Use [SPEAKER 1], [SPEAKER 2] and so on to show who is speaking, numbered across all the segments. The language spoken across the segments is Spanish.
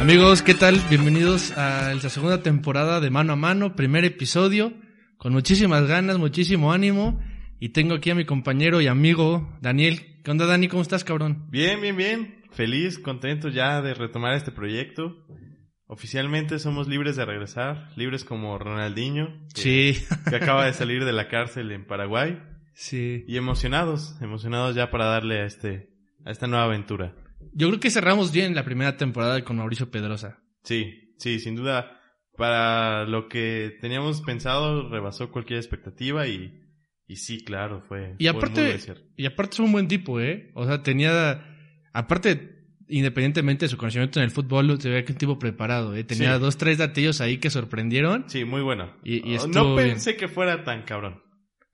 [SPEAKER 1] Amigos, ¿qué tal? Bienvenidos a la segunda temporada de Mano a Mano, primer episodio, con muchísimas ganas, muchísimo ánimo. Y tengo aquí a mi compañero y amigo Daniel. ¿Qué onda, Dani? ¿Cómo estás, cabrón?
[SPEAKER 2] Bien, bien, bien. Feliz, contento ya de retomar este proyecto. Oficialmente somos libres de regresar, libres como Ronaldinho, que,
[SPEAKER 1] Sí,
[SPEAKER 2] que acaba de salir de la cárcel en Paraguay.
[SPEAKER 1] sí.
[SPEAKER 2] Y emocionados, emocionados ya para darle a, este, a esta nueva aventura.
[SPEAKER 1] Yo creo que cerramos bien la primera temporada con Mauricio Pedrosa.
[SPEAKER 2] Sí, sí, sin duda. Para lo que teníamos pensado, rebasó cualquier expectativa y, y sí, claro, fue.
[SPEAKER 1] Y
[SPEAKER 2] fue muy
[SPEAKER 1] aparte-
[SPEAKER 2] desear.
[SPEAKER 1] Y aparte es un buen tipo, ¿eh? O sea, tenía... Aparte, independientemente de su conocimiento en el fútbol, se veía que un tipo preparado, ¿eh? Tenía
[SPEAKER 2] Sí.
[SPEAKER 1] dos, tres datillos ahí que sorprendieron.
[SPEAKER 2] Sí, muy bueno.
[SPEAKER 1] Y- y
[SPEAKER 2] no
[SPEAKER 1] estuvo bien.
[SPEAKER 2] pensé que fuera tan cabrón.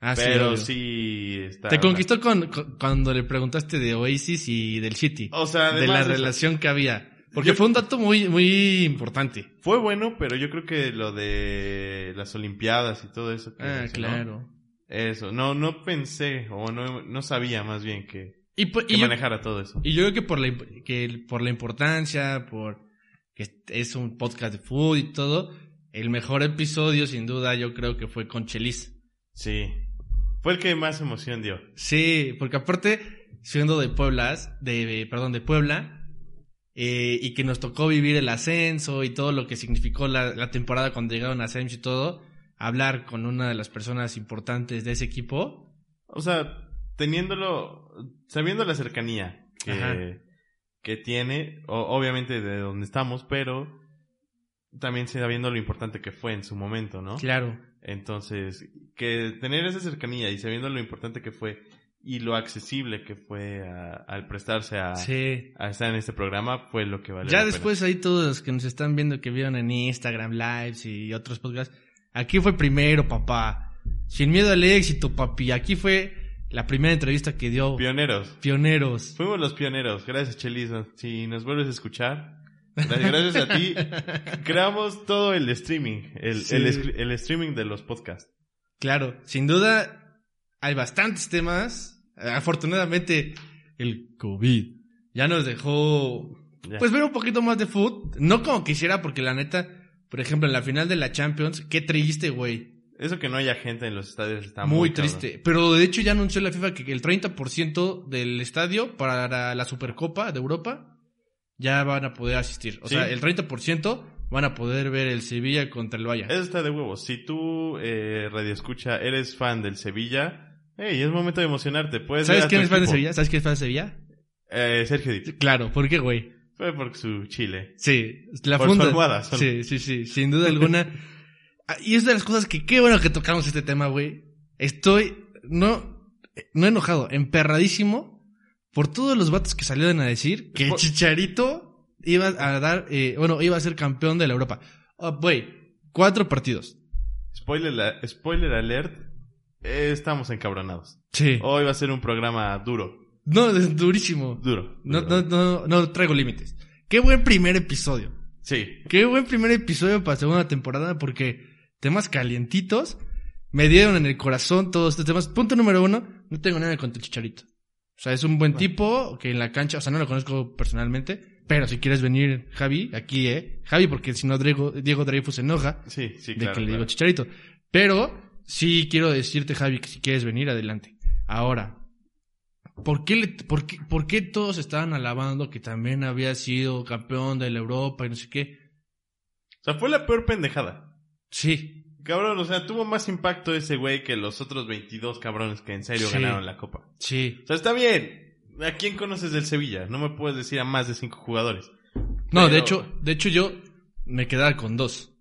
[SPEAKER 1] Ah, sí,
[SPEAKER 2] pero
[SPEAKER 1] obvio.
[SPEAKER 2] sí, está.
[SPEAKER 1] Te conquistó con, con- cuando le preguntaste de Oasis y del City.
[SPEAKER 2] O
[SPEAKER 1] de la
[SPEAKER 2] sea, Oh, además, o sea,
[SPEAKER 1] relación que había. Porque
[SPEAKER 2] Yo-
[SPEAKER 1] fue un dato muy, muy importante.
[SPEAKER 2] Fue bueno, pero yo creo que lo de las Olimpiadas y todo eso. que
[SPEAKER 1] Ah,
[SPEAKER 2] mencionó,
[SPEAKER 1] claro.
[SPEAKER 2] Eso, no, no pensé, o no, no sabía más bien que,
[SPEAKER 1] Y, po-
[SPEAKER 2] que
[SPEAKER 1] y, yo,
[SPEAKER 2] manejara todo eso.
[SPEAKER 1] y yo creo que por la, imp- que el- por la importancia, por que es un podcast de food y todo, el mejor episodio, sin duda, yo creo que fue con Chelis.
[SPEAKER 2] Sí. Fue el que más emoción dio.
[SPEAKER 1] Sí, porque aparte, siendo de Pueblas, de, de- perdón, de Puebla, eh, y que nos tocó vivir el ascenso y todo lo que significó la, la temporada cuando llegaron a Sems y todo, hablar con una de las personas importantes de ese equipo.
[SPEAKER 2] O sea, teniéndolo, sabiendo la cercanía
[SPEAKER 1] Ajá.
[SPEAKER 2] que, que tiene, o- obviamente de donde estamos, pero también sabiendo lo importante que fue en su momento, ¿no?
[SPEAKER 1] Claro.
[SPEAKER 2] Entonces, que tener esa cercanía y sabiendo lo importante que fue y lo accesible que fue a- al prestarse a,
[SPEAKER 1] Sí.
[SPEAKER 2] a estar en este programa fue lo que valió. Ah, la
[SPEAKER 1] Ya
[SPEAKER 2] pena.
[SPEAKER 1] después ahí todos los que nos están viendo que vieron en Instagram Lives y otros podcasts, aquí fue primero, papá. Sin miedo al éxito, papi. Aquí fue la primera entrevista que dio
[SPEAKER 2] Pioneros.
[SPEAKER 1] Pioneros.
[SPEAKER 2] Fuimos los pioneros. Gracias, Chelis. Si nos vuelves a escuchar, gra- gracias a ti, creamos todo el streaming, el,
[SPEAKER 1] Sí.
[SPEAKER 2] el escri- el streaming de los podcasts.
[SPEAKER 1] Claro, sin duda hay bastantes temas. Afortunadamente, el COVID ya nos dejó
[SPEAKER 2] Ya.
[SPEAKER 1] pues ver un poquito más de foot. No como quisiera, porque la neta, por ejemplo, en la final de la Champions, qué triste, güey.
[SPEAKER 2] Eso que no haya gente en los estadios está
[SPEAKER 1] Muy,
[SPEAKER 2] muy, cabrón.
[SPEAKER 1] triste. Pero de hecho ya anunció la FIFA que el 30% del estadio para la Supercopa de Europa ya van a poder asistir. O
[SPEAKER 2] Sí.
[SPEAKER 1] sea, el 30% van a poder ver el Sevilla contra el Bayern.
[SPEAKER 2] Eso está de huevos. Si tú, eh, Radio Escucha, eres fan del Sevilla, hey, es momento de emocionarte. Puedes ver
[SPEAKER 1] ¿Sabes
[SPEAKER 2] a
[SPEAKER 1] quién
[SPEAKER 2] tu
[SPEAKER 1] es fan de
[SPEAKER 2] equipo.
[SPEAKER 1] Sevilla? ¿Sabes quién es fan de Sevilla?
[SPEAKER 2] Eh, Sergio Díaz.
[SPEAKER 1] Claro, ¿por qué, güey?
[SPEAKER 2] Fue por su chile.
[SPEAKER 1] Sí, la
[SPEAKER 2] Por su
[SPEAKER 1] funda.
[SPEAKER 2] almohada, solo.
[SPEAKER 1] Sí, sí, sí, sin duda alguna. Ah, y es de las cosas que qué bueno que tocamos este tema, güey. Estoy no no enojado, emperradísimo por todos los vatos que salieron a decir que
[SPEAKER 2] Por-
[SPEAKER 1] Chicharito iba a dar, eh, bueno, iba a ser campeón de la Europa. Ah, Güey, cuatro partidos.
[SPEAKER 2] Spoiler, la- spoiler alert. eh, estamos encabronados.
[SPEAKER 1] Sí.
[SPEAKER 2] Hoy va a ser un programa duro.
[SPEAKER 1] No, es durísimo.
[SPEAKER 2] Duro.
[SPEAKER 1] No,
[SPEAKER 2] duro.
[SPEAKER 1] no, no, no traigo límites. Qué buen primer episodio.
[SPEAKER 2] Sí.
[SPEAKER 1] Qué buen primer episodio para segunda temporada porque temas calientitos me dieron en el corazón todos estos temas. Punto número uno, no tengo nada contra el chicharito. O sea, es un buen
[SPEAKER 2] Bueno.
[SPEAKER 1] tipo que en la cancha, o sea, no lo conozco personalmente, pero si quieres venir, Javi, aquí, eh. Javi, porque si no, Diego, Diego Dreyfus se enoja
[SPEAKER 2] Sí, sí,
[SPEAKER 1] de
[SPEAKER 2] claro.
[SPEAKER 1] que le
[SPEAKER 2] claro.
[SPEAKER 1] digo chicharito. Pero sí quiero decirte, Javi, que si quieres venir, adelante. Ahora, ¿por qué, le- por qué, por qué todos estaban alabando que también había sido campeón de la Europa y no sé qué?
[SPEAKER 2] O sea, fue la peor pendejada.
[SPEAKER 1] Sí,
[SPEAKER 2] Cabrón, o sea, tuvo más impacto ese güey que los otros 22 cabrones que en serio
[SPEAKER 1] Sí.
[SPEAKER 2] ganaron la copa.
[SPEAKER 1] Sí.
[SPEAKER 2] O sea, está bien. ¿A quién conoces del Sevilla? No me puedes decir a más de cinco jugadores.
[SPEAKER 1] No, de
[SPEAKER 2] Pero-
[SPEAKER 1] hecho, de hecho yo me quedaba con dos.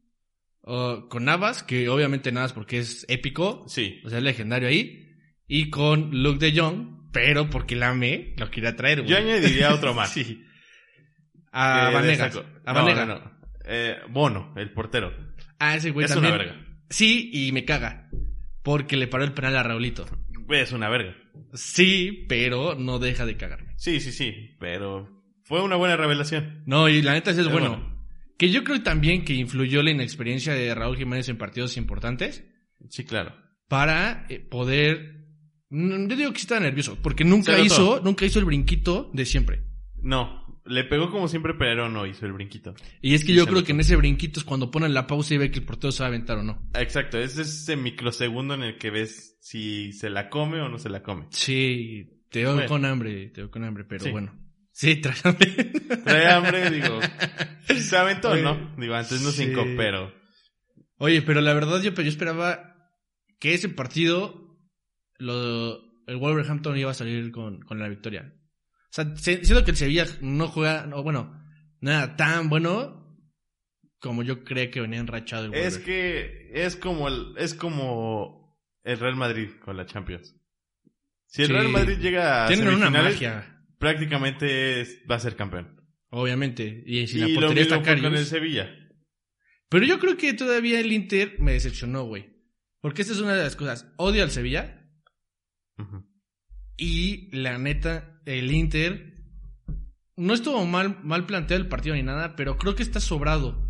[SPEAKER 1] Uh, con Navas, que obviamente Navas porque es épico,
[SPEAKER 2] Sí.
[SPEAKER 1] o sea, es legendario ahí. Y con Luke de Jong, pero porque la amé, lo quería traer, güey.
[SPEAKER 2] Yo añadiría otro más.
[SPEAKER 1] Sí. A
[SPEAKER 2] Eh,
[SPEAKER 1] Vanegas.
[SPEAKER 2] destaco.
[SPEAKER 1] A
[SPEAKER 2] No,
[SPEAKER 1] Vanegas.
[SPEAKER 2] no, no. Eh, Bono, el portero.
[SPEAKER 1] Ah, ese güey
[SPEAKER 2] es
[SPEAKER 1] también.
[SPEAKER 2] una verga.
[SPEAKER 1] Sí, y me caga. Porque le paró el penal a Raulito.
[SPEAKER 2] Güey, es una verga.
[SPEAKER 1] Sí, pero no deja de cagarme.
[SPEAKER 2] Sí, sí, sí. Pero fue una buena revelación.
[SPEAKER 1] No, y la neta sí es
[SPEAKER 2] Es
[SPEAKER 1] bueno.
[SPEAKER 2] bueno.
[SPEAKER 1] Que yo creo también que influyó la inexperiencia de Raúl Jiménez en partidos importantes.
[SPEAKER 2] Sí, claro.
[SPEAKER 1] para eh, poder. Mm, Yo digo que sí estaba nervioso, porque nunca
[SPEAKER 2] Se notó.
[SPEAKER 1] hizo, nunca hizo el brinquito de siempre.
[SPEAKER 2] No. Le pegó como siempre, pero no hizo el brinquito.
[SPEAKER 1] Y es que
[SPEAKER 2] Y
[SPEAKER 1] yo
[SPEAKER 2] se
[SPEAKER 1] creo
[SPEAKER 2] lo
[SPEAKER 1] que en ese brinquito es cuando ponen la pausa y ve que el portero se va a aventar o no.
[SPEAKER 2] Exacto, es ese microsegundo en el que ves si se la come o no se la come.
[SPEAKER 1] Sí, te veo
[SPEAKER 2] Bueno.
[SPEAKER 1] con hambre, te veo con hambre, pero
[SPEAKER 2] Sí.
[SPEAKER 1] bueno. Sí, trágame.
[SPEAKER 2] Trae hambre, digo. Se aventó, ¿no? Digo, antes no
[SPEAKER 1] Sí.
[SPEAKER 2] cinco, pero.
[SPEAKER 1] Oye, pero la verdad yo, yo esperaba que ese partido lo, el Wolverhampton iba a salir con, con la victoria. O sea, se- siento que el Sevilla no juega, no, bueno, nada tan bueno como yo creía que venía enrachado el
[SPEAKER 2] Es
[SPEAKER 1] Wolverhampton.
[SPEAKER 2] que es como el, es como el Real Madrid con la Champions. Si el
[SPEAKER 1] Sí.
[SPEAKER 2] Real Madrid llega a
[SPEAKER 1] Tienen una
[SPEAKER 2] semifinales,
[SPEAKER 1] magia,
[SPEAKER 2] prácticamente es- va a ser campeón.
[SPEAKER 1] obviamente. Y si
[SPEAKER 2] y
[SPEAKER 1] la
[SPEAKER 2] lo
[SPEAKER 1] portería está
[SPEAKER 2] mismo fue con el
[SPEAKER 1] Karius.
[SPEAKER 2] Sevilla.
[SPEAKER 1] Pero yo creo que todavía el Inter me decepcionó, güey. Porque esta es una de las cosas. Odio al Sevilla.
[SPEAKER 2] Ujú.
[SPEAKER 1] Y la neta, el Inter no estuvo mal, mal planteado el partido ni nada, pero creo que está sobrado.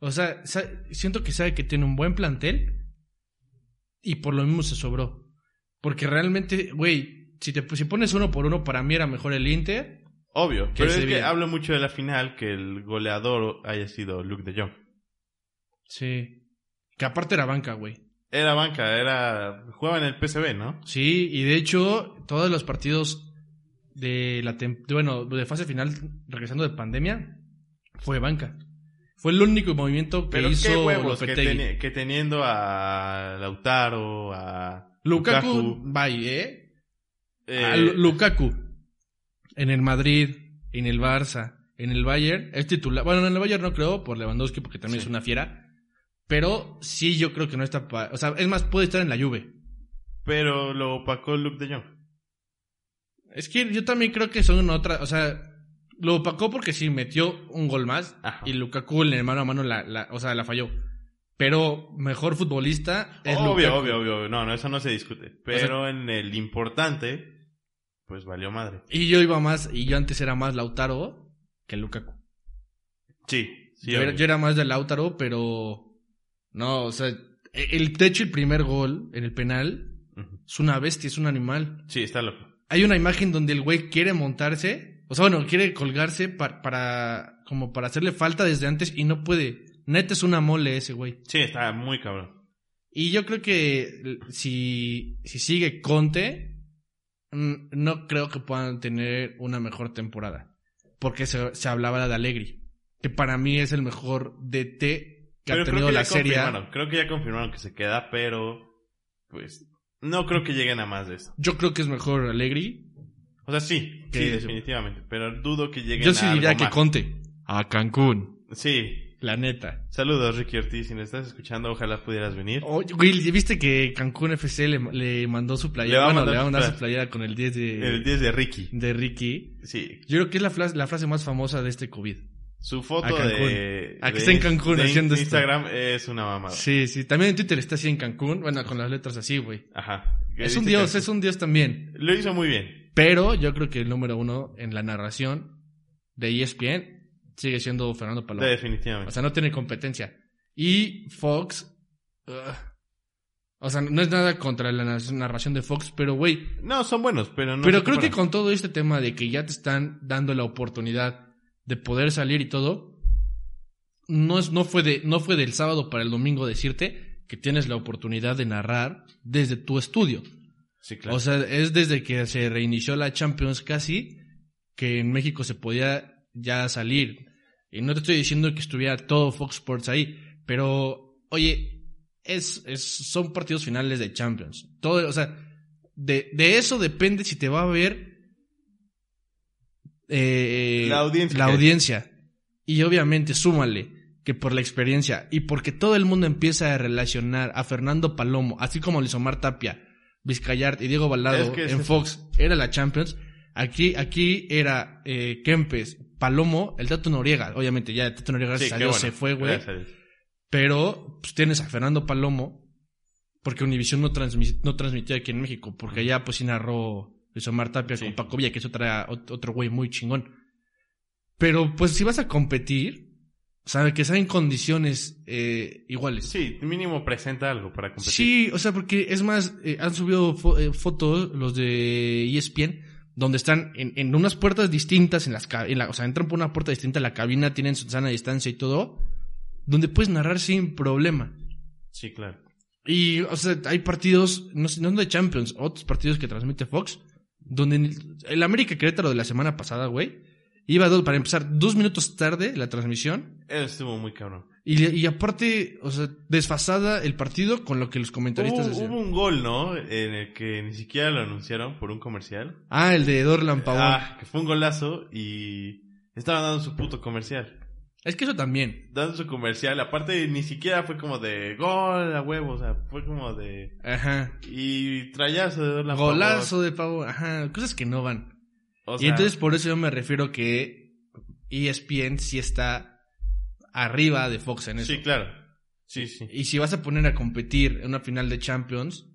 [SPEAKER 1] O sea, sa- siento que sabe que tiene un buen plantel y por lo mismo se sobró. Porque realmente, güey, si te si pones uno por uno, para mí era mejor el Inter.
[SPEAKER 2] Obvio, pero es que
[SPEAKER 1] Sevilla.
[SPEAKER 2] hablo mucho de la final que el goleador haya sido Luke de Jong.
[SPEAKER 1] Sí. Que aparte era banca, güey.
[SPEAKER 2] Era banca, era jugaba en el PSV, ¿no?
[SPEAKER 1] Sí, y de hecho, todos los partidos de la tem- de- bueno, de fase final, regresando de pandemia, fue banca. Fue el único movimiento que
[SPEAKER 2] Pero qué
[SPEAKER 1] hizo
[SPEAKER 2] huevos que,
[SPEAKER 1] Lopetegui.
[SPEAKER 2] teni- que teniendo a Lautaro, a
[SPEAKER 1] Lukaku, bye, ¿eh?
[SPEAKER 2] eh,
[SPEAKER 1] A Lu- Lukaku, en el Madrid, en el Barça, en el Bayern, es titular. Bueno, en el Bayern no creo, por Lewandowski, porque también
[SPEAKER 2] Sí.
[SPEAKER 1] es una fiera. Pero sí, yo creo que no está. pa- o sea, es más, puede estar en la Juve.
[SPEAKER 2] pero lo opacó Luke de Jong.
[SPEAKER 1] Es que yo también creo que son otra, o sea, lo opacó porque sí metió un gol más
[SPEAKER 2] Ajá.
[SPEAKER 1] y Lukaku en el mano a mano la, la- o sea, la falló. Pero mejor futbolista es
[SPEAKER 2] obvio,
[SPEAKER 1] Lukaku.
[SPEAKER 2] obvio, obvio, obvio. No, no, eso no se discute. Pero en el importante, pues valió madre.
[SPEAKER 1] Y yo iba más y yo antes era más Lautaro que Lukaku.
[SPEAKER 2] Sí, sí.
[SPEAKER 1] yo, era,
[SPEAKER 2] obvio.
[SPEAKER 1] yo era más de Lautaro, pero no, o sea, e- el techo el primer gol en el penal
[SPEAKER 2] Ujú.
[SPEAKER 1] es una bestia, es un animal.
[SPEAKER 2] Sí, está loco.
[SPEAKER 1] Hay una imagen donde el güey quiere montarse, o sea, bueno, quiere colgarse pa- para, como para hacerle falta desde antes y no puede. Neta es una mole ese güey.
[SPEAKER 2] Sí, está muy cabrón.
[SPEAKER 1] Y yo creo que l- si, si sigue Conte, mm, no creo que puedan tener una mejor temporada. Porque se, se hablaba de Allegri, que para mí es el mejor DT que ha
[SPEAKER 2] creo
[SPEAKER 1] tenido
[SPEAKER 2] que
[SPEAKER 1] la
[SPEAKER 2] ya
[SPEAKER 1] serie. A.
[SPEAKER 2] confirmaron. Creo que ya confirmaron que se queda, pero pues no creo que lleguen a más de eso.
[SPEAKER 1] Yo creo que es mejor Allegri.
[SPEAKER 2] O sea, sí,
[SPEAKER 1] Que
[SPEAKER 2] sí,
[SPEAKER 1] eso.
[SPEAKER 2] definitivamente. Pero dudo que lleguen
[SPEAKER 1] Yo
[SPEAKER 2] a
[SPEAKER 1] sí
[SPEAKER 2] algo
[SPEAKER 1] diría que
[SPEAKER 2] más.
[SPEAKER 1] Conte. A Cancún.
[SPEAKER 2] Sí.
[SPEAKER 1] La neta.
[SPEAKER 2] Saludos, Ricky Ortiz. Si nos estás escuchando, ojalá pudieras venir.
[SPEAKER 1] Oye, Will, Oh, ¿viste que Cancún FC le, le mandó su
[SPEAKER 2] Le va
[SPEAKER 1] playera?
[SPEAKER 2] a
[SPEAKER 1] Bueno,
[SPEAKER 2] mandar
[SPEAKER 1] le va a
[SPEAKER 2] su
[SPEAKER 1] mandar su playera
[SPEAKER 2] playera.
[SPEAKER 1] con el 10 de,
[SPEAKER 2] El 10 de Ricky.
[SPEAKER 1] de Ricky.
[SPEAKER 2] Sí.
[SPEAKER 1] Yo creo que es la, flas- la frase más famosa de este COVID.
[SPEAKER 2] Su
[SPEAKER 1] A
[SPEAKER 2] foto
[SPEAKER 1] Cancún.
[SPEAKER 2] de...
[SPEAKER 1] Aquí
[SPEAKER 2] de
[SPEAKER 1] está en
[SPEAKER 2] ins-
[SPEAKER 1] Cancún
[SPEAKER 2] de
[SPEAKER 1] haciendo esto.
[SPEAKER 2] Instagram es una mamada.
[SPEAKER 1] Sí, sí. También en Twitter está así en Cancún. Bueno, con las letras así, güey.
[SPEAKER 2] Ajá. Que
[SPEAKER 1] Es un
[SPEAKER 2] dice
[SPEAKER 1] dios,
[SPEAKER 2] Cancún.
[SPEAKER 1] es un dios también.
[SPEAKER 2] Lo hizo muy bien.
[SPEAKER 1] Pero yo creo que el número uno en la narración de E ESPN sigue siendo Fernando Paloma. O
[SPEAKER 2] Definitivamente.
[SPEAKER 1] sea, no tiene competencia. Y Fox. ugh. o sea, no es nada contra la na- narración de Fox, pero güey.
[SPEAKER 2] no, son buenos, pero no.
[SPEAKER 1] pero
[SPEAKER 2] se
[SPEAKER 1] creo que
[SPEAKER 2] comparan.
[SPEAKER 1] con todo este tema de que ya te están dando la oportunidad de poder salir y todo. No, es, no, fue de, no fue del sábado para el domingo decirte que tienes la oportunidad de narrar desde tu estudio.
[SPEAKER 2] Sí, claro.
[SPEAKER 1] O sea, es desde que se reinició la Champions casi que en México se podía ya salir. Y no te estoy diciendo que estuviera todo Fox Sports ahí, pero oye, es, es son partidos finales de Champions. Todo, o sea, de, de eso depende si te va a ver eh,
[SPEAKER 2] La audiencia
[SPEAKER 1] la
[SPEAKER 2] que hay.
[SPEAKER 1] audiencia. Y obviamente, súmale que por la experiencia y porque todo el mundo empieza a relacionar a Fernando Palomo, así como Luis Omar Tapia, Vizcayart y Diego Balado
[SPEAKER 2] Es que es
[SPEAKER 1] en
[SPEAKER 2] eso.
[SPEAKER 1] Fox, era la Champions. Aquí, aquí era eh, Kempes, Palomo, el Tato Noriega. Obviamente, ya el Tato Noriega
[SPEAKER 2] Sí,
[SPEAKER 1] gracias a
[SPEAKER 2] qué
[SPEAKER 1] Dios,
[SPEAKER 2] bueno.
[SPEAKER 1] se fue, güey.
[SPEAKER 2] Gracias a Dios.
[SPEAKER 1] Pero pues, tienes a Fernando Palomo, porque Univision no, transmi- no transmitió aquí en México, porque allá pues sí narró Luis Omar Tapia
[SPEAKER 2] Sí.
[SPEAKER 1] con Paco Villa, que es otra, ot- otro güey muy chingón. Pero pues si vas a competir, o sea, que sean en condiciones eh, iguales.
[SPEAKER 2] Sí, mínimo presenta algo para competir.
[SPEAKER 1] Sí, o sea, porque es más, eh, han subido fo- eh, fotos los de ESPN donde están en, en unas puertas distintas, en las, ca- en la- o sea, entran por una puerta distinta, la cabina, tienen su sana distancia y todo, donde puedes narrar sin problema.
[SPEAKER 2] Sí, claro.
[SPEAKER 1] Y, o sea, hay partidos, no sé, no de Champions, otros partidos que transmite Fox, donde en el, el América Querétaro de la semana pasada, güey, iba dos, para empezar dos minutos tarde la transmisión,
[SPEAKER 2] Él estuvo muy cabrón.
[SPEAKER 1] y, y aparte, o sea, desfasada el partido con lo que los comentaristas
[SPEAKER 2] Hubo,
[SPEAKER 1] decían.
[SPEAKER 2] hubo un gol, ¿no? En el que ni siquiera lo anunciaron por un comercial.
[SPEAKER 1] Ah, el de Dorlan Pavón.
[SPEAKER 2] Ah, que fue un golazo y estaban dando su puto comercial.
[SPEAKER 1] Es que eso también.
[SPEAKER 2] Dando su comercial, aparte ni siquiera fue como de gol a huevo, o sea, fue como de...
[SPEAKER 1] Ajá.
[SPEAKER 2] Y trayazo de Dorlan Pavón.
[SPEAKER 1] Golazo de Pavón. Ajá. Cosas que no van.
[SPEAKER 2] O
[SPEAKER 1] y
[SPEAKER 2] sea,
[SPEAKER 1] entonces por eso yo me refiero que E ESPN sí está arriba de Fox en eso.
[SPEAKER 2] Sí, claro. Sí, sí.
[SPEAKER 1] Y si vas a poner a competir en una final de Champions,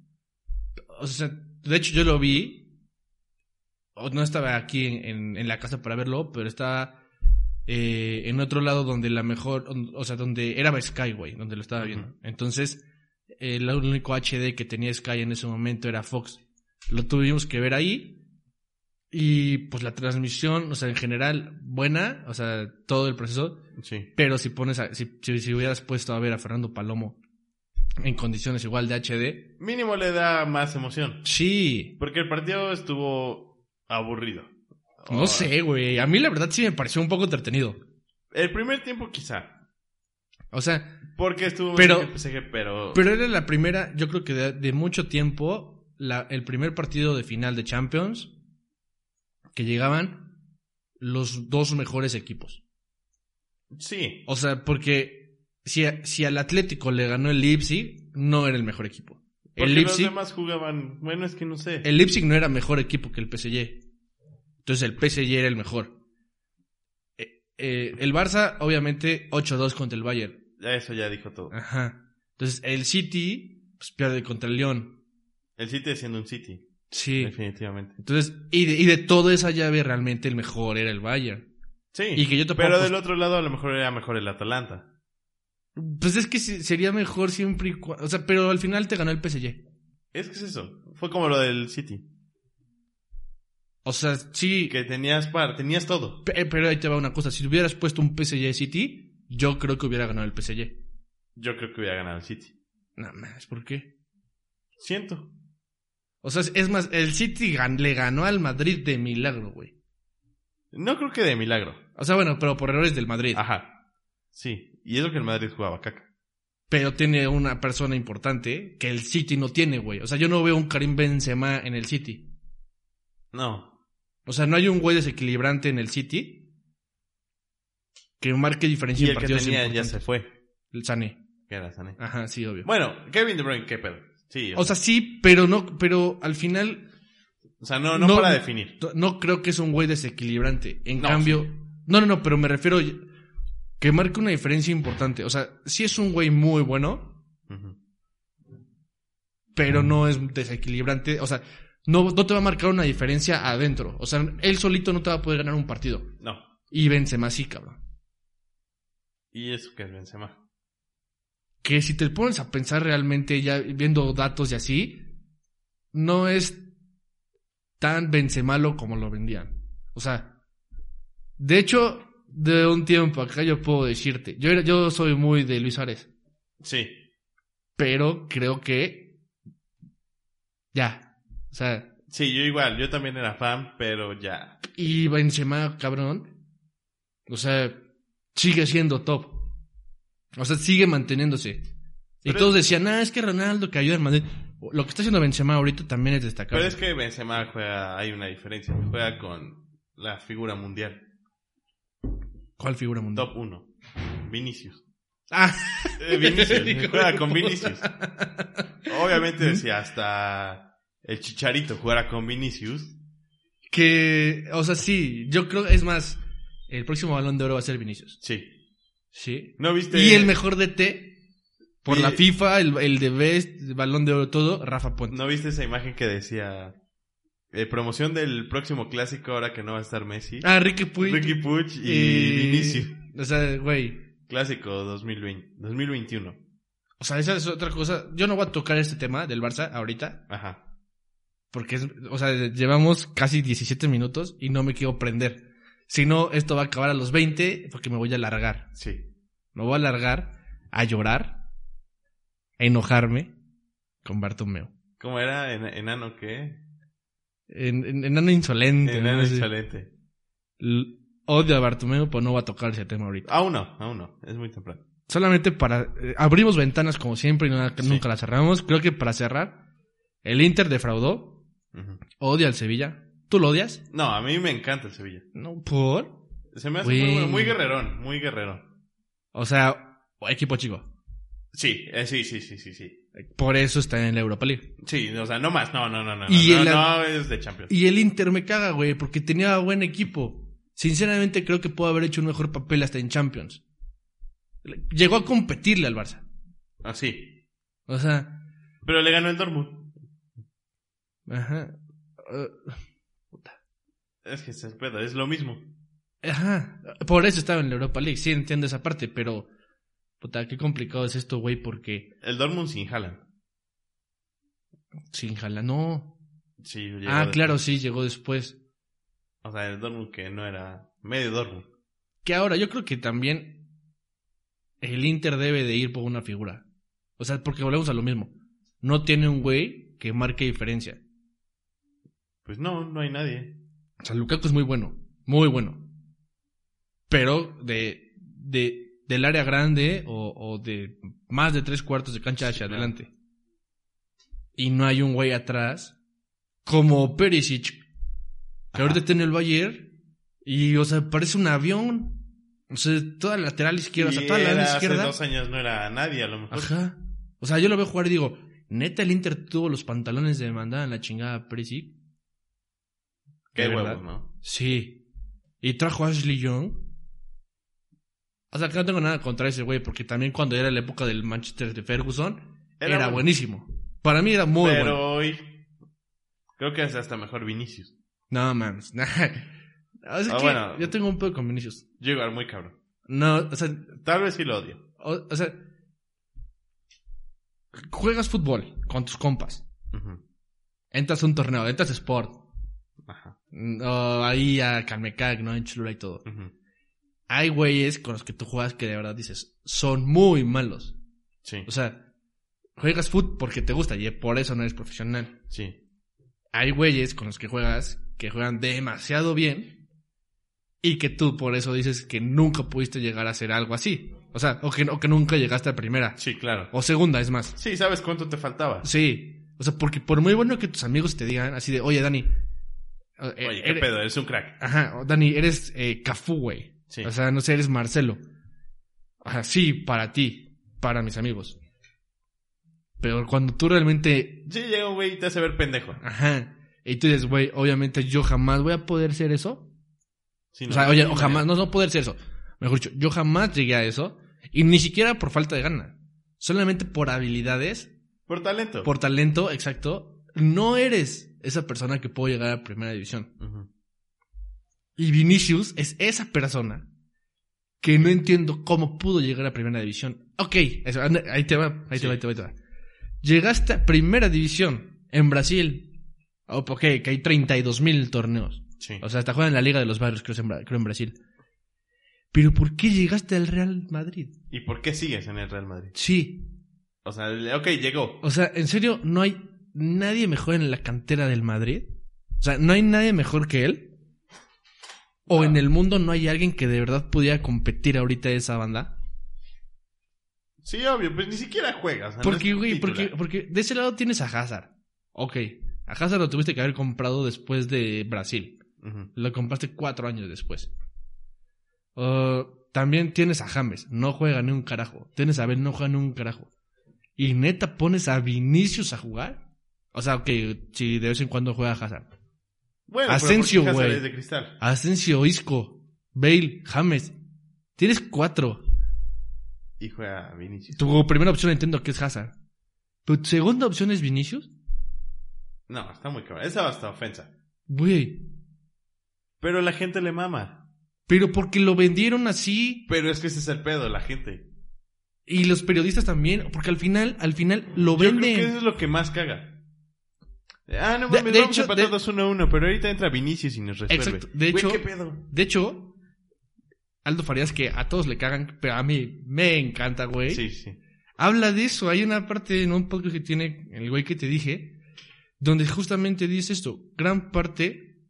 [SPEAKER 1] o sea, de hecho yo lo vi, o no estaba aquí en, en- en la casa para verlo, pero estaba eh, en otro lado donde la mejor, o sea, donde era Skyway, donde lo estaba viendo.
[SPEAKER 2] Ujú.
[SPEAKER 1] Entonces, el único HD que tenía Sky en ese momento era Fox. Lo tuvimos que ver ahí. Y pues la transmisión, o sea, en general, buena, o sea, todo el proceso.
[SPEAKER 2] Sí.
[SPEAKER 1] Pero si pones a- si, si- si hubieras puesto a ver a Fernando Palomo en condiciones igual de HD,
[SPEAKER 2] Mínimo le da más emoción.
[SPEAKER 1] sí.
[SPEAKER 2] Porque el partido estuvo aburrido.
[SPEAKER 1] No
[SPEAKER 2] O-
[SPEAKER 1] sé, güey. A mí la verdad sí me pareció un poco entretenido.
[SPEAKER 2] El primer tiempo quizá.
[SPEAKER 1] O sea,
[SPEAKER 2] Porque estuvo...
[SPEAKER 1] Pero-
[SPEAKER 2] en el PSG, pero...
[SPEAKER 1] pero era la primera, yo creo que de, de mucho tiempo, la- el primer partido de final de Champions que llegaban los dos mejores equipos.
[SPEAKER 2] Sí.
[SPEAKER 1] O sea, porque si, a- si al Atlético le ganó el Leipzig, no era el mejor equipo.
[SPEAKER 2] Porque
[SPEAKER 1] El
[SPEAKER 2] los
[SPEAKER 1] Leipzig
[SPEAKER 2] demás jugaban... Bueno, es que no sé.
[SPEAKER 1] el Leipzig no era mejor equipo que el PSG. Entonces el PSG era el mejor. Eh, eh, el Barça, obviamente, 8-2 contra el Bayern.
[SPEAKER 2] Eso ya dijo todo.
[SPEAKER 1] Ajá. Entonces el City pues, pierde contra el León.
[SPEAKER 2] El City siendo un City.
[SPEAKER 1] Sí.
[SPEAKER 2] Definitivamente.
[SPEAKER 1] Entonces, y de, y de toda esa llave, realmente el mejor era el Bayern.
[SPEAKER 2] Sí.
[SPEAKER 1] Y que yo te
[SPEAKER 2] Pero
[SPEAKER 1] puedo
[SPEAKER 2] del otro lado a lo mejor era mejor el Atalanta.
[SPEAKER 1] Pues es que se- sería mejor siempre y cua- O sea, pero al final te ganó el PSG.
[SPEAKER 2] Es que es eso. Fue como lo del City.
[SPEAKER 1] O sea, sí.
[SPEAKER 2] Que tenías par, tenías todo.
[SPEAKER 1] pe- Pero ahí te va una cosa. Si hubieras puesto un PSG City, yo creo que hubiera ganado el PSG.
[SPEAKER 2] Yo creo que hubiera ganado el City.
[SPEAKER 1] Nada más, ¿por qué?
[SPEAKER 2] Siento.
[SPEAKER 1] O sea, es más, el City gan- le ganó al Madrid de milagro, güey.
[SPEAKER 2] No creo que de milagro.
[SPEAKER 1] O sea, bueno, pero por errores del Madrid.
[SPEAKER 2] Ajá. Sí. Y es lo que el Madrid jugaba, caca.
[SPEAKER 1] Pero tiene una persona importante que el City no tiene, güey. O sea, yo no veo un Karim Benzema en el City.
[SPEAKER 2] No.
[SPEAKER 1] O sea, no hay un güey desequilibrante en el City que marque diferencia
[SPEAKER 2] Y
[SPEAKER 1] en
[SPEAKER 2] el que
[SPEAKER 1] partidos
[SPEAKER 2] tenía ya se
[SPEAKER 1] importantes.
[SPEAKER 2] fue.
[SPEAKER 1] El Sané.
[SPEAKER 2] Que era Sané.
[SPEAKER 1] Ajá, sí, obvio.
[SPEAKER 2] Bueno, Kevin De Bruyne, qué pedo. Sí.
[SPEAKER 1] o sea, sí, pero no, pero al final
[SPEAKER 2] o sea, no, no,
[SPEAKER 1] no-
[SPEAKER 2] para definir.
[SPEAKER 1] t- no creo que es un güey desequilibrante. En
[SPEAKER 2] No,
[SPEAKER 1] cambio, no, no, no, pero me refiero que marque una diferencia importante. O sea, sí es un güey muy bueno,
[SPEAKER 2] Ujú.
[SPEAKER 1] pero no es desequilibrante. O sea, no, no te va a marcar una diferencia adentro. O sea, él solito no te va a poder ganar un partido.
[SPEAKER 2] No.
[SPEAKER 1] Y Benzema sí, cabrón.
[SPEAKER 2] Y eso que es Benzema.
[SPEAKER 1] Que si te pones a pensar realmente, ya viendo datos y así, no es tan Benzemalo como lo vendían. O sea, de hecho, de un tiempo acá yo puedo decirte, yo, era- yo soy muy de Luis Ares,
[SPEAKER 2] Sí.
[SPEAKER 1] pero creo que ya. O sea,
[SPEAKER 2] Sí, yo igual. Yo también era fan, pero ya.
[SPEAKER 1] Y Benzema, cabrón. O sea, sigue siendo top. O sea, sigue manteniéndose. Y
[SPEAKER 2] Pero-
[SPEAKER 1] todos decían, ah, es que Ronaldo que ayuda al Madrid. Lo que está haciendo Benzema ahorita también es destacable.
[SPEAKER 2] Pero es que Benzema juega, hay una diferencia. Juega con la figura mundial.
[SPEAKER 1] ¿Cuál figura mundial?
[SPEAKER 2] Top 1. Vinicius.
[SPEAKER 1] Ah,
[SPEAKER 2] Eh, Vinicius. juega con Vinicius. Obviamente, si hasta el Chicharito jugara con Vinicius,
[SPEAKER 1] que, o sea, sí, yo creo, es más, el próximo balón de oro va a ser Vinicius.
[SPEAKER 2] sí.
[SPEAKER 1] Sí.
[SPEAKER 2] ¿No viste?
[SPEAKER 1] Y el mejor DT, por
[SPEAKER 2] Oye.
[SPEAKER 1] la FIFA, el, el de Best, el balón de oro, todo, Rafa Puente.
[SPEAKER 2] ¿No viste esa imagen que decía eh, promoción del próximo clásico ahora que no va a estar Messi?
[SPEAKER 1] Ah, Ricky Puig.
[SPEAKER 2] Ricky Puig y
[SPEAKER 1] Eh,
[SPEAKER 2] Vinicius.
[SPEAKER 1] O sea, güey,
[SPEAKER 2] Clásico 2020, 2021.
[SPEAKER 1] O sea, esa es otra cosa. Yo no voy a tocar este tema del Barça ahorita,
[SPEAKER 2] Ajá.
[SPEAKER 1] Porque es, o sea, llevamos casi 17 minutos y no me quiero prender. Si no, esto va a acabar a los 20 porque me voy a alargar.
[SPEAKER 2] Sí.
[SPEAKER 1] Me voy a alargar a llorar, a enojarme con Bartomeu.
[SPEAKER 2] ¿Cómo era? ¿En- ¿Enano qué?
[SPEAKER 1] En, en- enano insolente. ¿no?
[SPEAKER 2] Enano
[SPEAKER 1] Así.
[SPEAKER 2] insolente.
[SPEAKER 1] L- Odio a Bartomeu, pero no va a tocar ese tema ahorita.
[SPEAKER 2] Aún no, aún no. Es muy temprano.
[SPEAKER 1] solamente para eh, abrimos ventanas como siempre y nada-
[SPEAKER 2] Sí.
[SPEAKER 1] nunca las cerramos. Creo que para cerrar, el Inter defraudó,
[SPEAKER 2] Ujú.
[SPEAKER 1] odia al Sevilla. ¿Tú lo odias?
[SPEAKER 2] No, a mí me encanta el Sevilla.
[SPEAKER 1] No, por.
[SPEAKER 2] Se me hace muy
[SPEAKER 1] Güey.
[SPEAKER 2] bueno, muy guerrerón, muy guerrero.
[SPEAKER 1] O sea, equipo chico.
[SPEAKER 2] Sí, eh, sí, sí, sí, sí, sí.
[SPEAKER 1] Por eso está en la Europa League.
[SPEAKER 2] Sí, o sea, no más, no, no, no, no.
[SPEAKER 1] Y
[SPEAKER 2] no,
[SPEAKER 1] el-
[SPEAKER 2] no, es de Champions.
[SPEAKER 1] Y el Inter me caga, güey, porque tenía buen equipo. Sinceramente creo que pudo haber hecho un mejor papel hasta en Champions. Llegó a competirle al Barça.
[SPEAKER 2] Así.
[SPEAKER 1] O sea,
[SPEAKER 2] Ah, Pero le ganó el Dortmund.
[SPEAKER 1] ajá. eh,
[SPEAKER 2] Es que se espera, es lo mismo.
[SPEAKER 1] Ajá, por eso estaba en la Europa League, sí entiendo esa parte, pero puta, qué complicado es esto, güey, porque
[SPEAKER 2] El Dortmund sin Haaland.
[SPEAKER 1] sin jala, no.
[SPEAKER 2] Sí, llegó
[SPEAKER 1] ah,
[SPEAKER 2] después.
[SPEAKER 1] claro, sí, llegó después.
[SPEAKER 2] O sea, el Dortmund que no era medio Dortmund.
[SPEAKER 1] Que ahora yo creo que también el Inter debe de ir por una figura. O sea, porque volvemos a lo mismo. No tiene un güey que marque diferencia.
[SPEAKER 2] Pues no, no hay nadie.
[SPEAKER 1] O sea, Lukaku es muy bueno, muy bueno. Pero de, de del área grande o, o de más de tres cuartos de cancha hacia
[SPEAKER 2] claro.
[SPEAKER 1] adelante. Y no hay un güey atrás como Perisic, que
[SPEAKER 2] Ajá.
[SPEAKER 1] ahorita tiene el Bayern y, o sea, parece un avión. O sea, toda la lateral izquierda, o sea,
[SPEAKER 2] Y
[SPEAKER 1] toda la
[SPEAKER 2] era
[SPEAKER 1] banda
[SPEAKER 2] Hace
[SPEAKER 1] izquierda.
[SPEAKER 2] dos años no era nadie, a lo mejor.
[SPEAKER 1] Ajá. O sea, yo lo veo jugar y digo, ¿neta el Inter tuvo los pantalones de mandar a la chingada a Perisic?
[SPEAKER 2] Qué
[SPEAKER 1] de
[SPEAKER 2] huevos,
[SPEAKER 1] verdad.
[SPEAKER 2] ¿no?
[SPEAKER 1] Sí. Y trajo a Ashley Young. O sea, que no tengo nada contra ese güey, porque también cuando era la época del Manchester de Ferguson, era,
[SPEAKER 2] bueno,
[SPEAKER 1] buenísimo. Para mí era muy
[SPEAKER 2] Pero
[SPEAKER 1] bueno.
[SPEAKER 2] hoy creo que es hasta mejor Vinicius.
[SPEAKER 1] No, mames. nah. Es
[SPEAKER 2] Ah,
[SPEAKER 1] que
[SPEAKER 2] bueno.
[SPEAKER 1] yo tengo un poco con Vinicius.
[SPEAKER 2] Yo igual, muy cabrón.
[SPEAKER 1] No, o sea,
[SPEAKER 2] Tal vez sí lo odio.
[SPEAKER 1] o, o sea, juegas fútbol con tus compas,
[SPEAKER 2] Ujú.
[SPEAKER 1] entras a un torneo, entras a Sport,
[SPEAKER 2] Ajá.
[SPEAKER 1] o ahí a Calmecac, ¿no? En Cholula y todo.
[SPEAKER 2] Ujú.
[SPEAKER 1] Hay güeyes con los que tú juegas que de verdad dices, son muy malos.
[SPEAKER 2] Sí,
[SPEAKER 1] O sea, juegas foot porque te gusta y por eso no eres profesional.
[SPEAKER 2] sí.
[SPEAKER 1] Hay güeyes con los que juegas que juegan demasiado bien y que tú por eso dices que nunca pudiste llegar a hacer algo así. O sea, o que, o que nunca llegaste a primera.
[SPEAKER 2] Sí, claro.
[SPEAKER 1] O segunda, es más.
[SPEAKER 2] Sí, ¿sabes cuánto te faltaba?
[SPEAKER 1] Sí. O sea, porque por muy bueno que tus amigos te digan así de, oye, Dani. eh,
[SPEAKER 2] Oye, qué
[SPEAKER 1] eres-
[SPEAKER 2] pedo, eres un crack.
[SPEAKER 1] Ajá, o Dani, eres eh, Cafú, güey.
[SPEAKER 2] Sí.
[SPEAKER 1] O sea, no sé, eres Marcelo. Ajá, sí, para ti, para mis amigos. Pero cuando tú realmente,
[SPEAKER 2] Sí, llega un güey y te hace ver pendejo.
[SPEAKER 1] ajá, y tú dices, güey, obviamente yo jamás voy a poder ser eso.
[SPEAKER 2] Sí,
[SPEAKER 1] O
[SPEAKER 2] no,
[SPEAKER 1] sea, oye,
[SPEAKER 2] no,
[SPEAKER 1] o
[SPEAKER 2] no,
[SPEAKER 1] jamás, no, no poder ser eso. Mejor dicho, yo jamás llegué a eso. Y ni siquiera por falta de gana. Solamente por habilidades,
[SPEAKER 2] Por talento.
[SPEAKER 1] por talento, exacto. No eres esa persona que puede llegar a primera división.
[SPEAKER 2] Ujú.
[SPEAKER 1] Y Vinicius es esa persona que no entiendo cómo pudo llegar a primera división. Ok, eso, anda, ahí te va, ahí
[SPEAKER 2] Sí.
[SPEAKER 1] te va, ahí te va, ahí te va. Llegaste a primera división en Brasil. Oh, ok, que hay 32 mil torneos.
[SPEAKER 2] Sí.
[SPEAKER 1] O sea, hasta juegan en la Liga de los Barrios, creo, en Bra- creo en Brasil. Pero ¿por qué llegaste al Real Madrid?
[SPEAKER 2] ¿Y por qué sigues en el Real Madrid?
[SPEAKER 1] Sí.
[SPEAKER 2] O sea, el- ok, llegó.
[SPEAKER 1] O sea, en serio, no hay nadie mejor en la cantera del Madrid. O sea, no hay nadie mejor que él. O en el mundo no hay alguien que de verdad pudiera competir ahorita de esa banda.
[SPEAKER 2] Sí, obvio, pues ni siquiera juegas. o sea, no
[SPEAKER 1] Porque,
[SPEAKER 2] es
[SPEAKER 1] güey,
[SPEAKER 2] titular.
[SPEAKER 1] porque, porque de ese lado tienes a Hazard. Ok, a Hazard lo tuviste que haber comprado después de Brasil.
[SPEAKER 2] Ujú.
[SPEAKER 1] Lo compraste cuatro años después. Uh, también tienes a James, no juega ni un carajo. Tienes a Ben, no juega ni un carajo. Y neta, pones a Vinicius a jugar. O sea, que si de vez en cuando juega Hazard.
[SPEAKER 2] Bueno,
[SPEAKER 1] Asensio,
[SPEAKER 2] Asensio,
[SPEAKER 1] güey.
[SPEAKER 2] güey. de cristal.
[SPEAKER 1] Asensio, Isco, Bale, James. Tienes cuatro.
[SPEAKER 2] Y juega Vinicius.
[SPEAKER 1] Tu primera opción entiendo que es Hazard. Tu segunda opción es Vinicius.
[SPEAKER 2] No, está muy cabrón. Esa va hasta ofensa.
[SPEAKER 1] Güey.
[SPEAKER 2] Pero la gente le mama.
[SPEAKER 1] Pero porque lo vendieron así.
[SPEAKER 2] Pero es que ese es el pedo, la gente.
[SPEAKER 1] Y los periodistas también. Porque al final, al final lo
[SPEAKER 2] Yo creo que
[SPEAKER 1] venden.
[SPEAKER 2] eso es lo que más caga. Ah, no
[SPEAKER 1] De-
[SPEAKER 2] mames,
[SPEAKER 1] de
[SPEAKER 2] vamos
[SPEAKER 1] hecho,
[SPEAKER 2] empatados
[SPEAKER 1] de-
[SPEAKER 2] 1-1, pero ahorita entra Vinicius y nos resuelve.
[SPEAKER 1] Exacto. De
[SPEAKER 2] Güey,
[SPEAKER 1] hecho-
[SPEAKER 2] ¿qué pedo?
[SPEAKER 1] De hecho, Aldo Farías, que a todos le cagan, pero a mí me encanta, güey.
[SPEAKER 2] Sí, sí.
[SPEAKER 1] Habla de eso. Hay una parte en un podcast que tiene el güey que te dije, donde justamente dice esto. Gran parte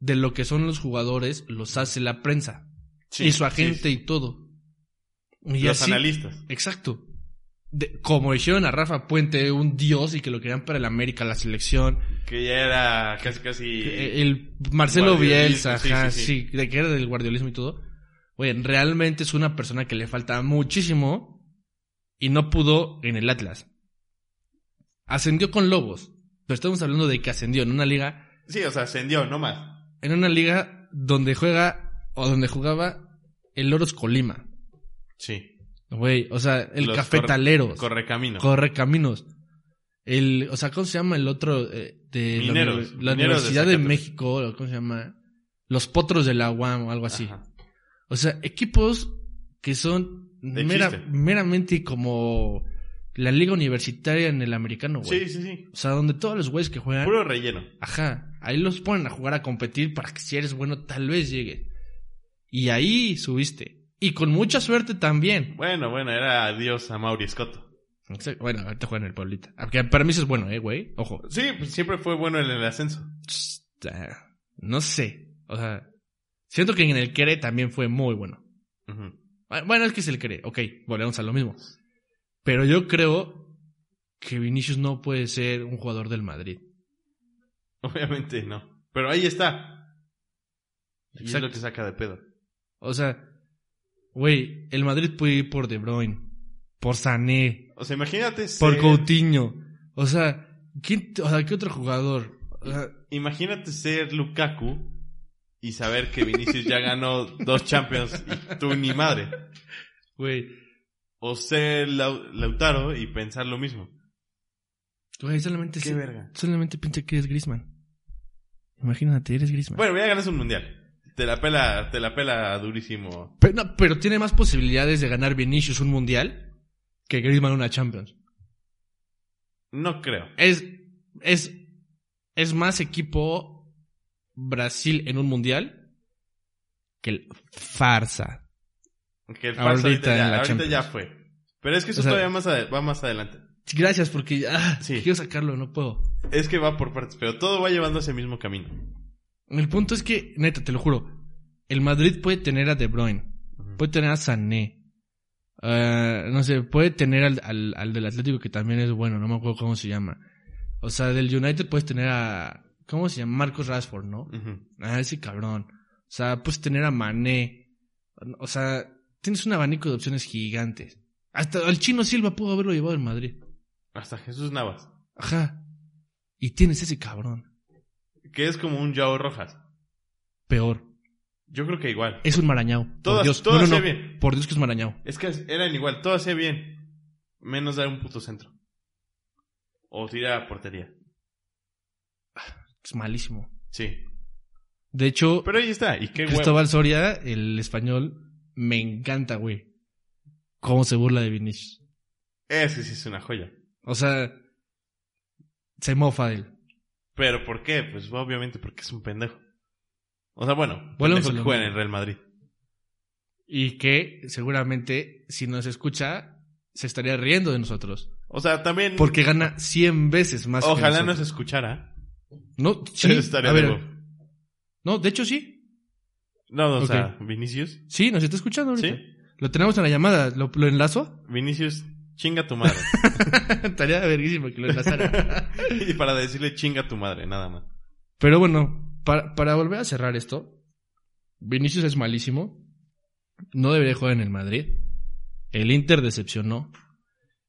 [SPEAKER 1] de lo que son los jugadores los hace la prensa.
[SPEAKER 2] Sí,
[SPEAKER 1] y su
[SPEAKER 2] sí,
[SPEAKER 1] agente
[SPEAKER 2] sí.
[SPEAKER 1] y todo. Y
[SPEAKER 2] Los
[SPEAKER 1] así-
[SPEAKER 2] analistas.
[SPEAKER 1] Exacto. De- como hicieron a Rafa Puente un dios y que lo querían para el América, la selección.
[SPEAKER 2] Que ya era casi, casi...
[SPEAKER 1] Eh, El Marcelo
[SPEAKER 2] Guardiolismo,
[SPEAKER 1] Bielsa,
[SPEAKER 2] sí,
[SPEAKER 1] ajá,
[SPEAKER 2] sí,
[SPEAKER 1] sí,
[SPEAKER 2] sí.
[SPEAKER 1] de que era del guardiolismo y todo. Oye, realmente es una persona que le falta muchísimo y no pudo en el Atlas. Ascendió con Lobos, pero estamos hablando de que ascendió en una liga,
[SPEAKER 2] Sí, o sea, ascendió, no más.
[SPEAKER 1] en una liga donde juega o donde jugaba el Loros Colima.
[SPEAKER 2] Sí.
[SPEAKER 1] Güey, o sea, el
[SPEAKER 2] Los
[SPEAKER 1] Cafetaleros.
[SPEAKER 2] Corre camino.
[SPEAKER 1] Corre caminos. El, o sea, ¿cómo se llama el otro? eh, de la
[SPEAKER 2] Mineros,
[SPEAKER 1] uni- La,
[SPEAKER 2] Mineros de
[SPEAKER 1] Universidad de,
[SPEAKER 2] Zacatecas.
[SPEAKER 1] México, o ¿cómo se llama? Los Potros de la UAM o algo así.
[SPEAKER 2] Ajá.
[SPEAKER 1] O sea, equipos que son
[SPEAKER 2] De
[SPEAKER 1] mera-
[SPEAKER 2] chiste.
[SPEAKER 1] meramente como la liga universitaria en el americano, güey. Ah.
[SPEAKER 2] Sí, sí, sí.
[SPEAKER 1] O sea, donde todos los güeyes que juegan,
[SPEAKER 2] Puro relleno.
[SPEAKER 1] ajá, ahí los ponen a jugar a competir para que si eres bueno tal vez llegue. Y ahí subiste. Y con mucha suerte también.
[SPEAKER 2] Bueno, bueno, era adiós a Mauri Scotto.
[SPEAKER 1] Exacto. Bueno, ahorita juegan en el Paulita. Aunque para mí eso es bueno, eh, güey. Ojo.
[SPEAKER 2] Sí, pues siempre fue bueno en el ascenso.
[SPEAKER 1] Tss, ah, No sé. O sea, siento que en el Quere también fue muy bueno.
[SPEAKER 2] Ujú.
[SPEAKER 1] Ah, Bueno, es que es el Quere. Ok, volvemos a lo mismo. Pero yo creo que Vinicius no puede ser un jugador del Madrid.
[SPEAKER 2] Obviamente no. Pero ahí está. Y es
[SPEAKER 1] Exacto.
[SPEAKER 2] lo que saca de pedo.
[SPEAKER 1] O sea, güey, el Madrid puede ir por De Bruyne, por Sané,
[SPEAKER 2] O sea, imagínate ser,
[SPEAKER 1] por Coutinho. O sea, ¿quién, o sea, ¿qué otro jugador? O sea,
[SPEAKER 2] imagínate ser Lukaku y saber que Vinicius ya ganó dos Champions y tú ni madre.
[SPEAKER 1] güey,
[SPEAKER 2] O ser Lau- Lautaro y pensar lo mismo.
[SPEAKER 1] güey, solamente
[SPEAKER 2] Qué
[SPEAKER 1] se-
[SPEAKER 2] verga.
[SPEAKER 1] Solamente piensa que eres Grisman. Imagínate, eres Grisman.
[SPEAKER 2] Bueno, ya ganas un mundial. Te la pela, te la pela durísimo.
[SPEAKER 1] pero, no, pero tiene más posibilidades de ganar Vinicius un mundial que Grisman una Champions.
[SPEAKER 2] No creo.
[SPEAKER 1] Es, es, es más equipo Brasil en un mundial que el farsa.
[SPEAKER 2] Que el falso ahorita,
[SPEAKER 1] Ahorita en
[SPEAKER 2] ya,
[SPEAKER 1] la
[SPEAKER 2] ahorita
[SPEAKER 1] Champions.
[SPEAKER 2] ya fue. Pero es que eso
[SPEAKER 1] O sea-
[SPEAKER 2] todavía más ade- va más adelante.
[SPEAKER 1] Gracias porque ah,
[SPEAKER 2] Sí.
[SPEAKER 1] quiero sacarlo, no puedo.
[SPEAKER 2] Es que va por partes, pero todo va llevando ese mismo camino.
[SPEAKER 1] El punto es que, neta, te lo juro, el Madrid puede tener a De Bruyne, puede tener a Sané. Ah, no sé, puede tener al, al, al del Atlético que también es bueno, no me acuerdo cómo se llama. O sea, del United puedes tener a... ¿Cómo se llama? Marcos Rashford, ¿no?
[SPEAKER 2] Ujú.
[SPEAKER 1] Ah, ese cabrón. O sea, puedes tener a Mané. O sea, tienes un abanico de opciones gigantes. Hasta el chino Silva pudo haberlo llevado en Madrid.
[SPEAKER 2] Hasta Jesús Navas,
[SPEAKER 1] Ajá. Y tienes ese cabrón.
[SPEAKER 2] que es como un Yao Rojas.
[SPEAKER 1] Peor.
[SPEAKER 2] Yo creo que igual.
[SPEAKER 1] Es un marañao. Por
[SPEAKER 2] Todas-
[SPEAKER 1] Dios.
[SPEAKER 2] todas
[SPEAKER 1] no, no,
[SPEAKER 2] se
[SPEAKER 1] no.
[SPEAKER 2] bien.
[SPEAKER 1] Por Dios que es marañao.
[SPEAKER 2] Es que eran igual, todo hacía bien. Menos dar un puto centro. O tirar a portería.
[SPEAKER 1] Es malísimo.
[SPEAKER 2] Sí.
[SPEAKER 1] De hecho,
[SPEAKER 2] Pero eh, ahí está. ¿Y qué huevo?
[SPEAKER 1] Cristóbal Soria, el español, me encanta, güey. Cómo se burla de Vinicius.
[SPEAKER 2] Ese sí es una joya.
[SPEAKER 1] O sea, se mofa de él.
[SPEAKER 2] ¿Pero por qué? Pues obviamente porque es un pendejo. O sea, bueno,
[SPEAKER 1] Volvemos
[SPEAKER 2] pendejo
[SPEAKER 1] a
[SPEAKER 2] que
[SPEAKER 1] lo
[SPEAKER 2] juega en el
[SPEAKER 1] mismo.
[SPEAKER 2] Real Madrid.
[SPEAKER 1] Y que seguramente, si nos escucha, se estaría riendo de nosotros.
[SPEAKER 2] O sea, también...
[SPEAKER 1] Porque gana 100 veces más que
[SPEAKER 2] Ojalá nos
[SPEAKER 1] nosotros.
[SPEAKER 2] escuchara.
[SPEAKER 1] No, sí.
[SPEAKER 2] Estaría
[SPEAKER 1] a
[SPEAKER 2] de
[SPEAKER 1] ver,
[SPEAKER 2] huevo.
[SPEAKER 1] no, de hecho sí.
[SPEAKER 2] No, o
[SPEAKER 1] Ok.
[SPEAKER 2] sea, Vinicius.
[SPEAKER 1] Sí, nos está escuchando ahorita.
[SPEAKER 2] ¿Sí?
[SPEAKER 1] Lo tenemos en la llamada. ¿Lo, lo enlazo?
[SPEAKER 2] Vinicius, chinga tu madre.
[SPEAKER 1] Estaría verguísimo que lo enlazara.
[SPEAKER 2] y para decirle chinga tu madre, nada más.
[SPEAKER 1] Pero bueno, para, para volver a cerrar esto, Vinicius es malísimo. No debería jugar en el Madrid. El Inter decepcionó.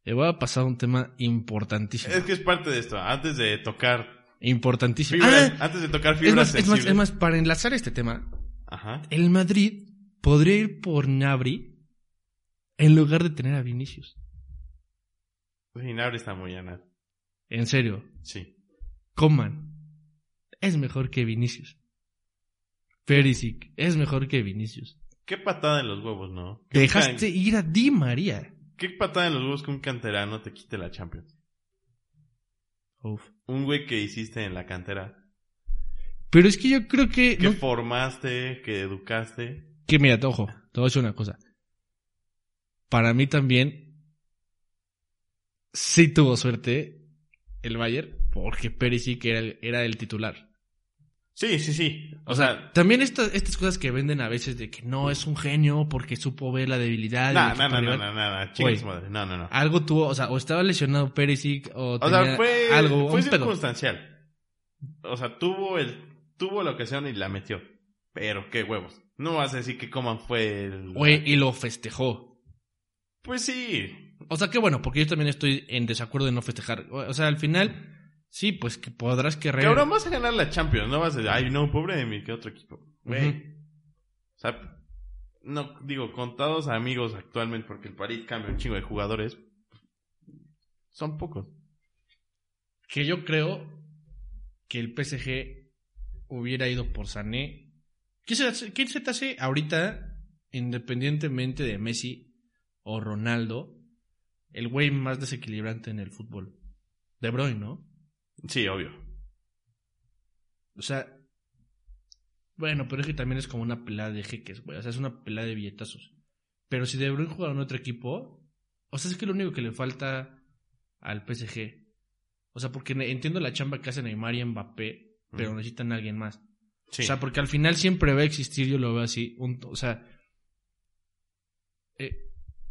[SPEAKER 1] Le voy a pasar un tema importantísimo.
[SPEAKER 2] Es que es parte de esto. Antes de tocar
[SPEAKER 1] importantísimo.
[SPEAKER 2] fibras,
[SPEAKER 1] ¡Ah!
[SPEAKER 2] antes de tocar
[SPEAKER 1] es,
[SPEAKER 2] fibras
[SPEAKER 1] más, es, más,
[SPEAKER 2] sensibles.
[SPEAKER 1] es más, para enlazar este tema,
[SPEAKER 2] Ajá.
[SPEAKER 1] el Madrid podría ir por Nabri en lugar de tener a Vinicius.
[SPEAKER 2] Sí, Nabri Pues está muy anal.
[SPEAKER 1] En serio,
[SPEAKER 2] Sí.
[SPEAKER 1] Coman es mejor que Vinicius. Perisic es mejor que Vinicius.
[SPEAKER 2] Qué patada en los huevos, ¿no? Qué
[SPEAKER 1] Dejaste ir a Di María.
[SPEAKER 2] can- Qué patada en los huevos que un canterano te quite la Champions.
[SPEAKER 1] Uf.
[SPEAKER 2] Un güey que hiciste en la cantera.
[SPEAKER 1] Pero es que yo creo que...
[SPEAKER 2] Que
[SPEAKER 1] no-
[SPEAKER 2] formaste, que educaste.
[SPEAKER 1] que mira, te- ojo, te voy a decir una cosa. Para mí también sí tuvo suerte el Bayern porque Perisic era el, era el titular.
[SPEAKER 2] Sí, sí, sí. O sea,
[SPEAKER 1] También estas estas cosas que venden a veces de que no es un genio porque supo ver la debilidad. y el
[SPEAKER 2] no,
[SPEAKER 1] equipo
[SPEAKER 2] no, no, no,
[SPEAKER 1] rival.
[SPEAKER 2] no, no, no, chingue
[SPEAKER 1] Güey.
[SPEAKER 2] su madre. No, no, no.
[SPEAKER 1] Algo tuvo, o sea, o estaba lesionado Perisic o,
[SPEAKER 2] O
[SPEAKER 1] tenía
[SPEAKER 2] sea, fue,
[SPEAKER 1] algo,
[SPEAKER 2] fue
[SPEAKER 1] un pedo.
[SPEAKER 2] circunstancial. O sea, tuvo el, tuvo la ocasión y la metió. Pero qué huevos. No vas a decir que Coman fue el.
[SPEAKER 1] Güey, y lo festejó.
[SPEAKER 2] Pues sí.
[SPEAKER 1] O sea, que bueno, porque yo también estoy en desacuerdo de no festejar. O o sea, al final, sí, pues que podrás querer.
[SPEAKER 2] Cabrón, vas a ganar la Champions. No vas a decir, ay, no, pobre de mí, que otro equipo. Güey. O sea, no, digo, contados amigos actualmente, porque el París cambia un chingo de jugadores. Son pocos.
[SPEAKER 1] que yo creo que el PSG hubiera ido por Sané. ¿Qué se, hace- qué se te hace ahorita, independientemente de Messi o Ronaldo, el güey más desequilibrante en el fútbol? De Bruyne, ¿no?
[SPEAKER 2] Sí, obvio.
[SPEAKER 1] O sea, bueno, pero es que también es como una pelada de jeques, güey. O sea, es una pelada de billetazos. Pero si De Bruyne jugara en otro equipo, o sea, es que lo único que le falta al PSG. O sea, porque ne- entiendo la chamba que hacen Neymar y Mbappé, pero
[SPEAKER 2] Mm.
[SPEAKER 1] necesitan a alguien más.
[SPEAKER 2] Sí.
[SPEAKER 1] O sea, porque al final siempre va a existir, yo lo veo así, un, o sea, eh,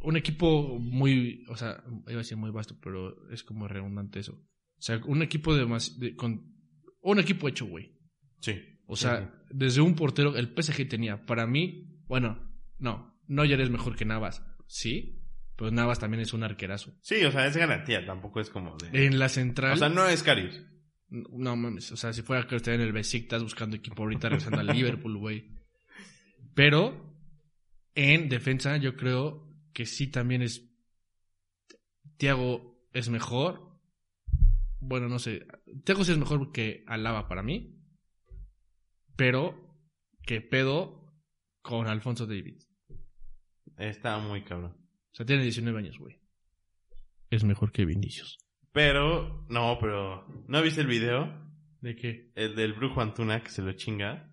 [SPEAKER 1] un equipo muy, o sea, iba a decir muy vasto, pero es como redundante eso. O sea, un equipo de más, de- con, un equipo hecho, güey.
[SPEAKER 2] sí.
[SPEAKER 1] O sea, desde un portero, el PSG tenía, para mí, bueno, no, no ya eres mejor que Navas, sí, pero Navas también es un arquerazo.
[SPEAKER 2] Sí, o sea, es garantía, tampoco es como de.
[SPEAKER 1] En la central,
[SPEAKER 2] O sea, no es Carius.
[SPEAKER 1] no mames, o sea, si fuera que estar en el Besiktas buscando equipo ahorita regresando al Liverpool, güey. Pero en defensa yo creo que sí también es Thiago es mejor. Bueno, no sé, Thiago sí es mejor que Alaba para mí. Pero que pedo con Alfonso David.
[SPEAKER 2] Está muy cabrón.
[SPEAKER 1] O sea, tiene 19 años, güey. Es mejor que Vinicius.
[SPEAKER 2] Pero, no, pero. ¿No viste el video?
[SPEAKER 1] ¿De qué?
[SPEAKER 2] El del brujo Antuna que se lo chinga.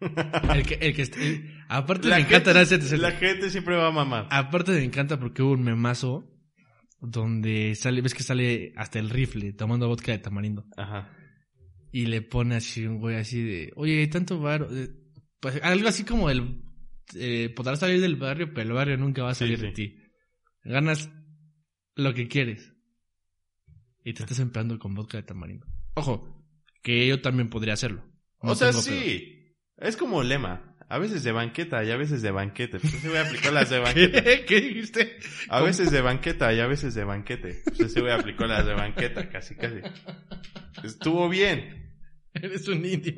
[SPEAKER 1] El que, el que el- aparte
[SPEAKER 2] La
[SPEAKER 1] me encanta
[SPEAKER 2] gente-
[SPEAKER 1] hacer-
[SPEAKER 2] La gente siempre va a mamar.
[SPEAKER 1] Aparte me encanta porque hubo un memazo donde sale, ves que sale hasta el rifle tomando vodka de tamarindo
[SPEAKER 2] Ajá.
[SPEAKER 1] y le pone así un güey así de, oye, tanto bar, eh, pues, algo así como el, eh, podrás salir del barrio, pero el barrio nunca va a
[SPEAKER 2] Sí,
[SPEAKER 1] salir de
[SPEAKER 2] sí.
[SPEAKER 1] ti. Ganas lo que quieres y te estás empleando con vodka de tamarindo. Ojo, que yo también podría hacerlo. No
[SPEAKER 2] o sea,
[SPEAKER 1] tengo pedo.
[SPEAKER 2] sí. Es como lema. A veces de banqueta y a veces de banquete. Pues ese voy a aplicar las de banqueta.
[SPEAKER 1] ¿Qué? ¿Qué dijiste?
[SPEAKER 2] A veces de banqueta y a veces de banquete. Pues ese voy a aplicar las de banqueta, casi, casi. Estuvo bien.
[SPEAKER 1] Eres un indio.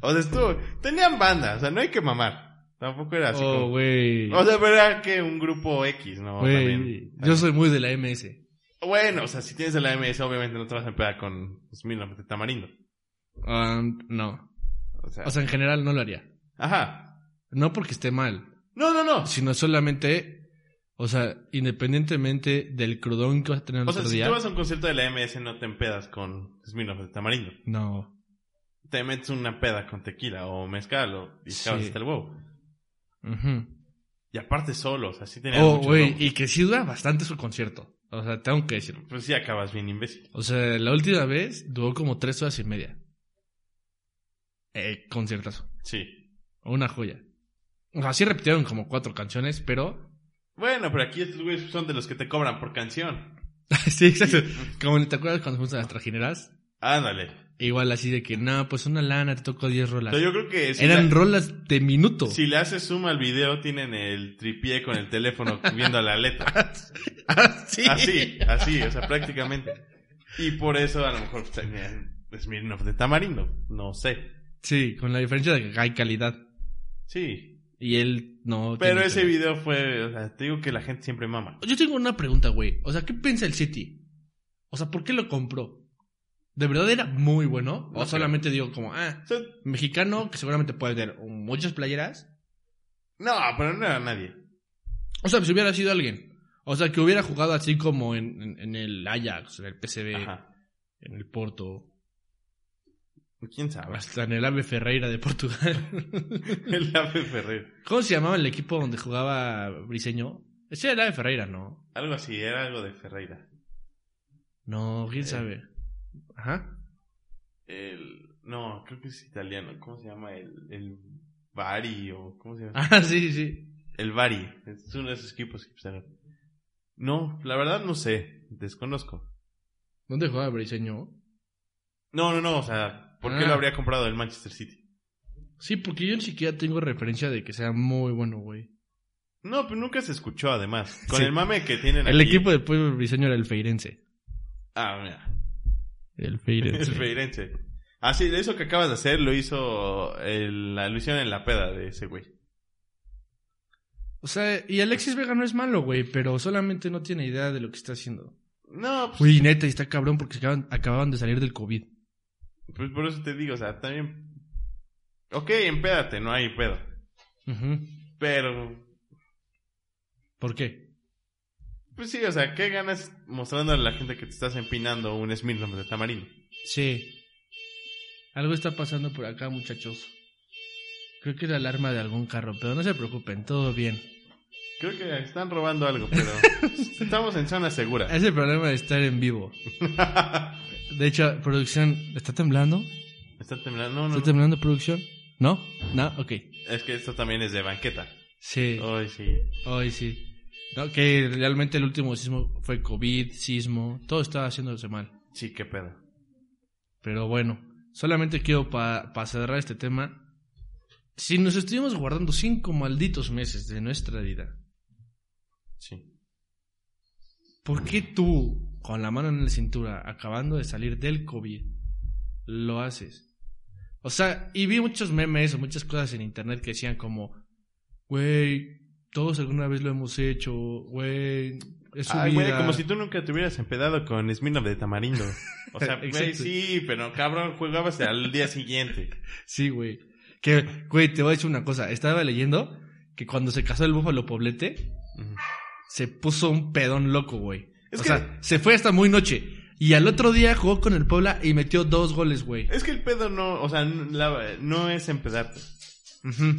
[SPEAKER 2] O sea, estuvo. Tenían banda, o sea, no hay que mamar. Tampoco era así.
[SPEAKER 1] Oh,
[SPEAKER 2] como-
[SPEAKER 1] güey.
[SPEAKER 2] O sea, pero era que un grupo X, ¿no?
[SPEAKER 1] Güey,
[SPEAKER 2] También-
[SPEAKER 1] yo soy muy de la MS.
[SPEAKER 2] Bueno, o sea, si tienes el AMS, obviamente no te vas a empezar con pues, mil de tamarindo.
[SPEAKER 1] Um, no.
[SPEAKER 2] O sea,
[SPEAKER 1] O sea, en general no lo haría.
[SPEAKER 2] ajá.
[SPEAKER 1] No porque esté mal,
[SPEAKER 2] No, no, no.
[SPEAKER 1] sino solamente, o sea, independientemente del crudón que vas a tener el
[SPEAKER 2] O sea,
[SPEAKER 1] otro
[SPEAKER 2] si
[SPEAKER 1] día.
[SPEAKER 2] tú vas a un concierto de la AMS, no te empedas con Smirnoff de tamarindo.
[SPEAKER 1] No.
[SPEAKER 2] Te metes una peda con tequila o mezcal o y acabas
[SPEAKER 1] Sí.
[SPEAKER 2] hasta el huevo.
[SPEAKER 1] Ujú.
[SPEAKER 2] Y aparte solo, o sea, sí tenías
[SPEAKER 1] Oh,
[SPEAKER 2] mucho
[SPEAKER 1] güey,
[SPEAKER 2] huevo.
[SPEAKER 1] y que sí dura bastante su concierto. O sea, tengo que decirlo.
[SPEAKER 2] Pues sí acabas bien imbécil.
[SPEAKER 1] O sea, la última vez duró como tres horas y media. Eh, conciertazo.
[SPEAKER 2] Sí.
[SPEAKER 1] Una joya. O sea, sí repitieron como cuatro canciones, pero...
[SPEAKER 2] Bueno, pero aquí estos güeyes son de los que te cobran por canción.
[SPEAKER 1] sí, exacto. Como te acuerdas cuando fuimos a las trajineras,
[SPEAKER 2] Ándale.
[SPEAKER 1] Igual así de que, no, pues una lana, te tocó 10
[SPEAKER 2] O
[SPEAKER 1] rolas.
[SPEAKER 2] sea, yo creo que si,
[SPEAKER 1] Eran
[SPEAKER 2] le,
[SPEAKER 1] rolas de minuto.
[SPEAKER 2] si le haces zoom al video, tienen el tripié con el teléfono viendo la letra.
[SPEAKER 1] así.
[SPEAKER 2] Así, así, o sea, prácticamente. Y por eso a lo mejor pues, tenían Smirnoff de tamarindo. No sé.
[SPEAKER 1] Sí, con la diferencia de que hay calidad.
[SPEAKER 2] Sí,
[SPEAKER 1] Y él no.
[SPEAKER 2] Pero
[SPEAKER 1] tiene
[SPEAKER 2] ese
[SPEAKER 1] calidad.
[SPEAKER 2] video fue, o sea, te digo que la gente siempre mama.
[SPEAKER 1] Yo tengo una pregunta, güey. O sea, ¿qué piensa el City? O sea, ¿por qué lo compró? ¿De verdad era muy bueno?
[SPEAKER 2] No
[SPEAKER 1] o solamente digo, como, ah,
[SPEAKER 2] O sea,
[SPEAKER 1] mexicano que seguramente puede tener muchas playeras.
[SPEAKER 2] no, pero no era nadie.
[SPEAKER 1] O sea, si hubiera sido alguien. O sea, que hubiera jugado así como en, en- en el Ajax, en el PCB.
[SPEAKER 2] Ajá.
[SPEAKER 1] en el Porto,
[SPEAKER 2] ¿Quién sabe?
[SPEAKER 1] hasta en el Ave Ferreira de Portugal.
[SPEAKER 2] El Ave Ferrer.
[SPEAKER 1] ¿Cómo se llamaba el equipo donde jugaba Briseño? Ese era el Ave Ferreira, ¿no?
[SPEAKER 2] Algo así, era algo de Ferreira.
[SPEAKER 1] No, quién
[SPEAKER 2] Eh.
[SPEAKER 1] sabe. Ajá.
[SPEAKER 2] El... No, creo que es italiano. ¿Cómo se llama? El, el Bari o... ¿Cómo se llama?
[SPEAKER 1] Ah, sí, sí.
[SPEAKER 2] El Bari. Es uno de esos equipos que empezaron. No, la verdad no sé. Desconozco.
[SPEAKER 1] ¿Dónde jugaba Briseño?
[SPEAKER 2] No, no, no. O sea, ¿por qué
[SPEAKER 1] Ah.
[SPEAKER 2] lo habría comprado el Manchester City?
[SPEAKER 1] Sí, porque yo ni siquiera tengo referencia de que sea muy bueno, güey.
[SPEAKER 2] No, pero nunca se escuchó, además. Con
[SPEAKER 1] Sí.
[SPEAKER 2] el mame que tienen
[SPEAKER 1] El
[SPEAKER 2] aquí-
[SPEAKER 1] equipo después de Briseño era el Feirense.
[SPEAKER 2] Ah, mira.
[SPEAKER 1] El Feirense.
[SPEAKER 2] El Feirense. Ah, sí, eso que acabas de hacer lo hizo el, la alusión en la peda de ese güey.
[SPEAKER 1] o sea, y Alexis Vega no es malo, güey, pero solamente no tiene idea de lo que está haciendo.
[SPEAKER 2] No, pues,
[SPEAKER 1] Güey, neta, y está cabrón porque se acaban- acababan de salir del COVID.
[SPEAKER 2] pues por eso te digo, o sea, también... Ok, empédate, no hay pedo.
[SPEAKER 1] Ujú.
[SPEAKER 2] Pero,
[SPEAKER 1] ¿Por qué?
[SPEAKER 2] pues sí, o sea, ¿qué ganas mostrándole a la gente que te estás empinando un Smirnoff de tamarindo?
[SPEAKER 1] Sí. Algo está pasando por acá, muchachos. Creo que era alarma de algún carro, pero no se preocupen, todo bien.
[SPEAKER 2] Creo que están robando algo, pero estamos en zona segura.
[SPEAKER 1] Es el problema de estar en vivo. De hecho, producción, ¿está temblando?
[SPEAKER 2] Está temblando, no, no,
[SPEAKER 1] ¿Está
[SPEAKER 2] no.
[SPEAKER 1] temblando producción? ¿No? ¿No? Ok.
[SPEAKER 2] Es que esto también es de banqueta.
[SPEAKER 1] Sí,
[SPEAKER 2] Ay, sí.
[SPEAKER 1] hoy sí. No, que realmente el último sismo fue COVID, sismo, todo estaba haciéndose mal.
[SPEAKER 2] Sí, qué pedo.
[SPEAKER 1] Pero bueno, solamente quiero para cerrar este tema. Si nos estuvimos guardando cinco malditos meses de nuestra vida,
[SPEAKER 2] Sí.
[SPEAKER 1] ¿por qué tú, con la mano en la cintura, acabando de salir del COVID, lo haces? O sea, y vi muchos memes o muchas cosas en internet que decían como, güey, todos alguna vez lo hemos hecho, güey, es su
[SPEAKER 2] Ay, güey,
[SPEAKER 1] vida".
[SPEAKER 2] como si tú nunca te hubieras empedado con Smirnoff de tamarindo. O sea, güey,
[SPEAKER 1] Exacto.
[SPEAKER 2] sí, pero cabrón, jugabas al día siguiente.
[SPEAKER 1] Sí, güey. Que, güey, te voy a decir una cosa. Estaba leyendo que cuando se casó el búfalo poblete,
[SPEAKER 2] Ujú.
[SPEAKER 1] se puso un pedón loco, güey.
[SPEAKER 2] Es
[SPEAKER 1] o
[SPEAKER 2] que-
[SPEAKER 1] sea, se fue hasta muy noche. Y al otro día jugó con el Puebla y metió dos goles, güey.
[SPEAKER 2] Es que el pedo no, o sea, n- la- no es empedarte.
[SPEAKER 1] Ujú.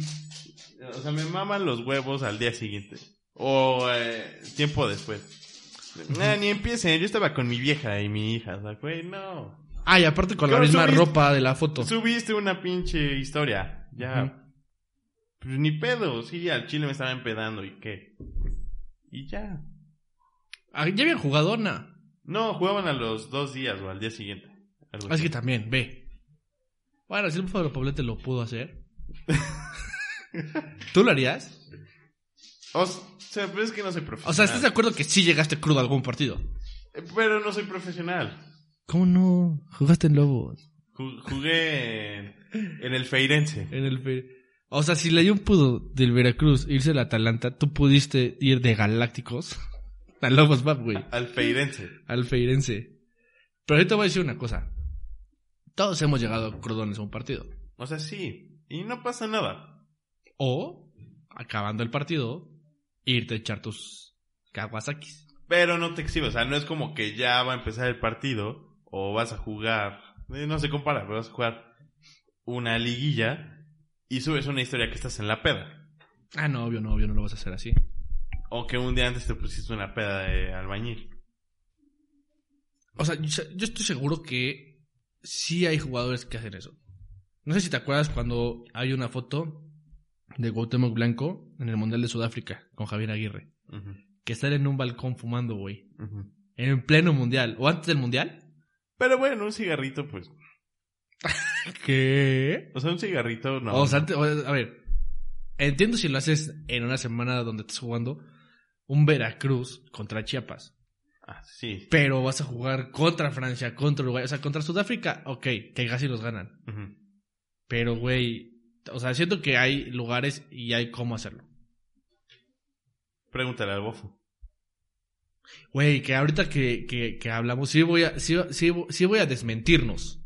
[SPEAKER 2] O sea, me maman los huevos al día siguiente. O eh, tiempo después. Nah, ni empiecen, yo estaba con mi vieja y mi hija, o sea, güey, no.
[SPEAKER 1] Ah, y aparte con la
[SPEAKER 2] Pero
[SPEAKER 1] misma
[SPEAKER 2] subiste-
[SPEAKER 1] ropa de la foto.
[SPEAKER 2] Subiste una pinche historia, ya.
[SPEAKER 1] Ujú.
[SPEAKER 2] Pues ni pedo, sí, al chile me estaba empedando y qué. Y ya.
[SPEAKER 1] Ah, ya habían jugado, Ana.
[SPEAKER 2] No, jugaban a los dos días o al día siguiente. Algo
[SPEAKER 1] Así
[SPEAKER 2] así.
[SPEAKER 1] que también, ve. Bueno, si el búfalo poblete lo pudo hacer. ¿Tú lo harías?
[SPEAKER 2] O sea, pero es que no soy profesional.
[SPEAKER 1] O sea, ¿estás de acuerdo que sí llegaste crudo a algún partido?
[SPEAKER 2] Pero no soy profesional.
[SPEAKER 1] ¿Cómo no? Jugaste en Lobos.
[SPEAKER 2] Ju- Jugué en, en el Feirense.
[SPEAKER 1] En el Fe- O sea, si León pudo del Veracruz irse al Atalanta, tú pudiste ir de Galácticos a Lobos Map, güey,
[SPEAKER 2] Al Feirense.
[SPEAKER 1] al Feirense. Pero yo te voy a decir una cosa. Todos hemos llegado crudones a un partido.
[SPEAKER 2] O sea, sí. Y no pasa nada.
[SPEAKER 1] O, acabando el partido, irte a echar tus kawasakis.
[SPEAKER 2] Pero no te exhibes. O sea, no es como que ya va a empezar el partido o vas a jugar. eh, No se compara, pero vas a jugar una liguilla y subes una historia que estás en la peda.
[SPEAKER 1] Ah, no, obvio, no, obvio, no lo vas a hacer así.
[SPEAKER 2] O que un día antes te pusiste una peda de albañil.
[SPEAKER 1] O sea, yo se- yo estoy seguro que sí hay jugadores que hacen eso. No sé si te acuerdas cuando hay una foto de Cuauhtémoc Blanco en el Mundial de Sudáfrica con Javier Aguirre,
[SPEAKER 2] Ujú,
[SPEAKER 1] que está en un balcón fumando, güey,
[SPEAKER 2] ujú.
[SPEAKER 1] en pleno Mundial o antes del Mundial.
[SPEAKER 2] Pero bueno, un cigarrito, pues.
[SPEAKER 1] ¿Qué?
[SPEAKER 2] O sea, un cigarrito no.
[SPEAKER 1] o sea, antes- o- a ver, entiendo si lo haces en una semana donde estás jugando un Veracruz contra Chiapas,
[SPEAKER 2] Ah, sí.
[SPEAKER 1] pero vas a jugar contra Francia, contra Uruguay, o sea, contra Sudáfrica, ok, que casi los ganan.
[SPEAKER 2] Ujú.
[SPEAKER 1] Pero, güey, o sea, siento que hay lugares y hay cómo hacerlo.
[SPEAKER 2] Pregúntale al bofo.
[SPEAKER 1] Güey, que ahorita que, que, que hablamos, sí voy, a, sí, sí- sí voy a desmentirnos.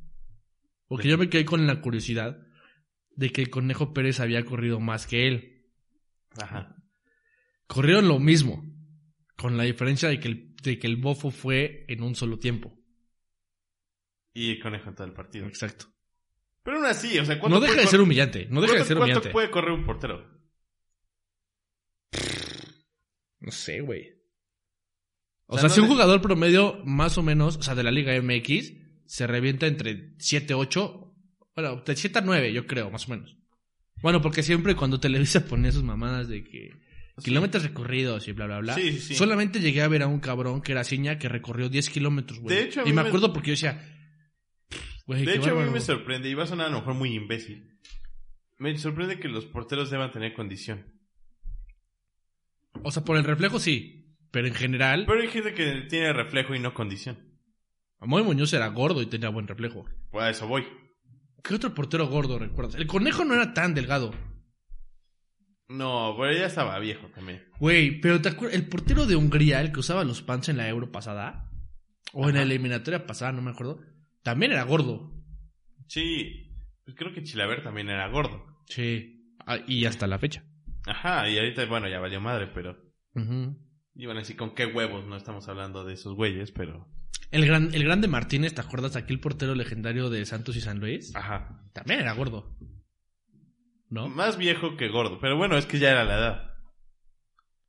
[SPEAKER 1] Porque yo me quedé con la curiosidad de que el Conejo Pérez había corrido más que él.
[SPEAKER 2] Ajá.
[SPEAKER 1] Corrieron lo mismo, con la diferencia de que el, de que el bofo fue en un solo tiempo.
[SPEAKER 2] Y Conejo en todo el partido.
[SPEAKER 1] Exacto.
[SPEAKER 2] Pero aún así, o sea, ¿cuánto
[SPEAKER 1] No deja
[SPEAKER 2] puede
[SPEAKER 1] de ser
[SPEAKER 2] cor-
[SPEAKER 1] humillante. No deja de
[SPEAKER 2] cuánto-
[SPEAKER 1] ser humillante.
[SPEAKER 2] ¿Cuánto puede correr un portero?
[SPEAKER 1] No sé, güey. O,
[SPEAKER 2] O
[SPEAKER 1] sea,
[SPEAKER 2] sea, no
[SPEAKER 1] si un
[SPEAKER 2] le-
[SPEAKER 1] jugador promedio, más o menos, o sea, de la Liga MX, se revienta entre 7, 8, bueno, de 7 a 9, yo creo, más o menos. Bueno, porque siempre cuando Televisa ponía sus mamadas de que kilómetros recorridos y bla, bla, bla.
[SPEAKER 2] Sí, sí, sí.
[SPEAKER 1] Solamente llegué a ver a un cabrón que era Ciña que recorrió 10 kilómetros, güey.
[SPEAKER 2] De hecho, a
[SPEAKER 1] y
[SPEAKER 2] mí
[SPEAKER 1] me
[SPEAKER 2] me-
[SPEAKER 1] acuerdo porque yo decía, güey,
[SPEAKER 2] De
[SPEAKER 1] qué
[SPEAKER 2] hecho, a mí
[SPEAKER 1] bárbaro.
[SPEAKER 2] me sorprende, y va a sonar a lo mejor muy imbécil. Me sorprende que los porteros deban tener condición.
[SPEAKER 1] O sea, por el reflejo sí, pero en general,
[SPEAKER 2] Pero hay gente que tiene reflejo y no condición.
[SPEAKER 1] Moy Muñoz era gordo y tenía buen reflejo.
[SPEAKER 2] Pues a eso voy.
[SPEAKER 1] ¿Qué otro portero gordo recuerdas? El conejo no era tan delgado.
[SPEAKER 2] No, pero ella estaba viejo también.
[SPEAKER 1] Güey, pero te acuerdas, el portero de Hungría, el que usaba los pants en la Euro pasada, o en la
[SPEAKER 2] Ajá.
[SPEAKER 1] eliminatoria pasada, no me acuerdo, también era gordo.
[SPEAKER 2] Sí, pues creo que Chilaver también era gordo.
[SPEAKER 1] Sí. Ah, y hasta la fecha.
[SPEAKER 2] Ajá, y ahorita, bueno, ya valió madre, pero... Iban así con qué huevos, no estamos hablando de esos güeyes, pero...
[SPEAKER 1] el, gran, el grande Martínez, ¿te acuerdas? Aquel portero legendario de Santos y San Luis.
[SPEAKER 2] Ajá.
[SPEAKER 1] También era gordo. ¿No?
[SPEAKER 2] Más viejo que gordo, pero bueno, es que ya era la edad.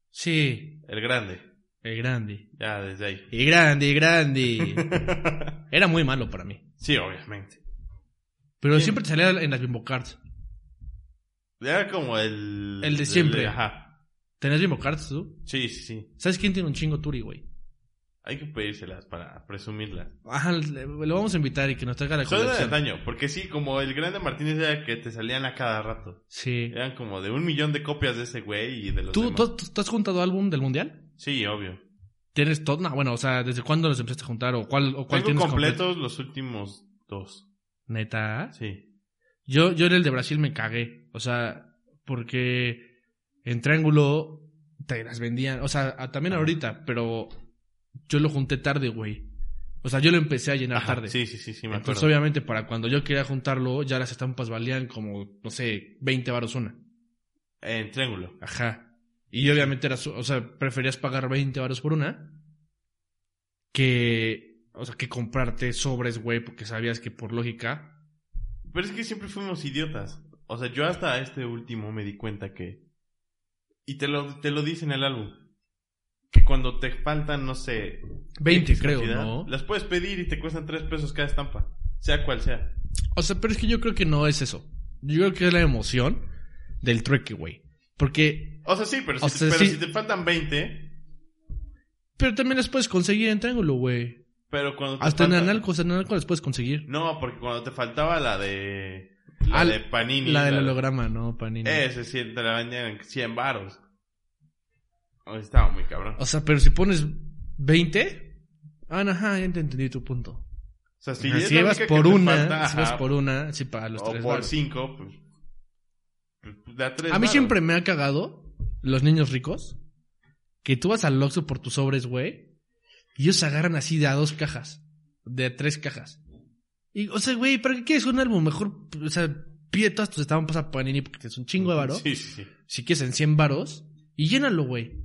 [SPEAKER 1] Sí,
[SPEAKER 2] El grande,
[SPEAKER 1] el grande.
[SPEAKER 2] ya desde ahí.
[SPEAKER 1] Y grande, y grande. era muy malo para mí.
[SPEAKER 2] Sí, obviamente.
[SPEAKER 1] Pero
[SPEAKER 2] ¿Quién?
[SPEAKER 1] siempre te salía en las Bimbo Cards.
[SPEAKER 2] Era como el...
[SPEAKER 1] El de siempre.
[SPEAKER 2] ajá.
[SPEAKER 1] ¿Tenés Bimbo Cards tú?
[SPEAKER 2] Sí, sí, sí.
[SPEAKER 1] ¿Sabes quién tiene un chingo Turi, güey?
[SPEAKER 2] Hay que pedírselas para presumirlas.
[SPEAKER 1] Ajá, le- lo vamos a invitar y que nos traiga la
[SPEAKER 2] Solo de
[SPEAKER 1] colección.
[SPEAKER 2] daño, porque sí, como el grande Martínez era que te salían a cada rato.
[SPEAKER 1] Sí.
[SPEAKER 2] Eran como de un millón de copias de ese güey y de los
[SPEAKER 1] ¿Tú,
[SPEAKER 2] demás.
[SPEAKER 1] tú, tú- tú has juntado álbum del mundial?
[SPEAKER 2] Sí, obvio.
[SPEAKER 1] ¿Tienes todo? No, bueno, o sea, ¿desde cuándo los empezaste a juntar? ¿O cuál, o cuál
[SPEAKER 2] Tengo
[SPEAKER 1] tienes
[SPEAKER 2] completos los últimos dos.
[SPEAKER 1] ¿Neta?
[SPEAKER 2] Sí.
[SPEAKER 1] Yo, yo en el de Brasil me cagué. O sea, porque en Triángulo te las vendían. O sea, a- también
[SPEAKER 2] Ajá.
[SPEAKER 1] ahorita, pero yo lo junté tarde, güey. O sea, yo lo empecé a llenar
[SPEAKER 2] Ajá,
[SPEAKER 1] tarde.
[SPEAKER 2] Sí, sí, sí, sí, me
[SPEAKER 1] Entonces,
[SPEAKER 2] acuerdo.
[SPEAKER 1] obviamente, para cuando yo quería juntarlo, ya las estampas valían como, no sé, 20 varos una.
[SPEAKER 2] En triángulo.
[SPEAKER 1] Ajá. Y obviamente era, su- o sea, preferías pagar 20 varos por una que, o sea, que comprarte sobres, güey, porque sabías que por lógica.
[SPEAKER 2] Pero es que siempre fuimos idiotas. O sea, yo hasta este último me di cuenta que... Y te lo, te lo dice en el álbum. Que cuando te faltan, no sé...
[SPEAKER 1] 20,
[SPEAKER 2] X
[SPEAKER 1] creo,
[SPEAKER 2] cantidad,
[SPEAKER 1] ¿no?
[SPEAKER 2] Las puedes pedir y te cuestan tres pesos cada estampa. Sea cual sea.
[SPEAKER 1] O sea, pero es que yo creo que no es eso. Yo creo que es la emoción del trueque, güey. Porque,
[SPEAKER 2] O sea, sí, pero, si,
[SPEAKER 1] O
[SPEAKER 2] te-
[SPEAKER 1] sea,
[SPEAKER 2] pero
[SPEAKER 1] sí.
[SPEAKER 2] si te faltan 20...
[SPEAKER 1] pero también las puedes conseguir en triángulo, güey.
[SPEAKER 2] Pero cuando te
[SPEAKER 1] Hasta en
[SPEAKER 2] faltan-
[SPEAKER 1] Analco, o sea, en Analco las puedes conseguir.
[SPEAKER 2] No, porque cuando te faltaba la de... La
[SPEAKER 1] Ah,
[SPEAKER 2] de Panini. Eh.
[SPEAKER 1] La del holograma, no, Panini.
[SPEAKER 2] Ese sí, te la vendían en 100 varos. O sea, Estaba muy cabrón.
[SPEAKER 1] O sea, pero si pones 20. Ah, no, ajá, ya te entendí tu punto.
[SPEAKER 2] O sea,
[SPEAKER 1] Ajá,
[SPEAKER 2] es
[SPEAKER 1] si
[SPEAKER 2] la
[SPEAKER 1] vas
[SPEAKER 2] única que
[SPEAKER 1] por
[SPEAKER 2] te
[SPEAKER 1] una,
[SPEAKER 2] falta,
[SPEAKER 1] si vas
[SPEAKER 2] ajá,
[SPEAKER 1] por una, sí para los
[SPEAKER 2] o
[SPEAKER 1] tres.
[SPEAKER 2] por
[SPEAKER 1] varos.
[SPEAKER 2] cinco, pues, pues, da tres
[SPEAKER 1] A mí
[SPEAKER 2] varos.
[SPEAKER 1] siempre me ha cagado los niños ricos que tú vas al Oxxo por tus sobres, güey, y ellos agarran así de a dos cajas, de a tres cajas. Y, o sea, güey, ¿para qué quieres un álbum? Mejor, o sea, pide todas tus estaban a Panini porque es un chingo de varo.
[SPEAKER 2] Sí, sí, sí.
[SPEAKER 1] Si quieres en 100 varos y llénalo, güey.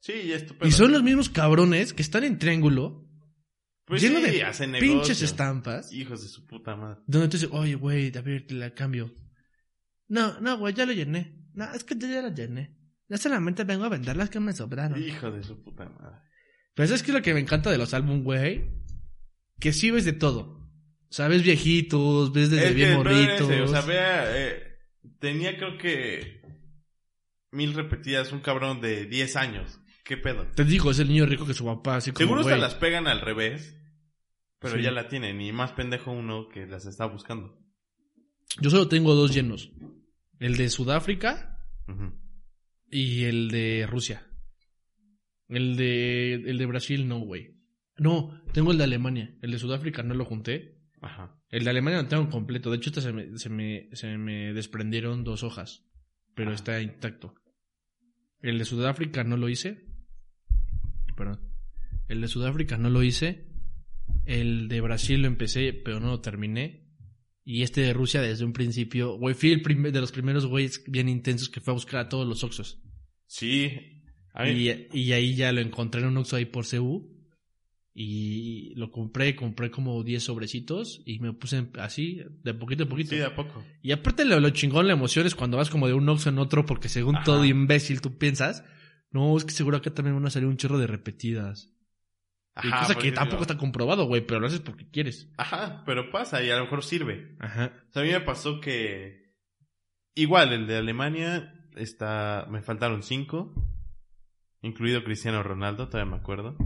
[SPEAKER 2] Sí, y es tu pedo.
[SPEAKER 1] Y son los mismos cabrones que están en triángulo,
[SPEAKER 2] Pues
[SPEAKER 1] lleno
[SPEAKER 2] sí,
[SPEAKER 1] de
[SPEAKER 2] hacen
[SPEAKER 1] pinches
[SPEAKER 2] negocio.
[SPEAKER 1] estampas.
[SPEAKER 2] Hijos de su puta madre.
[SPEAKER 1] Donde tú dices, oye, güey, a ver, te la cambio. No, no, güey, ya lo llené. No, es que yo ya lo llené. No solamente vengo a vender las que me sobraron.
[SPEAKER 2] Hijos de su puta madre.
[SPEAKER 1] Pero ¿sabes qué es lo que me encanta de los álbumes, güey? Que sí ves de todo. O sea, ves viejitos, ves desde
[SPEAKER 2] Es que
[SPEAKER 1] bien
[SPEAKER 2] el pedo era
[SPEAKER 1] morritos.
[SPEAKER 2] ese, o sea, vea, eh, tenía creo que mil repetidas un cabrón de 10 años. ¿Qué pedo?
[SPEAKER 1] Te digo, es el niño rico que su papá así como,
[SPEAKER 2] Seguro hasta
[SPEAKER 1] güey.
[SPEAKER 2] las pegan al revés, pero
[SPEAKER 1] Sí.
[SPEAKER 2] ya la tienen. Y más pendejo uno que las está buscando.
[SPEAKER 1] Yo solo tengo dos llenos. El de Sudáfrica
[SPEAKER 2] Ujú.
[SPEAKER 1] y el de Rusia. El de, el de Brasil no, güey. No, tengo el de Alemania. El de Sudáfrica no lo junté.
[SPEAKER 2] Ajá.
[SPEAKER 1] El de Alemania lo tengo completo. De hecho, esta se me, se me, se me desprendieron dos hojas. Pero
[SPEAKER 2] Ah.
[SPEAKER 1] está intacto. El de Sudáfrica no lo hice. Perdón. El de Sudáfrica no lo hice. El de Brasil lo empecé, pero no lo terminé. Y este de Rusia desde un principio. Güey, fui el primer, de los primeros güeyes bien intensos que fue a buscar a todos los Oxos.
[SPEAKER 2] Sí. A mí-
[SPEAKER 1] Y, y ahí ya lo encontré en un Oxo ahí por CU. Y lo compré, compré como 10 sobrecitos y me puse en- así, de poquito a poquito.
[SPEAKER 2] Sí, de a poco.
[SPEAKER 1] Y aparte lo, lo chingón, la emoción es cuando vas como de un oxo en otro, porque según
[SPEAKER 2] Ajá.
[SPEAKER 1] todo imbécil tú piensas, no, es que seguro acá también van a salir un chorro de repetidas. Y cosa
[SPEAKER 2] por
[SPEAKER 1] que
[SPEAKER 2] eso
[SPEAKER 1] tampoco
[SPEAKER 2] digo,
[SPEAKER 1] está comprobado, güey, pero lo haces porque quieres.
[SPEAKER 2] Ajá, pero pasa y a lo mejor sirve.
[SPEAKER 1] Ajá.
[SPEAKER 2] O sea, a mí me pasó que... Igual, el de Alemania está... Me faltaron cinco. Incluido Cristiano Ronaldo, todavía me acuerdo.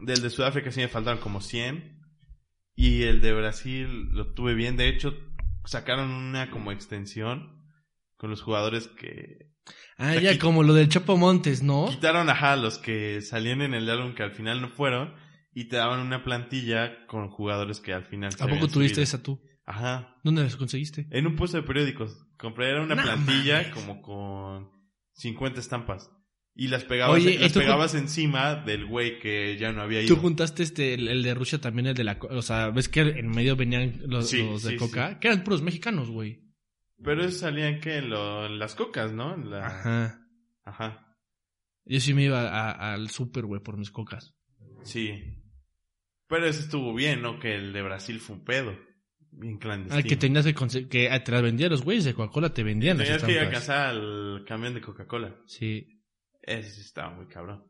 [SPEAKER 2] Del de Sudáfrica sí me faltaron como 100. Y el de Brasil lo tuve bien. De hecho, sacaron una como extensión con los jugadores que
[SPEAKER 1] Ah,
[SPEAKER 2] sea,
[SPEAKER 1] ya,
[SPEAKER 2] quit-
[SPEAKER 1] como lo del Chapo Montes, ¿no?
[SPEAKER 2] Quitaron, ajá, los que salían en el álbum que al final no fueron y te daban una plantilla con jugadores que al final... se
[SPEAKER 1] ¿A poco
[SPEAKER 2] habían
[SPEAKER 1] tuviste
[SPEAKER 2] subido.
[SPEAKER 1] esa tú?
[SPEAKER 2] Ajá.
[SPEAKER 1] ¿Dónde las conseguiste?
[SPEAKER 2] En un puesto de periódicos. Compré era una
[SPEAKER 1] No
[SPEAKER 2] plantilla
[SPEAKER 1] mames.
[SPEAKER 2] como con 50 estampas. Y las pegabas,
[SPEAKER 1] Oye,
[SPEAKER 2] las
[SPEAKER 1] ¿y tú
[SPEAKER 2] pegabas encima del güey que ya no había ido.
[SPEAKER 1] Tú juntaste este, el, el de Rusia también, el de la... co- O sea, ves que en medio venían los,
[SPEAKER 2] Sí,
[SPEAKER 1] los de
[SPEAKER 2] sí,
[SPEAKER 1] Coca, que eran puros mexicanos, güey.
[SPEAKER 2] Pero esos salían que en, lo- en las cocas, ¿no? En la- Ajá.
[SPEAKER 1] Ajá. Yo sí me iba a- al súper, güey, por mis cocas.
[SPEAKER 2] Sí. Pero eso estuvo bien, ¿no? Que el de Brasil fue un pedo. Bien
[SPEAKER 1] Ah,
[SPEAKER 2] clandestino.
[SPEAKER 1] que tenías que... conse- que ah, te las vendían los güeyes de Coca-Cola, te vendían las
[SPEAKER 2] Tenías que ir a
[SPEAKER 1] estampas.
[SPEAKER 2] cazar al camión de Coca-Cola.
[SPEAKER 1] Sí.
[SPEAKER 2] Ese sí estaba muy cabrón.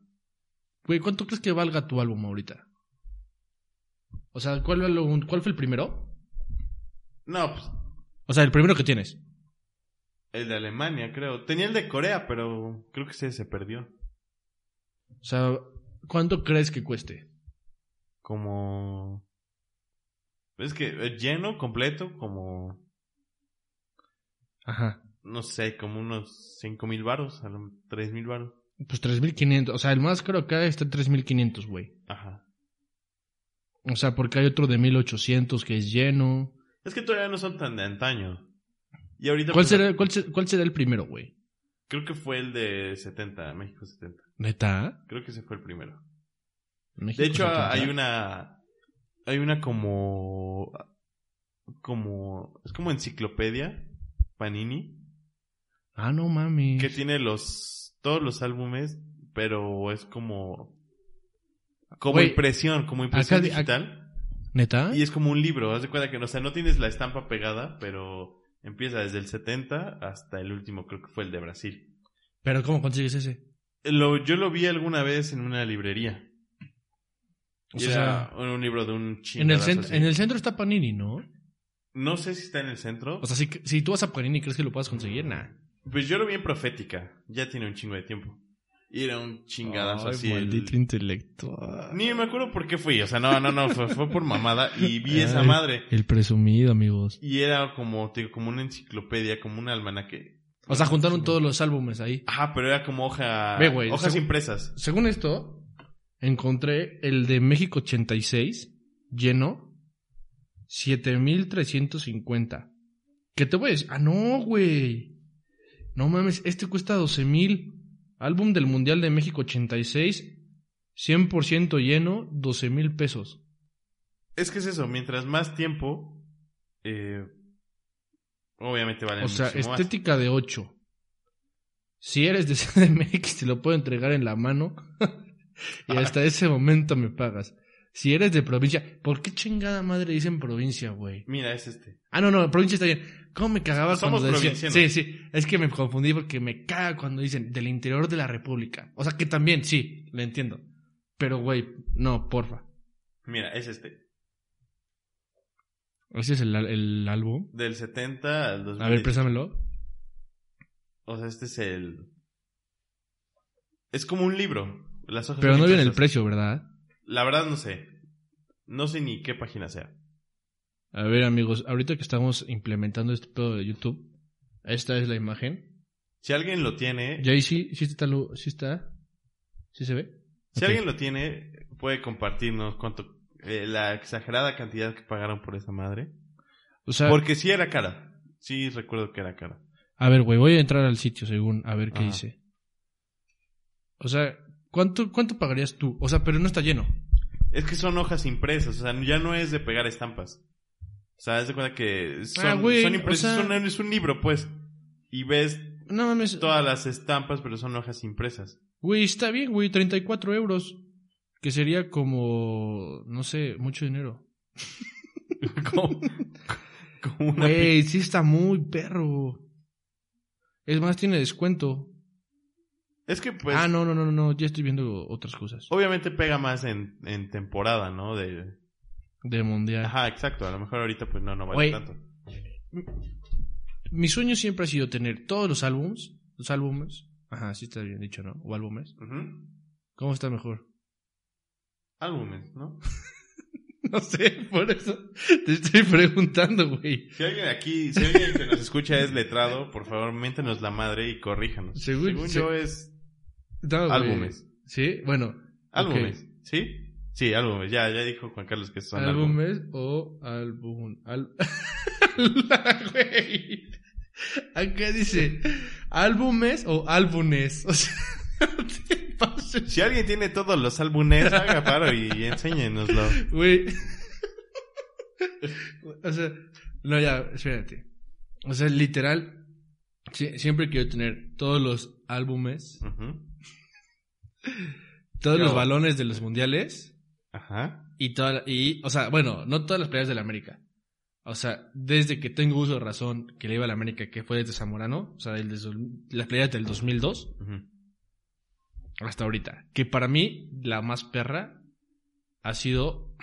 [SPEAKER 1] Güey, ¿cuánto crees que valga tu álbum ahorita? O sea, ¿cuál, fue lo- cuál fue el primero?
[SPEAKER 2] No, pues
[SPEAKER 1] O sea, el primero que tienes.
[SPEAKER 2] el de Alemania, creo. Tenía el de Corea, pero creo que ese se perdió.
[SPEAKER 1] O sea, ¿cuánto crees que cueste?
[SPEAKER 2] Como. Es que eh, lleno, completo, como.
[SPEAKER 1] Ajá.
[SPEAKER 2] No sé, como unos cinco mil baros, a lo- tres mil baros.
[SPEAKER 1] Pues 3.500. O sea, el más caro acá está en 3.500, güey.
[SPEAKER 2] Ajá.
[SPEAKER 1] O sea, porque hay otro de 1.800 que es lleno.
[SPEAKER 2] Es que todavía no son tan de antaño. Y ahorita.
[SPEAKER 1] ¿Cuál
[SPEAKER 2] pues,
[SPEAKER 1] será, cuál, se- cuál será el primero, güey?
[SPEAKER 2] Creo que fue el de 70, México 70.
[SPEAKER 1] ¿Neta?
[SPEAKER 2] Creo que ese fue el primero.
[SPEAKER 1] México
[SPEAKER 2] De hecho,
[SPEAKER 1] 70.
[SPEAKER 2] hay una. Hay una como. Como. Es como enciclopedia. Panini.
[SPEAKER 1] Ah, no mami.
[SPEAKER 2] Que tiene los. Todos los álbumes. Pero es como. Como
[SPEAKER 1] Güey,
[SPEAKER 2] impresión. Como impresión
[SPEAKER 1] acá- ¿Ah?
[SPEAKER 2] digital.
[SPEAKER 1] ¿Neta?
[SPEAKER 2] Y es como un libro. Haz de cuenta que. O sea, no tienes la estampa pegada. Pero. Empieza desde el 70 hasta el último, creo que fue el de Brasil.
[SPEAKER 1] Pero ¿cómo consigues ese?
[SPEAKER 2] Lo, yo lo vi alguna vez en una librería.
[SPEAKER 1] O
[SPEAKER 2] Y
[SPEAKER 1] sea,
[SPEAKER 2] era un libro de un chino.
[SPEAKER 1] en el, cent- en el centro está Panini, ¿no?
[SPEAKER 2] No sé si está en el centro.
[SPEAKER 1] O sea, si, si tú vas a Panini y crees que lo puedas conseguir, nah.
[SPEAKER 2] Pues yo lo vi en Profética. Ya tiene un chingo de tiempo. Y era un chingadazo
[SPEAKER 1] Ay,
[SPEAKER 2] así. el-
[SPEAKER 1] maldito intelectual.
[SPEAKER 2] Ni me acuerdo por qué fui. O sea, no, no, no. Fue, fue por mamada. Y vi esa
[SPEAKER 1] Ay.
[SPEAKER 2] madre.
[SPEAKER 1] El presumido, amigos.
[SPEAKER 2] Y era como, te digo, como una enciclopedia, como un almanaque.
[SPEAKER 1] O sea, juntaron todos los álbumes ahí.
[SPEAKER 2] Ajá, pero era como hoja,
[SPEAKER 1] Ve, güey,
[SPEAKER 2] hojas
[SPEAKER 1] según-
[SPEAKER 2] impresas.
[SPEAKER 1] Según esto, encontré el de México 86, lleno, 7350. ¿Qué te voy a decir? Ah, no, güey. No mames, este cuesta 12000. Álbum del Mundial de México 86, 100% lleno, 12000 pesos.
[SPEAKER 2] Es que es eso. Mientras más tiempo, eh, obviamente valen
[SPEAKER 1] O sea,
[SPEAKER 2] muchísimo más.
[SPEAKER 1] estética de 8. Si eres de CDMX, te lo puedo entregar en la mano.
[SPEAKER 2] Ah.
[SPEAKER 1] y hasta ese momento me pagas. Si eres de provincia, ¿por qué chingada madre dicen provincia, güey?
[SPEAKER 2] Mira, es este.
[SPEAKER 1] Ah, no, no, provincia está bien. ¿Cómo me cagaba
[SPEAKER 2] Somos
[SPEAKER 1] cuando decían?
[SPEAKER 2] provincianos.
[SPEAKER 1] Sí, sí, es que me confundí porque me caga cuando dicen del interior de la República. O sea, que también, sí, lo entiendo. Pero, güey, no, porfa.
[SPEAKER 2] Mira, es este.
[SPEAKER 1] Ese es el, el álbum.
[SPEAKER 2] Del 70 al 2000.
[SPEAKER 1] A ver, préstamelo.
[SPEAKER 2] pues O sea, este es el. Es como un libro. Las hojas
[SPEAKER 1] Pero
[SPEAKER 2] son
[SPEAKER 1] no viene el
[SPEAKER 2] impresas.
[SPEAKER 1] precio, ¿verdad?
[SPEAKER 2] La verdad no sé. No sé ni qué página sea.
[SPEAKER 1] A ver, amigos, ahorita que estamos implementando este pedo de YouTube, esta es la imagen.
[SPEAKER 2] Si alguien lo tiene,
[SPEAKER 1] Y ahí sí, sí está, lo- sí está, sí se ve.
[SPEAKER 2] si
[SPEAKER 1] Ok.
[SPEAKER 2] alguien lo tiene, puede compartirnos cuánto eh, la exagerada cantidad que pagaron por esa madre.
[SPEAKER 1] O sea,
[SPEAKER 2] Porque sí era cara. Sí recuerdo que era cara.
[SPEAKER 1] a ver, güey, voy a entrar al sitio según, a ver qué
[SPEAKER 2] Ajá.
[SPEAKER 1] dice. O sea, ¿cuánto, cuánto pagarías tú? O sea, pero no está lleno.
[SPEAKER 2] Es que son hojas impresas, o sea, ya no es de pegar estampas. O sea, haz de cuenta que son,
[SPEAKER 1] Ah, güey,
[SPEAKER 2] son
[SPEAKER 1] o
[SPEAKER 2] impresas,
[SPEAKER 1] sea-
[SPEAKER 2] son- es un libro, pues. Y ves
[SPEAKER 1] No mames,
[SPEAKER 2] todas las estampas, pero son hojas impresas.
[SPEAKER 1] güey, está bien, güey, 34 euros. Que sería como, no sé, mucho dinero.
[SPEAKER 2] Como, como una
[SPEAKER 1] Güey, sí está muy perro. Es más, tiene descuento.
[SPEAKER 2] pi- Es que pues
[SPEAKER 1] ah, no, no, no, no, no, ya estoy viendo otras cosas.
[SPEAKER 2] obviamente pega más en, en temporada, ¿no? De
[SPEAKER 1] De mundial.
[SPEAKER 2] Ajá, exacto, a lo mejor ahorita pues no no vale
[SPEAKER 1] Güey.
[SPEAKER 2] tanto.
[SPEAKER 1] Mi sueño siempre ha sido tener todos los álbums, los álbumes. Ajá, sí está bien dicho, ¿no? O álbumes.
[SPEAKER 2] Ujú.
[SPEAKER 1] ¿Cómo está mejor?
[SPEAKER 2] Álbumes, ¿no?
[SPEAKER 1] No sé, por eso te estoy preguntando, güey.
[SPEAKER 2] Si alguien aquí, si alguien que nos escucha es letrado, por favor, miéntenos la madre y corríjanos.
[SPEAKER 1] Según-
[SPEAKER 2] Según
[SPEAKER 1] se-
[SPEAKER 2] yo es
[SPEAKER 1] No, güey.
[SPEAKER 2] álbumes.
[SPEAKER 1] Sí, bueno.
[SPEAKER 2] Álbumes, ¿sí? Sí, álbumes. Ya, ya dijo Juan Carlos que son álbumes.
[SPEAKER 1] Álbumes o álbum. al- La, güey. Acá dice álbumes o álbumes. O sea, no te pases.
[SPEAKER 2] Si alguien tiene todos los álbumes, haga paro y enséñenoslo.
[SPEAKER 1] Güey. O sea, no, ya, espérate. O sea, literal, sie- siempre quiero tener todos los álbumes,
[SPEAKER 2] Ujú.
[SPEAKER 1] todos los
[SPEAKER 2] Yo.
[SPEAKER 1] balones de los mundiales
[SPEAKER 2] Ajá.
[SPEAKER 1] y toda, la- y, o sea, bueno, no todas las playas de la América. O sea, desde que tengo uso de razón que le iba a la América, que fue desde Zamorano, o sea, el de su- las playas del 2002
[SPEAKER 2] Ujú.
[SPEAKER 1] hasta ahorita. Que para mí, la más perra ha sido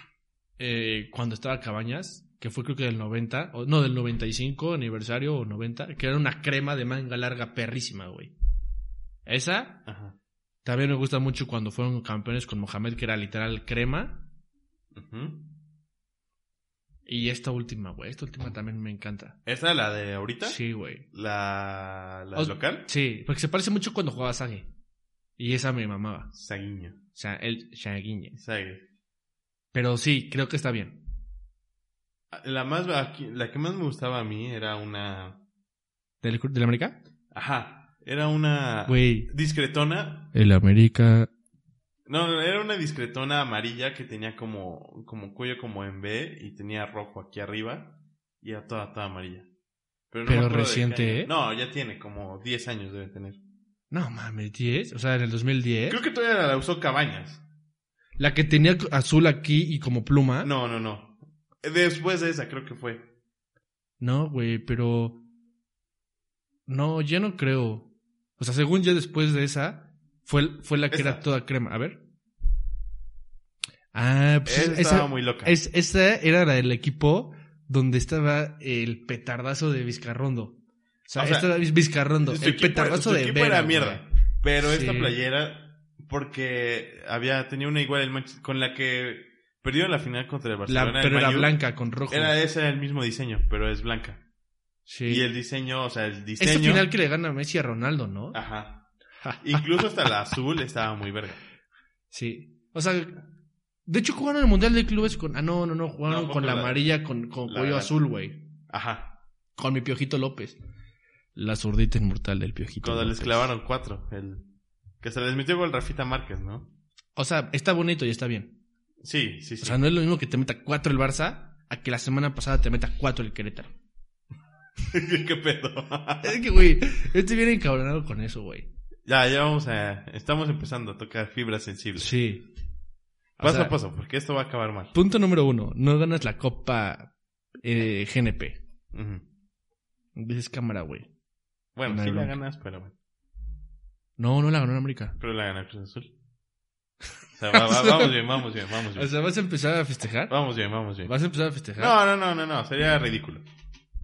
[SPEAKER 1] eh, cuando estaba Cabañas, que fue creo que del 90, o no, del 95 aniversario o 90, que era una crema de manga larga perrísima, güey. Esa
[SPEAKER 2] Ajá.
[SPEAKER 1] también me gusta mucho cuando fueron campeones con Mohamed, que era literal crema.
[SPEAKER 2] Ujú.
[SPEAKER 1] Y esta última, güey, esta última también me encanta.
[SPEAKER 2] ¿Esa la de ahorita?
[SPEAKER 1] Sí, güey.
[SPEAKER 2] ¿La, la
[SPEAKER 1] O-
[SPEAKER 2] local?
[SPEAKER 1] Sí, porque se parece mucho cuando jugaba Sage. Y esa me mamaba.
[SPEAKER 2] Saguiño.
[SPEAKER 1] O sea, el Shaguiñez.
[SPEAKER 2] Sague.
[SPEAKER 1] Pero sí, creo que está bien.
[SPEAKER 2] Ah, La más, aquí- la que más me gustaba a mí era una...
[SPEAKER 1] ¿Del, del América?
[SPEAKER 2] Ajá. Era una...
[SPEAKER 1] Güey,
[SPEAKER 2] Discretona,
[SPEAKER 1] El América.
[SPEAKER 2] No, no, era una discretona amarilla que tenía como, como cuello como en B y tenía rojo aquí arriba y era toda, toda amarilla.
[SPEAKER 1] Pero
[SPEAKER 2] Pero, me acuerdo de
[SPEAKER 1] reciente,
[SPEAKER 2] qué año.
[SPEAKER 1] ¿eh?
[SPEAKER 2] No, ya tiene como 10 años debe tener.
[SPEAKER 1] No mames, 10. O sea, en el 2010.
[SPEAKER 2] Creo que todavía la usó Cabañas.
[SPEAKER 1] La que tenía azul aquí y como pluma.
[SPEAKER 2] No, no, no. Después de esa creo que fue.
[SPEAKER 1] No, güey, pero. No, ya no creo. O sea, según yo, después de esa, fue, fue la que
[SPEAKER 2] Esa.
[SPEAKER 1] era toda crema. A ver. Ah, pues
[SPEAKER 2] esa
[SPEAKER 1] esa,
[SPEAKER 2] estaba
[SPEAKER 1] esa-
[SPEAKER 2] muy loca.
[SPEAKER 1] es- esa era la del equipo donde estaba el petardazo de Vizcarrondo. O sea,
[SPEAKER 2] O sea,
[SPEAKER 1] esta era Viz- Vizcarrondo.
[SPEAKER 2] Su
[SPEAKER 1] El
[SPEAKER 2] equipo-
[SPEAKER 1] petardazo
[SPEAKER 2] su
[SPEAKER 1] de
[SPEAKER 2] equipo
[SPEAKER 1] Vera,
[SPEAKER 2] era mierda.
[SPEAKER 1] güey.
[SPEAKER 2] Pero esta
[SPEAKER 1] Sí.
[SPEAKER 2] playera, porque había, tenía una igual el Manchester, con la que perdió la final contra el
[SPEAKER 1] La-
[SPEAKER 2] Barcelona. el
[SPEAKER 1] pero
[SPEAKER 2] Man
[SPEAKER 1] era
[SPEAKER 2] U.
[SPEAKER 1] blanca con rojo.
[SPEAKER 2] Era, ese era el mismo diseño, pero es blanca.
[SPEAKER 1] Sí.
[SPEAKER 2] Y el diseño, o sea, el
[SPEAKER 1] Ese
[SPEAKER 2] diseño.
[SPEAKER 1] Este final que le gana Messi a Ronaldo, ¿no?
[SPEAKER 2] Ajá. Incluso hasta la azul estaba muy verga.
[SPEAKER 1] Sí. O sea, de hecho jugaron el Mundial de Clubes con... Ah, no, no, no,
[SPEAKER 2] No,
[SPEAKER 1] jugaron
[SPEAKER 2] fue
[SPEAKER 1] con
[SPEAKER 2] con
[SPEAKER 1] la
[SPEAKER 2] la-
[SPEAKER 1] amarilla, con, con
[SPEAKER 2] la-
[SPEAKER 1] cuello
[SPEAKER 2] la-
[SPEAKER 1] azul, güey.
[SPEAKER 2] Ajá.
[SPEAKER 1] Con mi Piojito López. La zurdita inmortal del Piojito
[SPEAKER 2] Cuando les
[SPEAKER 1] López.
[SPEAKER 2] clavaron cuatro. El... Que se les metió con Rafita Márquez, ¿no?
[SPEAKER 1] O sea, está bonito y está bien.
[SPEAKER 2] Sí, sí, sí.
[SPEAKER 1] O sea, no es lo mismo que te meta cuatro el Barça a que la semana pasada te meta cuatro el Querétaro.
[SPEAKER 2] ¿Qué pedo?
[SPEAKER 1] Es que, güey, estoy bien encabronado con eso, güey.
[SPEAKER 2] ya, ya vamos a... Estamos empezando a tocar fibras sensibles.
[SPEAKER 1] Sí. O
[SPEAKER 2] Paso
[SPEAKER 1] sea,
[SPEAKER 2] a paso, porque esto va a acabar mal.
[SPEAKER 1] Punto número uno. No ganas la Copa eh, GNP.
[SPEAKER 2] Ujú.
[SPEAKER 1] Dices cámara, güey.
[SPEAKER 2] Bueno,
[SPEAKER 1] No hay
[SPEAKER 2] sí la
[SPEAKER 1] bronca.
[SPEAKER 2] ganas, pero bueno.
[SPEAKER 1] No, no la ganó en América.
[SPEAKER 2] Pero la gana Cruz Azul. O sea, va- va- vamos bien, vamos bien, vamos
[SPEAKER 1] O
[SPEAKER 2] bien.
[SPEAKER 1] sea, ¿vas a empezar a festejar?
[SPEAKER 2] Vamos bien, vamos bien.
[SPEAKER 1] ¿Vas a empezar a festejar?
[SPEAKER 2] Ah, No, no, no, no, no. Sería ridículo.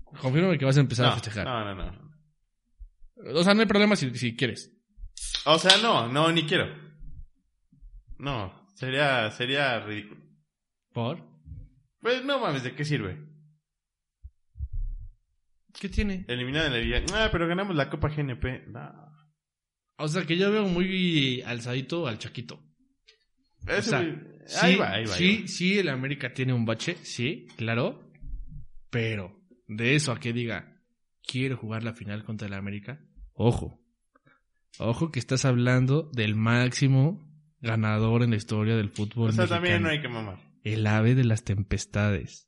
[SPEAKER 1] Confírmame que vas a empezar a
[SPEAKER 2] No,
[SPEAKER 1] festejar.
[SPEAKER 2] no, no, no.
[SPEAKER 1] O sea, no hay problema si, si quieres.
[SPEAKER 2] O sea, no, no, ni quiero. No, sería, sería ridículo.
[SPEAKER 1] ¿Por?
[SPEAKER 2] Pues no mames, ¿de qué sirve?
[SPEAKER 1] ¿Qué tiene?
[SPEAKER 2] Eliminar en la liga. Ah, pero ganamos la Copa GNP. No.
[SPEAKER 1] O sea, que yo veo muy alzadito al Chaquito.
[SPEAKER 2] Ese
[SPEAKER 1] sea,
[SPEAKER 2] güey-
[SPEAKER 1] Sí,
[SPEAKER 2] ahí va, ahí va. ahí
[SPEAKER 1] sí,
[SPEAKER 2] va.
[SPEAKER 1] sí, el América tiene un bache, sí, claro. Pero, de eso a que diga, quiero jugar la final contra el América, ojo. Ojo que estás hablando del máximo ganador en la historia del fútbol
[SPEAKER 2] O sea, también
[SPEAKER 1] mexicano.
[SPEAKER 2] no hay que mamar.
[SPEAKER 1] el ave de las tempestades,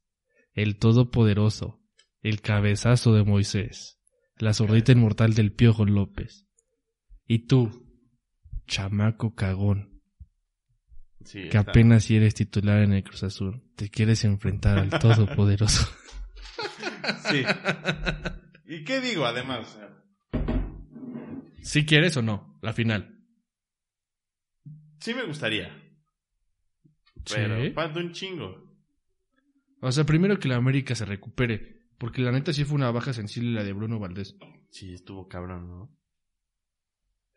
[SPEAKER 1] el todopoderoso, el cabezazo de Moisés, la zurdita inmortal del Piojo López. Y tú, chamaco cagón,
[SPEAKER 2] Sí,
[SPEAKER 1] que
[SPEAKER 2] está-
[SPEAKER 1] apenas si eres titular en el Cruz Azul, te quieres enfrentar al todopoderoso.
[SPEAKER 2] Sí. ¿Y qué digo además? O sea,
[SPEAKER 1] ¿Sí quieres o no? La final.
[SPEAKER 2] Sí me gustaría. Pero
[SPEAKER 1] Sí.
[SPEAKER 2] falta un chingo.
[SPEAKER 1] O sea, primero que la América se recupere, porque la neta sí fue una baja sensible la de Bruno Valdés.
[SPEAKER 2] Sí, estuvo cabrón, ¿no?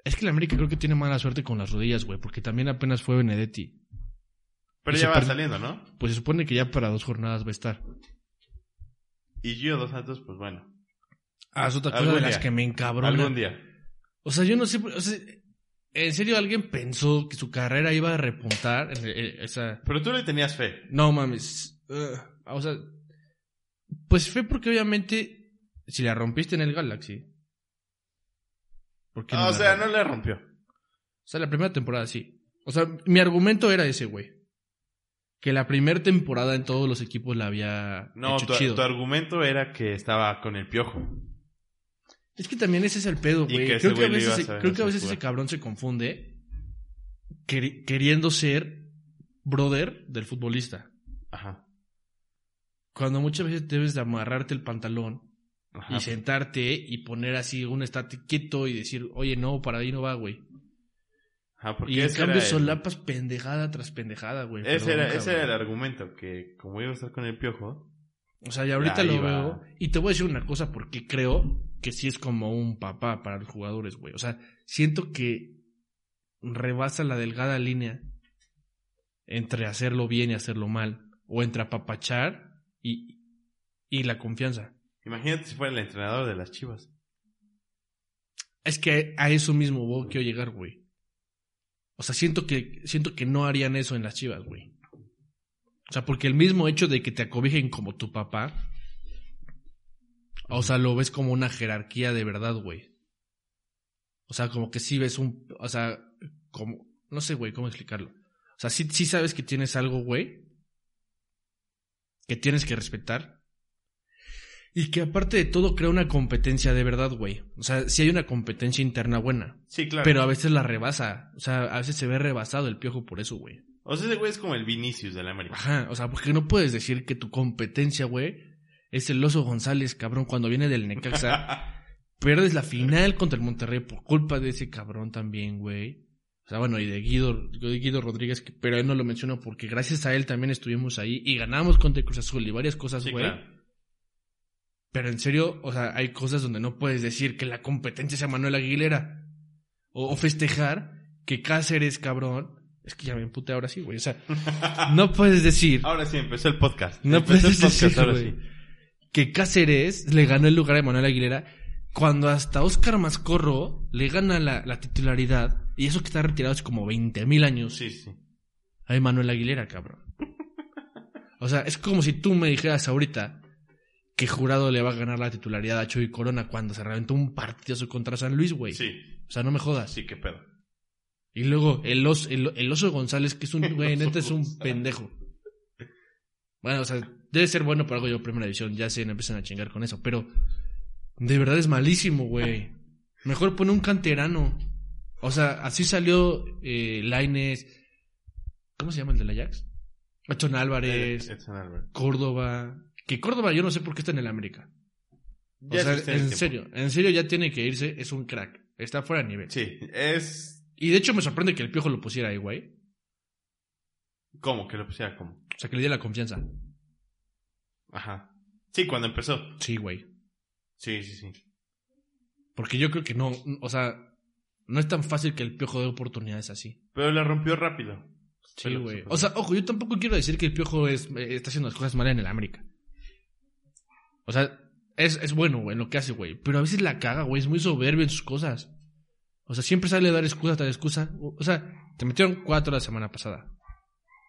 [SPEAKER 1] Es que la América creo que tiene mala suerte con las rodillas, güey, porque también apenas fue Benedetti.
[SPEAKER 2] Pero
[SPEAKER 1] Y
[SPEAKER 2] ya
[SPEAKER 1] se
[SPEAKER 2] va
[SPEAKER 1] perdió.
[SPEAKER 2] saliendo, ¿no?
[SPEAKER 1] Pues se supone que ya para dos jornadas va a estar.
[SPEAKER 2] Y Gio Dos Santos, pues bueno.
[SPEAKER 1] Ah, es otra cosa
[SPEAKER 2] Algún
[SPEAKER 1] de las
[SPEAKER 2] día.
[SPEAKER 1] que me encabrona.
[SPEAKER 2] Algún día.
[SPEAKER 1] O sea, yo no sé, o sea, ¿en serio alguien pensó que su carrera iba a repuntar? Eh, eh, O sea,
[SPEAKER 2] Pero tú le tenías fe.
[SPEAKER 1] No mames. Ugh. o sea, pues fue porque obviamente si la rompiste en el Galaxy. ¿por qué no
[SPEAKER 2] Ah, o
[SPEAKER 1] la
[SPEAKER 2] sea,
[SPEAKER 1] rompes?
[SPEAKER 2] no le rompió.
[SPEAKER 1] O sea, la primera temporada sí. O sea, mi argumento era ese, güey. Que la primera temporada en todos los equipos la había
[SPEAKER 2] No,
[SPEAKER 1] hecho
[SPEAKER 2] tu,
[SPEAKER 1] chido.
[SPEAKER 2] tu argumento era que estaba con el piojo.
[SPEAKER 1] Es que también ese es el pedo,
[SPEAKER 2] Y
[SPEAKER 1] güey.
[SPEAKER 2] que ese
[SPEAKER 1] Creo que
[SPEAKER 2] güey
[SPEAKER 1] a
[SPEAKER 2] le iba
[SPEAKER 1] veces,
[SPEAKER 2] a
[SPEAKER 1] se-
[SPEAKER 2] saber
[SPEAKER 1] creo que a
[SPEAKER 2] hacer
[SPEAKER 1] veces ese
[SPEAKER 2] jugar.
[SPEAKER 1] cabrón se confunde queri- queriendo ser brother del futbolista.
[SPEAKER 2] Ajá.
[SPEAKER 1] Cuando muchas veces debes de amarrarte el pantalón
[SPEAKER 2] Ajá.
[SPEAKER 1] y sentarte y poner así un estate quieto y decir, oye, no, para ahí no va, güey.
[SPEAKER 2] Ajá, porque
[SPEAKER 1] Y en
[SPEAKER 2] ese
[SPEAKER 1] cambio
[SPEAKER 2] era el-
[SPEAKER 1] solapas pendejada tras pendejada, güey.
[SPEAKER 2] Ese
[SPEAKER 1] Perdón,
[SPEAKER 2] era,
[SPEAKER 1] cabrón.
[SPEAKER 2] ese era el argumento, que como iba a estar con el piojo,
[SPEAKER 1] O sea, y ahorita
[SPEAKER 2] Ahí
[SPEAKER 1] lo
[SPEAKER 2] va.
[SPEAKER 1] veo. Y te voy a decir una cosa, porque creo que sí es como un papá para los jugadores, güey. O sea, siento que rebasa la delgada línea entre hacerlo bien y hacerlo mal. O entre apapachar y, y la confianza.
[SPEAKER 2] imagínate si fuera el entrenador de las chivas.
[SPEAKER 1] Es que a eso mismo vos quiero llegar, güey. O sea, siento que, siento que no harían eso en las chivas, güey. O sea, porque el mismo hecho de que te acobijen como tu papá, o sea, lo ves como una jerarquía de verdad, güey. O sea, como que sí ves un, o sea, como, no sé, güey, cómo explicarlo. O sea, sí, sí sabes que tienes algo, güey, que tienes que respetar, y que aparte de todo crea una competencia de verdad, güey. O sea, sí hay una competencia interna buena.
[SPEAKER 2] Sí, claro.
[SPEAKER 1] Pero a veces la rebasa. O sea, a veces se ve rebasado el piojo por eso, güey.
[SPEAKER 2] O sea, ese güey es como el Vinicius de la América.
[SPEAKER 1] Ajá. O sea, porque no puedes decir que tu competencia, güey, es el oso González, cabrón, cuando viene del Necaxa. Pierdes la final contra el Monterrey por culpa de ese cabrón también, güey. O sea, bueno, y de Guido, de Guido Rodríguez, que- pero él no lo menciono porque gracias a él también estuvimos ahí y ganamos contra el Cruz Azul y varias cosas,
[SPEAKER 2] sí,
[SPEAKER 1] güey.
[SPEAKER 2] claro.
[SPEAKER 1] Pero en serio, o sea, hay cosas donde no puedes decir que la competencia sea Manuel Aguilera. O, o festejar que Cáceres, cabrón. Es que ya me emputé ahora sí, güey. O sea, no puedes decir
[SPEAKER 2] Ahora sí, empezó el podcast.
[SPEAKER 1] No
[SPEAKER 2] empezó el
[SPEAKER 1] puedes decir,
[SPEAKER 2] ahora
[SPEAKER 1] güey.
[SPEAKER 2] sí.
[SPEAKER 1] que Cáceres le ganó el lugar a Manuel Aguilera cuando hasta Óscar Mascorro le gana la, la titularidad. Y eso que está retirado hace como 20 mil años
[SPEAKER 2] Sí, sí.
[SPEAKER 1] a Manuel Aguilera, cabrón. O sea, es como si tú me dijeras ahorita que Jurado le va a ganar la titularidad a Chuy Corona cuando se reventó un partidazo contra San Luis, güey.
[SPEAKER 2] Sí,
[SPEAKER 1] O sea, no me jodas.
[SPEAKER 2] sí, qué pedo.
[SPEAKER 1] Y luego el, os- el, el oso González, que es un
[SPEAKER 2] El
[SPEAKER 1] güey,
[SPEAKER 2] oso
[SPEAKER 1] neta es un
[SPEAKER 2] González.
[SPEAKER 1] pendejo. Bueno, o sea, debe ser bueno para algo yo primera división, ya se empiezan a chingar con eso, pero de verdad es malísimo, güey. Mejor pone un canterano. O sea, así salió eh, Laines. ¿Cómo se llama el del Ajax? Edson Álvarez,
[SPEAKER 2] Eh, Edson Álvarez.
[SPEAKER 1] Córdoba. Que Córdoba yo no sé por qué está en el América. O
[SPEAKER 2] Ya
[SPEAKER 1] sea,
[SPEAKER 2] se
[SPEAKER 1] en
[SPEAKER 2] extiende el tiempo.
[SPEAKER 1] serio, en serio ya tiene que irse, es un crack. Está fuera de nivel.
[SPEAKER 2] Sí, es
[SPEAKER 1] Y de hecho me sorprende que el piojo lo pusiera ahí, güey.
[SPEAKER 2] como que lo pusiera como.
[SPEAKER 1] O sea, que le diera la confianza.
[SPEAKER 2] Ajá. Sí, cuando empezó.
[SPEAKER 1] Sí, güey.
[SPEAKER 2] Sí, sí, sí.
[SPEAKER 1] Porque yo creo que no, o sea, no es tan fácil que el piojo dé oportunidades así.
[SPEAKER 2] Pero la rompió rápido.
[SPEAKER 1] Sí,
[SPEAKER 2] Pero,
[SPEAKER 1] güey.
[SPEAKER 2] pues,
[SPEAKER 1] O sea, ojo, yo tampoco quiero decir que el piojo es, eh, está haciendo las cosas mal en el América. O sea, es, es bueno, güey, en lo que hace, güey. Pero a veces la caga, güey. Es muy soberbio en sus cosas. O sea, siempre sale a dar excusa tras excusa. O o sea, te metieron cuatro la semana pasada.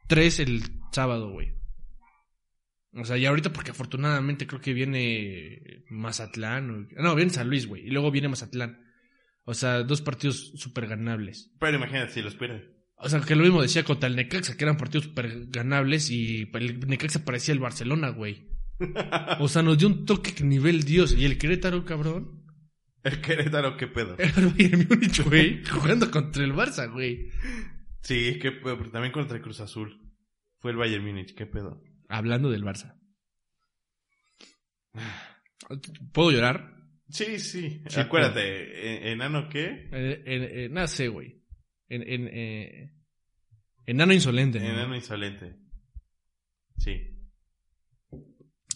[SPEAKER 1] Tres el sábado, güey. O sea, y ahorita porque afortunadamente creo que viene Mazatlán. o- No, viene San Luis, güey. Y luego viene Mazatlán. O sea, dos partidos súper ganables.
[SPEAKER 2] Pero imagínate si los pierden.
[SPEAKER 1] O sea, que lo mismo decía contra el Necaxa, que eran partidos super ganables y el Necaxa parecía el Barcelona, güey. O sea, nos dio un toque que nivel Dios. Y el Querétaro, cabrón,
[SPEAKER 2] El Querétaro, qué pedo.
[SPEAKER 1] era el Bayern Múnich, güey, jugando contra el Barça, güey.
[SPEAKER 2] Sí, es que pero también contra el Cruz Azul. Fue el Bayern Múnich, qué pedo.
[SPEAKER 1] Hablando del Barça. ¿Puedo llorar?
[SPEAKER 2] Sí, sí.
[SPEAKER 1] Sí,
[SPEAKER 2] Acuérdate, eh, enano qué?
[SPEAKER 1] Eh, eh, eh, no sé, güey. En, en, eh, enano insolente. ¿no?
[SPEAKER 2] Enano insolente. Sí.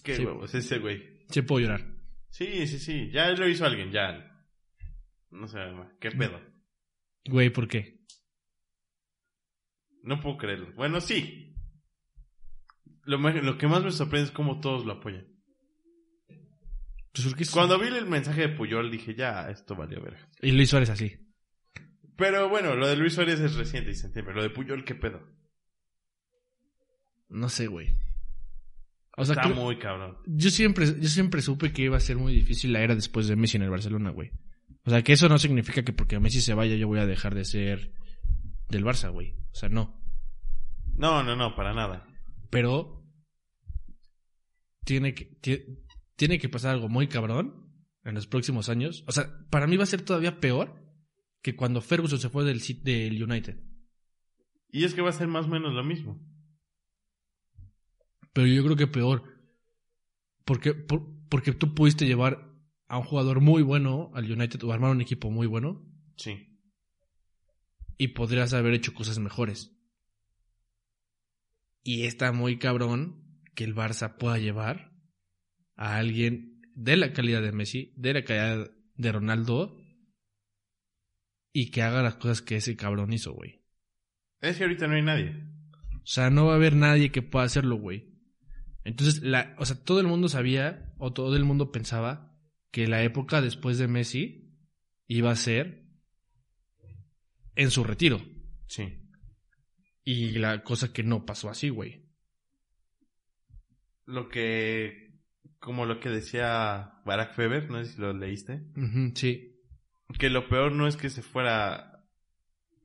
[SPEAKER 2] Qué
[SPEAKER 1] Sí.
[SPEAKER 2] huevos ese güey.
[SPEAKER 1] Sí, puedo llorar.
[SPEAKER 2] Sí, sí, sí. Ya lo hizo alguien, ya. No sé, ma, qué pedo.
[SPEAKER 1] Güey, ¿por qué?
[SPEAKER 2] No puedo creerlo. Bueno, sí. Lo, ma- lo que más me sorprende es cómo todos lo apoyan.
[SPEAKER 1] Pues porque es-
[SPEAKER 2] Cuando vi el mensaje de Puyol dije, ya, esto valió verga.
[SPEAKER 1] Y Luis Suárez así.
[SPEAKER 2] Pero bueno, lo de Luis Suárez es reciente y se entiende. Lo de Puyol, qué pedo.
[SPEAKER 1] No sé, güey. O sea,
[SPEAKER 2] Está
[SPEAKER 1] creo-
[SPEAKER 2] muy cabrón.
[SPEAKER 1] yo siempre, yo siempre supe que iba a ser muy difícil la era después de Messi en el Barcelona, güey. O sea, que eso no significa que porque Messi se vaya yo voy a dejar de ser del Barça, güey. O sea, no.
[SPEAKER 2] No, no, no, para nada.
[SPEAKER 1] Pero tiene que, ti- tiene que pasar algo muy cabrón en los próximos años. O sea, para mí va a ser todavía peor que cuando Ferguson se fue del, Cit- del United.
[SPEAKER 2] Y es que va a ser más o menos lo mismo.
[SPEAKER 1] Pero yo creo que peor. Porque, por- porque tú pudiste llevar a un jugador muy bueno al United o armar un equipo muy bueno
[SPEAKER 2] Sí.
[SPEAKER 1] y podrías haber hecho cosas mejores. Y está muy cabrón que el Barça pueda llevar a alguien de la calidad de Messi, de la calidad de Ronaldo y que haga las cosas que ese cabrón hizo, güey.
[SPEAKER 2] Es que ahorita no hay nadie.
[SPEAKER 1] O sea, no va a haber nadie que pueda hacerlo, güey. Entonces, la, o sea, todo el mundo sabía o todo el mundo pensaba que la época después de Messi iba a ser en su retiro.
[SPEAKER 2] Sí.
[SPEAKER 1] Y la cosa que no pasó así, güey.
[SPEAKER 2] Lo que. Como lo que decía Barack Feber, no sé si lo leíste.
[SPEAKER 1] Ujú, sí.
[SPEAKER 2] Que lo peor no es que se fuera.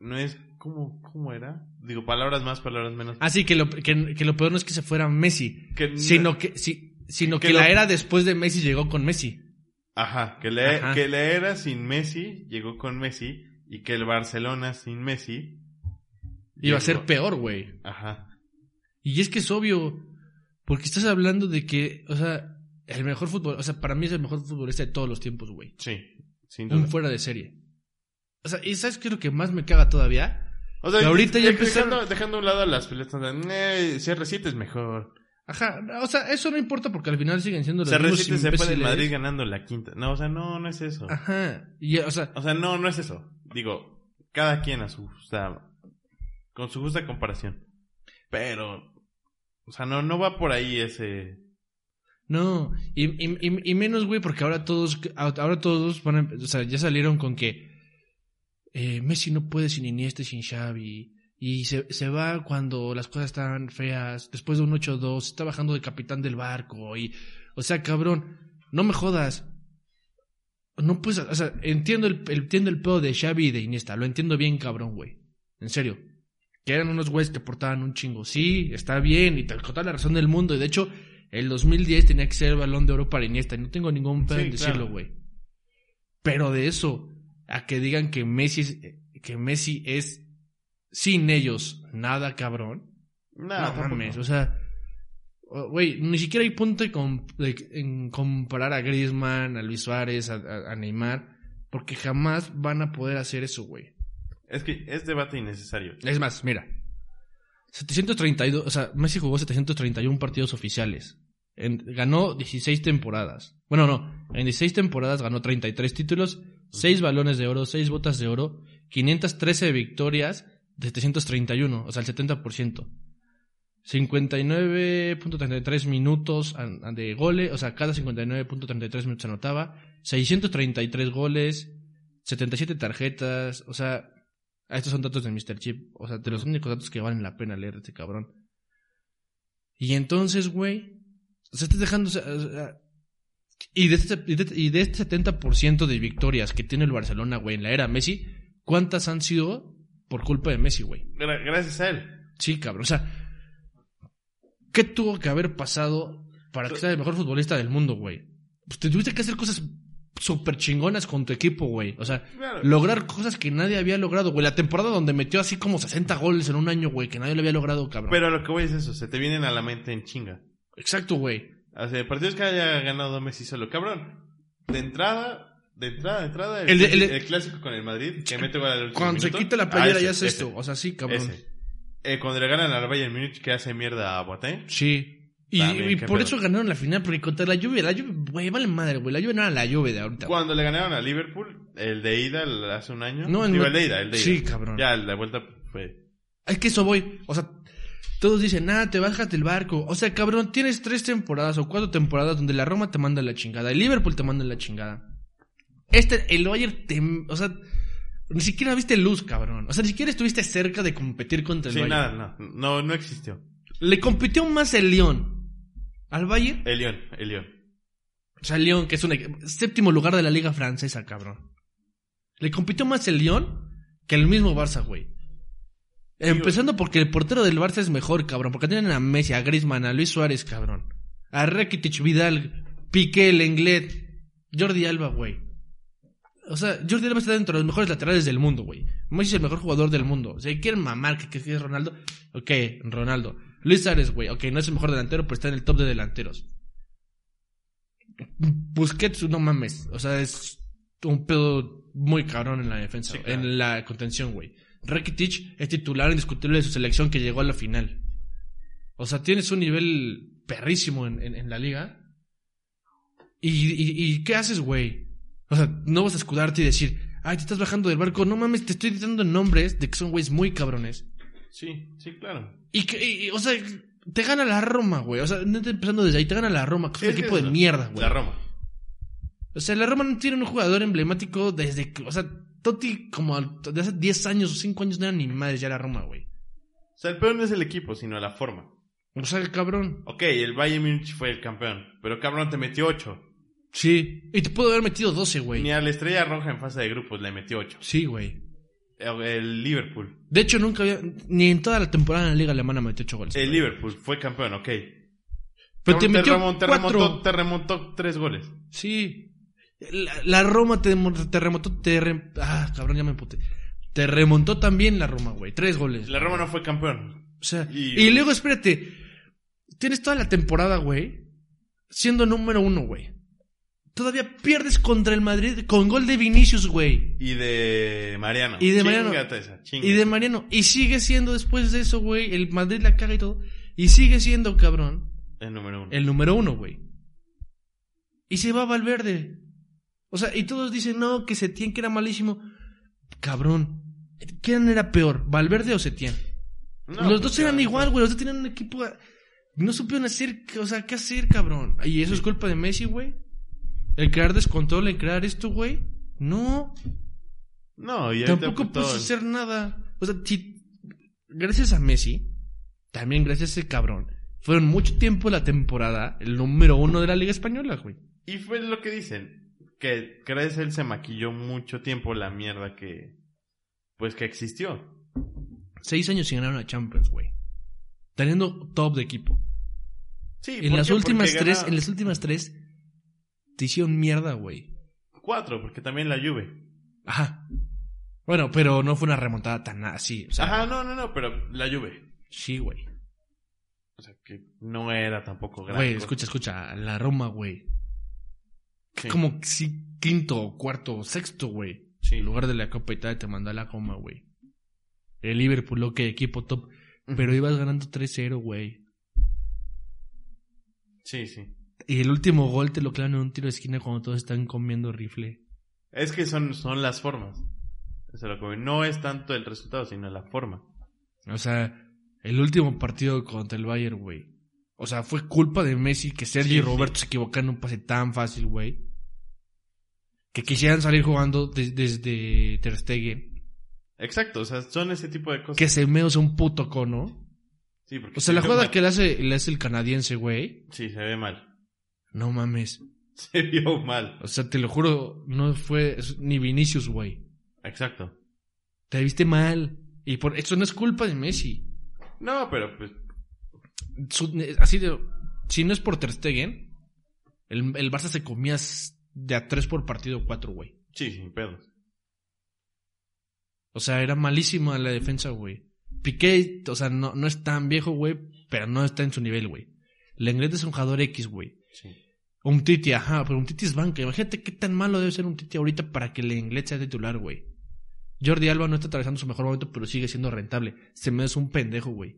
[SPEAKER 2] No es. ¿Cómo, cómo era? Digo, palabras más, palabras menos.
[SPEAKER 1] Así que lo, que, que lo peor no es que se fuera Messi,
[SPEAKER 2] Que-
[SPEAKER 1] Ah, sino que, sí, sino
[SPEAKER 2] Que
[SPEAKER 1] que,
[SPEAKER 2] lo-
[SPEAKER 1] la era después de Messi llegó con Messi.
[SPEAKER 2] Ajá, que la,
[SPEAKER 1] Ajá.
[SPEAKER 2] que la era sin Messi llegó con Messi y que el Barcelona sin Messi
[SPEAKER 1] Iba a
[SPEAKER 2] llegó-
[SPEAKER 1] ser peor, güey.
[SPEAKER 2] Ajá.
[SPEAKER 1] Y es que es obvio, porque estás hablando de que, o sea, el mejor fútbol, o sea, para mí es el mejor futbolista de todos los tiempos, güey.
[SPEAKER 2] Sí, sin duda.
[SPEAKER 1] Un fuera de serie. O sea, ¿y sabes qué es lo que más me caga todavía?
[SPEAKER 2] O sea,
[SPEAKER 1] que ahorita ya
[SPEAKER 2] dejando, dejando a un lado las peleas, eh, CR7 es mejor.
[SPEAKER 1] Ajá, o sea, eso no importa porque al final siguen siendo los
[SPEAKER 2] CR7
[SPEAKER 1] mismos
[SPEAKER 2] se fue
[SPEAKER 1] imbéciles.
[SPEAKER 2] del
[SPEAKER 1] Ah.
[SPEAKER 2] Madrid ganando la quinta. No, o sea, no, no es eso.
[SPEAKER 1] Ajá, y, o sea,
[SPEAKER 2] O sea, no, no es eso. Digo, cada quien a su justa, con su justa comparación. Pero, o sea, no, no va por ahí ese...
[SPEAKER 1] No, y, y- y- y menos, güey, porque ahora todos, ahora todos van a, empe- o sea, ya salieron con que eh, Messi no puede sin Iniesta, y sin Xavi, y se, se va cuando las cosas están feas, después de un 8-2, se está bajando de capitán del barco, y, o sea, cabrón, no me jodas. No pues, o sea, entiendo el, el- entiendo el pedo de Xavi y de Iniesta, lo entiendo bien, cabrón, güey. En serio. Que eran unos güeyes que portaban un chingo. Sí, está bien, y tal, con toda la razón del mundo. Y de hecho, el 2010 tenía que ser el balón de oro para Iniesta. y No tengo ningún pedo
[SPEAKER 2] Sí,
[SPEAKER 1] en decirlo,
[SPEAKER 2] claro.
[SPEAKER 1] güey. Pero de eso, a que digan que Messi es, que Messi es sin ellos nada cabrón.
[SPEAKER 2] Nada,
[SPEAKER 1] no
[SPEAKER 2] tampoco.
[SPEAKER 1] mames, o sea, o- güey, ni siquiera hay punto de, com- de- en comparar a Griezmann, a Luis Suárez, a, a- a Neymar, porque jamás van a poder hacer eso, güey.
[SPEAKER 2] Es que es debate innecesario.
[SPEAKER 1] Es más, mira, 732, o sea, Messi jugó 731 partidos oficiales. En- ganó 16 temporadas. Bueno, no, en 16 temporadas ganó 33 títulos, 6 balones de oro, 6 botas de oro, 513 victorias de 731, o sea, el 70%. 59.33 minutos an- an- de goles, o sea, cada 59.33 minutos anotaba, 633 goles, 77 tarjetas, o sea, Ah, Estos son datos de Mr. Chip. O sea, de los únicos datos que valen la pena leer de este cabrón. Y entonces, güey. O sea, estás dejando. o sea, o sea, y, de este, y de- y de este 70% de victorias que tiene el Barcelona, güey, en la era Messi, ¿cuántas han sido por culpa de Messi, güey?
[SPEAKER 2] Gra- gracias a él.
[SPEAKER 1] Sí, cabrón. O sea, ¿qué tuvo que haber pasado para que
[SPEAKER 2] So-
[SPEAKER 1] seas el mejor futbolista del mundo, güey? Pues te tuviste que hacer cosas súper chingonas con tu equipo, güey. O sea,
[SPEAKER 2] Claro.
[SPEAKER 1] lograr cosas que nadie había logrado, güey. La temporada donde metió así como 60 goles en un año, güey, que nadie le había logrado, cabrón.
[SPEAKER 2] Pero lo que voy es eso, se te vienen a la mente en chinga.
[SPEAKER 1] Exacto, güey.
[SPEAKER 2] O sea, partidos que haya ganado Messi solo, cabrón. De entrada, de entrada, de entrada, el,
[SPEAKER 1] El de- el-
[SPEAKER 2] el clásico con el Madrid, que mete gol al último
[SPEAKER 1] Cuando se
[SPEAKER 2] minuto.
[SPEAKER 1] quita la
[SPEAKER 2] Ah,
[SPEAKER 1] playera
[SPEAKER 2] ese,
[SPEAKER 1] ya es
[SPEAKER 2] ese,
[SPEAKER 1] esto. O sea, sí, cabrón.
[SPEAKER 2] ese. Eh, cuando le ganan al Bayern Múnich, que hace mierda a Boateng.
[SPEAKER 1] Sí. Y,
[SPEAKER 2] También,
[SPEAKER 1] y
[SPEAKER 2] qué
[SPEAKER 1] por
[SPEAKER 2] pedo.
[SPEAKER 1] eso ganaron la final, porque contra la lluvia, la lluvia, güey, vale madre, güey. La lluvia no era la lluvia de ahorita.
[SPEAKER 2] Cuando le ganaron a Liverpool, el de ida el- hace un año.
[SPEAKER 1] No,
[SPEAKER 2] No,
[SPEAKER 1] el-
[SPEAKER 2] el, el de ida, el de ida.
[SPEAKER 1] Sí, cabrón.
[SPEAKER 2] Ya, la vuelta fue.
[SPEAKER 1] Es que eso voy. O sea, todos dicen, nada, te bajas del barco. O sea, cabrón, tienes tres temporadas o cuatro temporadas donde la Roma te manda a la chingada. El Liverpool te manda a la chingada. Este, el Bayern te. O sea, ni siquiera viste luz, cabrón. O sea, ni siquiera estuviste cerca de competir contra el
[SPEAKER 2] Sí,
[SPEAKER 1] Bayern.
[SPEAKER 2] nada, no, no, no existió.
[SPEAKER 1] Le compitió más el León al Bayern.
[SPEAKER 2] El Lyon, el Lyon.
[SPEAKER 1] O sea, el Lyon, que es un equ- séptimo lugar de la Liga Francesa, cabrón. Le compitió más el Lyon que el mismo Barça, güey. Empezando porque el portero del Barça es mejor, cabrón. Porque tienen a Messi, a Griezmann, a Luis Suárez, cabrón. A Rakitic, Vidal, Piqué, Lenglet, Jordi Alba, güey. O sea, Jordi Alba está dentro de los mejores laterales del mundo, güey. Messi es el mejor jugador del mundo. Si quieren mamar que, que es Ronaldo, ok, Ronaldo. Luis Suárez, güey, ok, no es el mejor delantero, pero está en el top de delanteros. Busquets, no mames. O sea, es un pedo muy cabrón en la defensa,
[SPEAKER 2] Sí, claro.
[SPEAKER 1] en la contención, güey. Rakitic es titular indiscutible de su selección que llegó a la final. O sea, tienes un nivel perrísimo en, en- en la liga. ¿Y, y, y qué haces, güey? O sea, no vas a escudarte y decir, ay, te estás bajando del barco. No mames, te estoy dando nombres de que son güeyes muy cabrones.
[SPEAKER 2] Sí, sí, claro.
[SPEAKER 1] Y que, y- y, o sea, te gana la Roma, güey. O sea, neta, empezando desde ahí, te gana la Roma, que es un
[SPEAKER 2] Es que
[SPEAKER 1] equipo de
[SPEAKER 2] eso,
[SPEAKER 1] mierda, güey.
[SPEAKER 2] La Roma.
[SPEAKER 1] O sea, la Roma no tiene un jugador emblemático desde que, o sea, Totti como de hace 10 años o 5 años no era ni madre ya la Roma, güey.
[SPEAKER 2] O sea, el peor no es el equipo, sino la forma.
[SPEAKER 1] O sea, cabrón.
[SPEAKER 2] Ok, el Bayern Múnich fue el campeón, pero cabrón te metió 8.
[SPEAKER 1] Sí. Y te puedo haber metido 12, güey.
[SPEAKER 2] Ni a la Estrella Roja en fase de grupos le metió 8.
[SPEAKER 1] Sí, güey.
[SPEAKER 2] El Liverpool.
[SPEAKER 1] De hecho, nunca había, ni en toda la temporada en la Liga Alemana metió 8 goles.
[SPEAKER 2] El Liverpool fue campeón, ok.
[SPEAKER 1] Pero te
[SPEAKER 2] Cabrón,
[SPEAKER 1] metió
[SPEAKER 2] remon- te
[SPEAKER 1] cuatro.
[SPEAKER 2] remontó, te remontó 3 goles.
[SPEAKER 1] Sí. La, la Roma te, demo- te remontó. Te rem- ah, cabrón, ya me emputé. Te remontó también la Roma, güey. Tres goles.
[SPEAKER 2] La Roma no fue campeón.
[SPEAKER 1] O sea, y,
[SPEAKER 2] y-
[SPEAKER 1] luego, espérate. Tienes toda la temporada, güey. Siendo número uno, güey. Todavía pierdes contra el Madrid con gol de Vinicius, güey.
[SPEAKER 2] Y de Mariano.
[SPEAKER 1] Y de Mariano.
[SPEAKER 2] Chingate esa, chinga.
[SPEAKER 1] Y de Mariano. Y sigue siendo después de eso, güey. El Madrid la caga y todo. Y sigue siendo, cabrón.
[SPEAKER 2] El número 1.
[SPEAKER 1] El número uno, güey. Y se va Valverde. O sea, y todos dicen, no, que Setién, que era malísimo. Cabrón. ¿Quién era peor, Valverde o Setién?
[SPEAKER 2] pues
[SPEAKER 1] los dos eran igual, güey. Los dos tenían un equipo... a- No supieron hacer, o sea, qué hacer, cabrón. Y eso es culpa de Messi, güey. El crear descontrol, el crear esto, güey. No,
[SPEAKER 2] No, y ahorita
[SPEAKER 1] tampoco
[SPEAKER 2] pues, todo-
[SPEAKER 1] puedes hacer nada. O sea, si- gracias a Messi, también gracias a ese cabrón, fueron mucho tiempo la temporada el número uno de la Liga Española, güey.
[SPEAKER 2] Y fue lo que dicen. Que crees él se maquilló mucho tiempo la mierda que. Pues que existió.
[SPEAKER 1] Seis años sin ganar una Champions, güey. Teniendo top de equipo.
[SPEAKER 2] Sí,
[SPEAKER 1] En
[SPEAKER 2] ¿por
[SPEAKER 1] las
[SPEAKER 2] qué?
[SPEAKER 1] últimas
[SPEAKER 2] Porque
[SPEAKER 1] tres,
[SPEAKER 2] gana
[SPEAKER 1] en las últimas tres, te hicieron mierda, güey.
[SPEAKER 2] Cuatro, porque también la Juve.
[SPEAKER 1] Ajá. Bueno, pero no fue una remontada tan así. O sea,
[SPEAKER 2] Ajá, no, no, no, pero la Juve.
[SPEAKER 1] sí, güey.
[SPEAKER 2] O sea, que no era tampoco grande.
[SPEAKER 1] Güey, escucha, escucha. La Roma, güey.
[SPEAKER 2] Sí.
[SPEAKER 1] Como si quinto, cuarto, sexto, güey.
[SPEAKER 2] Sí.
[SPEAKER 1] En lugar de la Copa Italia te mandó a la coma, güey. El Liverpool, ok, equipo top. Pero ibas ganando 3-0, güey.
[SPEAKER 2] Sí, sí.
[SPEAKER 1] Y el último gol te lo clavan en un tiro de esquina cuando todos están comiendo rifle.
[SPEAKER 2] Es que son, son las formas. O sea, lo que- no es tanto el resultado, sino la forma.
[SPEAKER 1] O sea, el último partido contra el Bayern, güey. O sea, fue culpa de Messi que Sergio
[SPEAKER 2] Sí,
[SPEAKER 1] y Roberto se equivocaron en un pase tan fácil, güey. Que quisieran salir jugando de- desde Ter Stegen.
[SPEAKER 2] Exacto, o sea, son ese tipo de cosas.
[SPEAKER 1] Que se meos un puto cono.
[SPEAKER 2] Sí, porque
[SPEAKER 1] O sea, la
[SPEAKER 2] ve
[SPEAKER 1] jugada
[SPEAKER 2] mal.
[SPEAKER 1] que le hace, le hace el canadiense, güey.
[SPEAKER 2] Sí, se ve mal.
[SPEAKER 1] No mames.
[SPEAKER 2] Se vio mal.
[SPEAKER 1] O sea, te lo juro, no fue es- ni Vinicius, güey.
[SPEAKER 2] Exacto.
[SPEAKER 1] Te viste mal. Y por eso no es culpa de Messi.
[SPEAKER 2] No, pero pues.
[SPEAKER 1] Su- así de. Si no es por Ter Stegen, el, el Barça se comía s- de a tres por partido cuatro, güey.
[SPEAKER 2] Sí, sin pedos.
[SPEAKER 1] O sea, era malísima la defensa, güey. Piqué, o sea, no, no es tan viejo, güey, pero no está en su nivel, güey. Lenglet es un jugador X, güey.
[SPEAKER 2] Sí.
[SPEAKER 1] Un Titi, ajá, pero un Titi es banca. Imagínate qué tan malo debe ser un Titi ahorita para que Lenglet sea titular, güey. Jordi Alba no está atravesando su mejor momento, pero sigue siendo rentable. Se me es un pendejo, güey.